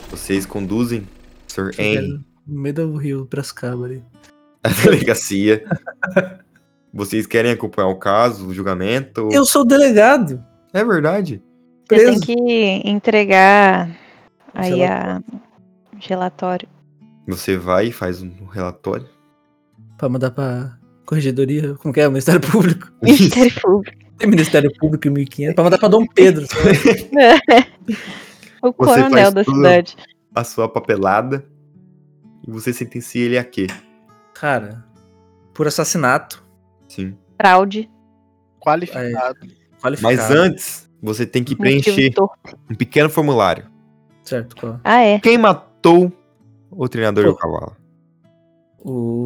Speaker 2: Vocês conduzem Sir
Speaker 1: chega
Speaker 2: Henry
Speaker 1: No meio do rio Brascaba ali.
Speaker 2: à delegacia. Vocês querem acompanhar o caso, o julgamento?
Speaker 1: Eu sou o delegado.
Speaker 2: É verdade.
Speaker 4: Você tem
Speaker 1: Preso.
Speaker 4: que entregar aí a relatório.
Speaker 2: Você vai e faz um relatório.
Speaker 1: Pra mandar pra corregedoria. Como que é? Ministério Público.
Speaker 4: Ministério Público.
Speaker 1: Tem Ministério Público em 1500. Pra mandar pra Dom Pedro. sei lá.
Speaker 4: o
Speaker 2: Você
Speaker 4: coronel
Speaker 2: faz
Speaker 4: da
Speaker 2: tudo.
Speaker 4: cidade.
Speaker 2: A sua papelada. E você sentencia ele a quê?
Speaker 1: Cara, por assassinato.
Speaker 2: Sim.
Speaker 4: Fraude.
Speaker 3: Qualificado.
Speaker 1: Qualificado.
Speaker 2: Mas antes, você tem que
Speaker 4: motivo
Speaker 2: preencher
Speaker 4: torpe.
Speaker 2: um pequeno formulário.
Speaker 1: Certo, qual?
Speaker 4: Ah, é.
Speaker 2: Quem matou o treinador
Speaker 1: Pô.
Speaker 2: e o cavalo?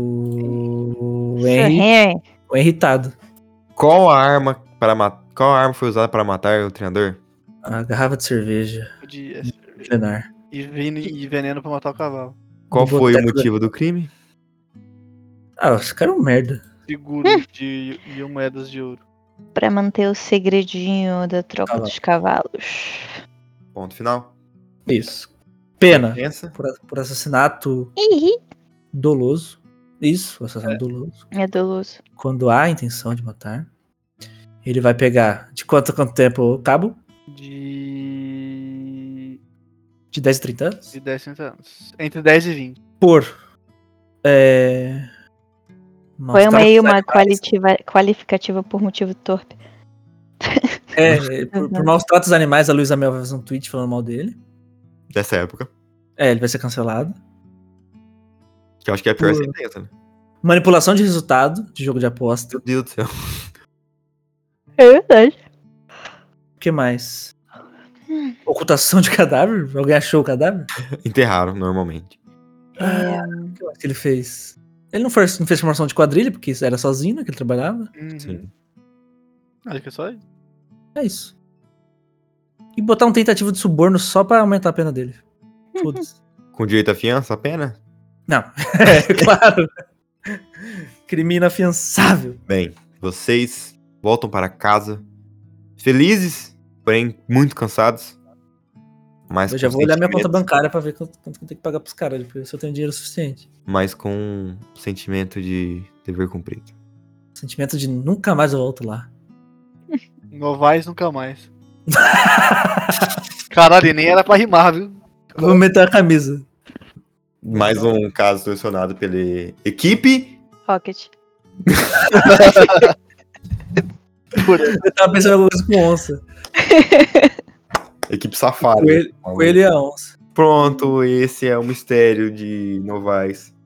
Speaker 1: O
Speaker 4: Sir
Speaker 1: Henry,
Speaker 4: Henry.
Speaker 1: o irritado.
Speaker 2: Qual a arma para ma- Qual a arma foi usada para matar o treinador?
Speaker 1: A garrafa de cerveja.
Speaker 3: De,
Speaker 1: milenar.
Speaker 3: e, ven- e veneno pra matar o cavalo.
Speaker 2: Qual
Speaker 1: Do
Speaker 2: foi o
Speaker 1: boteco da-
Speaker 2: motivo do crime?
Speaker 1: Ah, esse cara é um merda.
Speaker 3: Seguro de mil moedas de ouro.
Speaker 4: Pra manter o segredinho da troca
Speaker 1: Cavalo.
Speaker 4: dos cavalos.
Speaker 2: Ponto final.
Speaker 1: Isso. Pena.
Speaker 2: Pensa.
Speaker 1: Por, por assassinato
Speaker 4: Ih,
Speaker 1: doloso. Isso, assassinato doloso.
Speaker 4: é doloso.
Speaker 1: Quando há a intenção de matar, ele vai pegar de quanto a quanto tempo o cabo?
Speaker 3: De.
Speaker 1: De 10 a 30 anos?
Speaker 3: De 10 centavos. Entre 10 e 20.
Speaker 1: Por. É. Nossa,
Speaker 4: Foi um uma,
Speaker 1: tava
Speaker 4: aí
Speaker 1: pensando
Speaker 4: uma
Speaker 1: demais.
Speaker 4: qualitiva- qualificativa por motivo torpe.
Speaker 1: É, é, por, por maus tratos dos animais, a Luísa Mel vai fazer um tweet falando mal dele.
Speaker 2: Dessa época.
Speaker 1: É, ele vai ser cancelado.
Speaker 2: Que eu acho que é a pior
Speaker 1: Pô.
Speaker 2: sentença, né?
Speaker 1: Manipulação de resultado de jogo de aposta.
Speaker 2: Meu Deus do céu.
Speaker 4: É verdade.
Speaker 1: O que mais? Ocultação de cadáver? Alguém achou o cadáver?
Speaker 2: Enterraram normalmente.
Speaker 4: É.
Speaker 1: Ah, O que mais que ele fez? Ele não, foi, não fez formação de quadrilha, porque isso era sozinho, né? Que ele trabalhava.
Speaker 2: Sim.
Speaker 3: Acho que é só isso.
Speaker 1: É isso. E botar um tentativo de suborno só pra aumentar a pena dele. Foda-se.
Speaker 2: Com direito à fiança, apenas?
Speaker 1: Não. É, claro. Crime inafiançável.
Speaker 2: Bem, vocês voltam para casa felizes, porém muito cansados. Mas
Speaker 1: Eu já
Speaker 2: com
Speaker 1: vou olhar minha conta
Speaker 2: sentimentos-
Speaker 1: bancária pra ver quanto, quanto que eu tenho que pagar pros caras, pra ver se eu tenho dinheiro suficiente.
Speaker 2: Mas com um sentimento de dever cumprido.
Speaker 1: Sentimento de nunca mais eu volto lá.
Speaker 3: Novais nunca mais. Caralho, e nem era pra rimar, viu?
Speaker 1: Vou meter a camisa.
Speaker 2: Mais um caso solucionado pela equipe.
Speaker 4: Rocket.
Speaker 1: Eu tava pensando em alguma coisa com onça.
Speaker 2: Equipe safada.
Speaker 1: Coelho- Coelho e a onça.
Speaker 2: Pronto, esse é o mistério de Novais.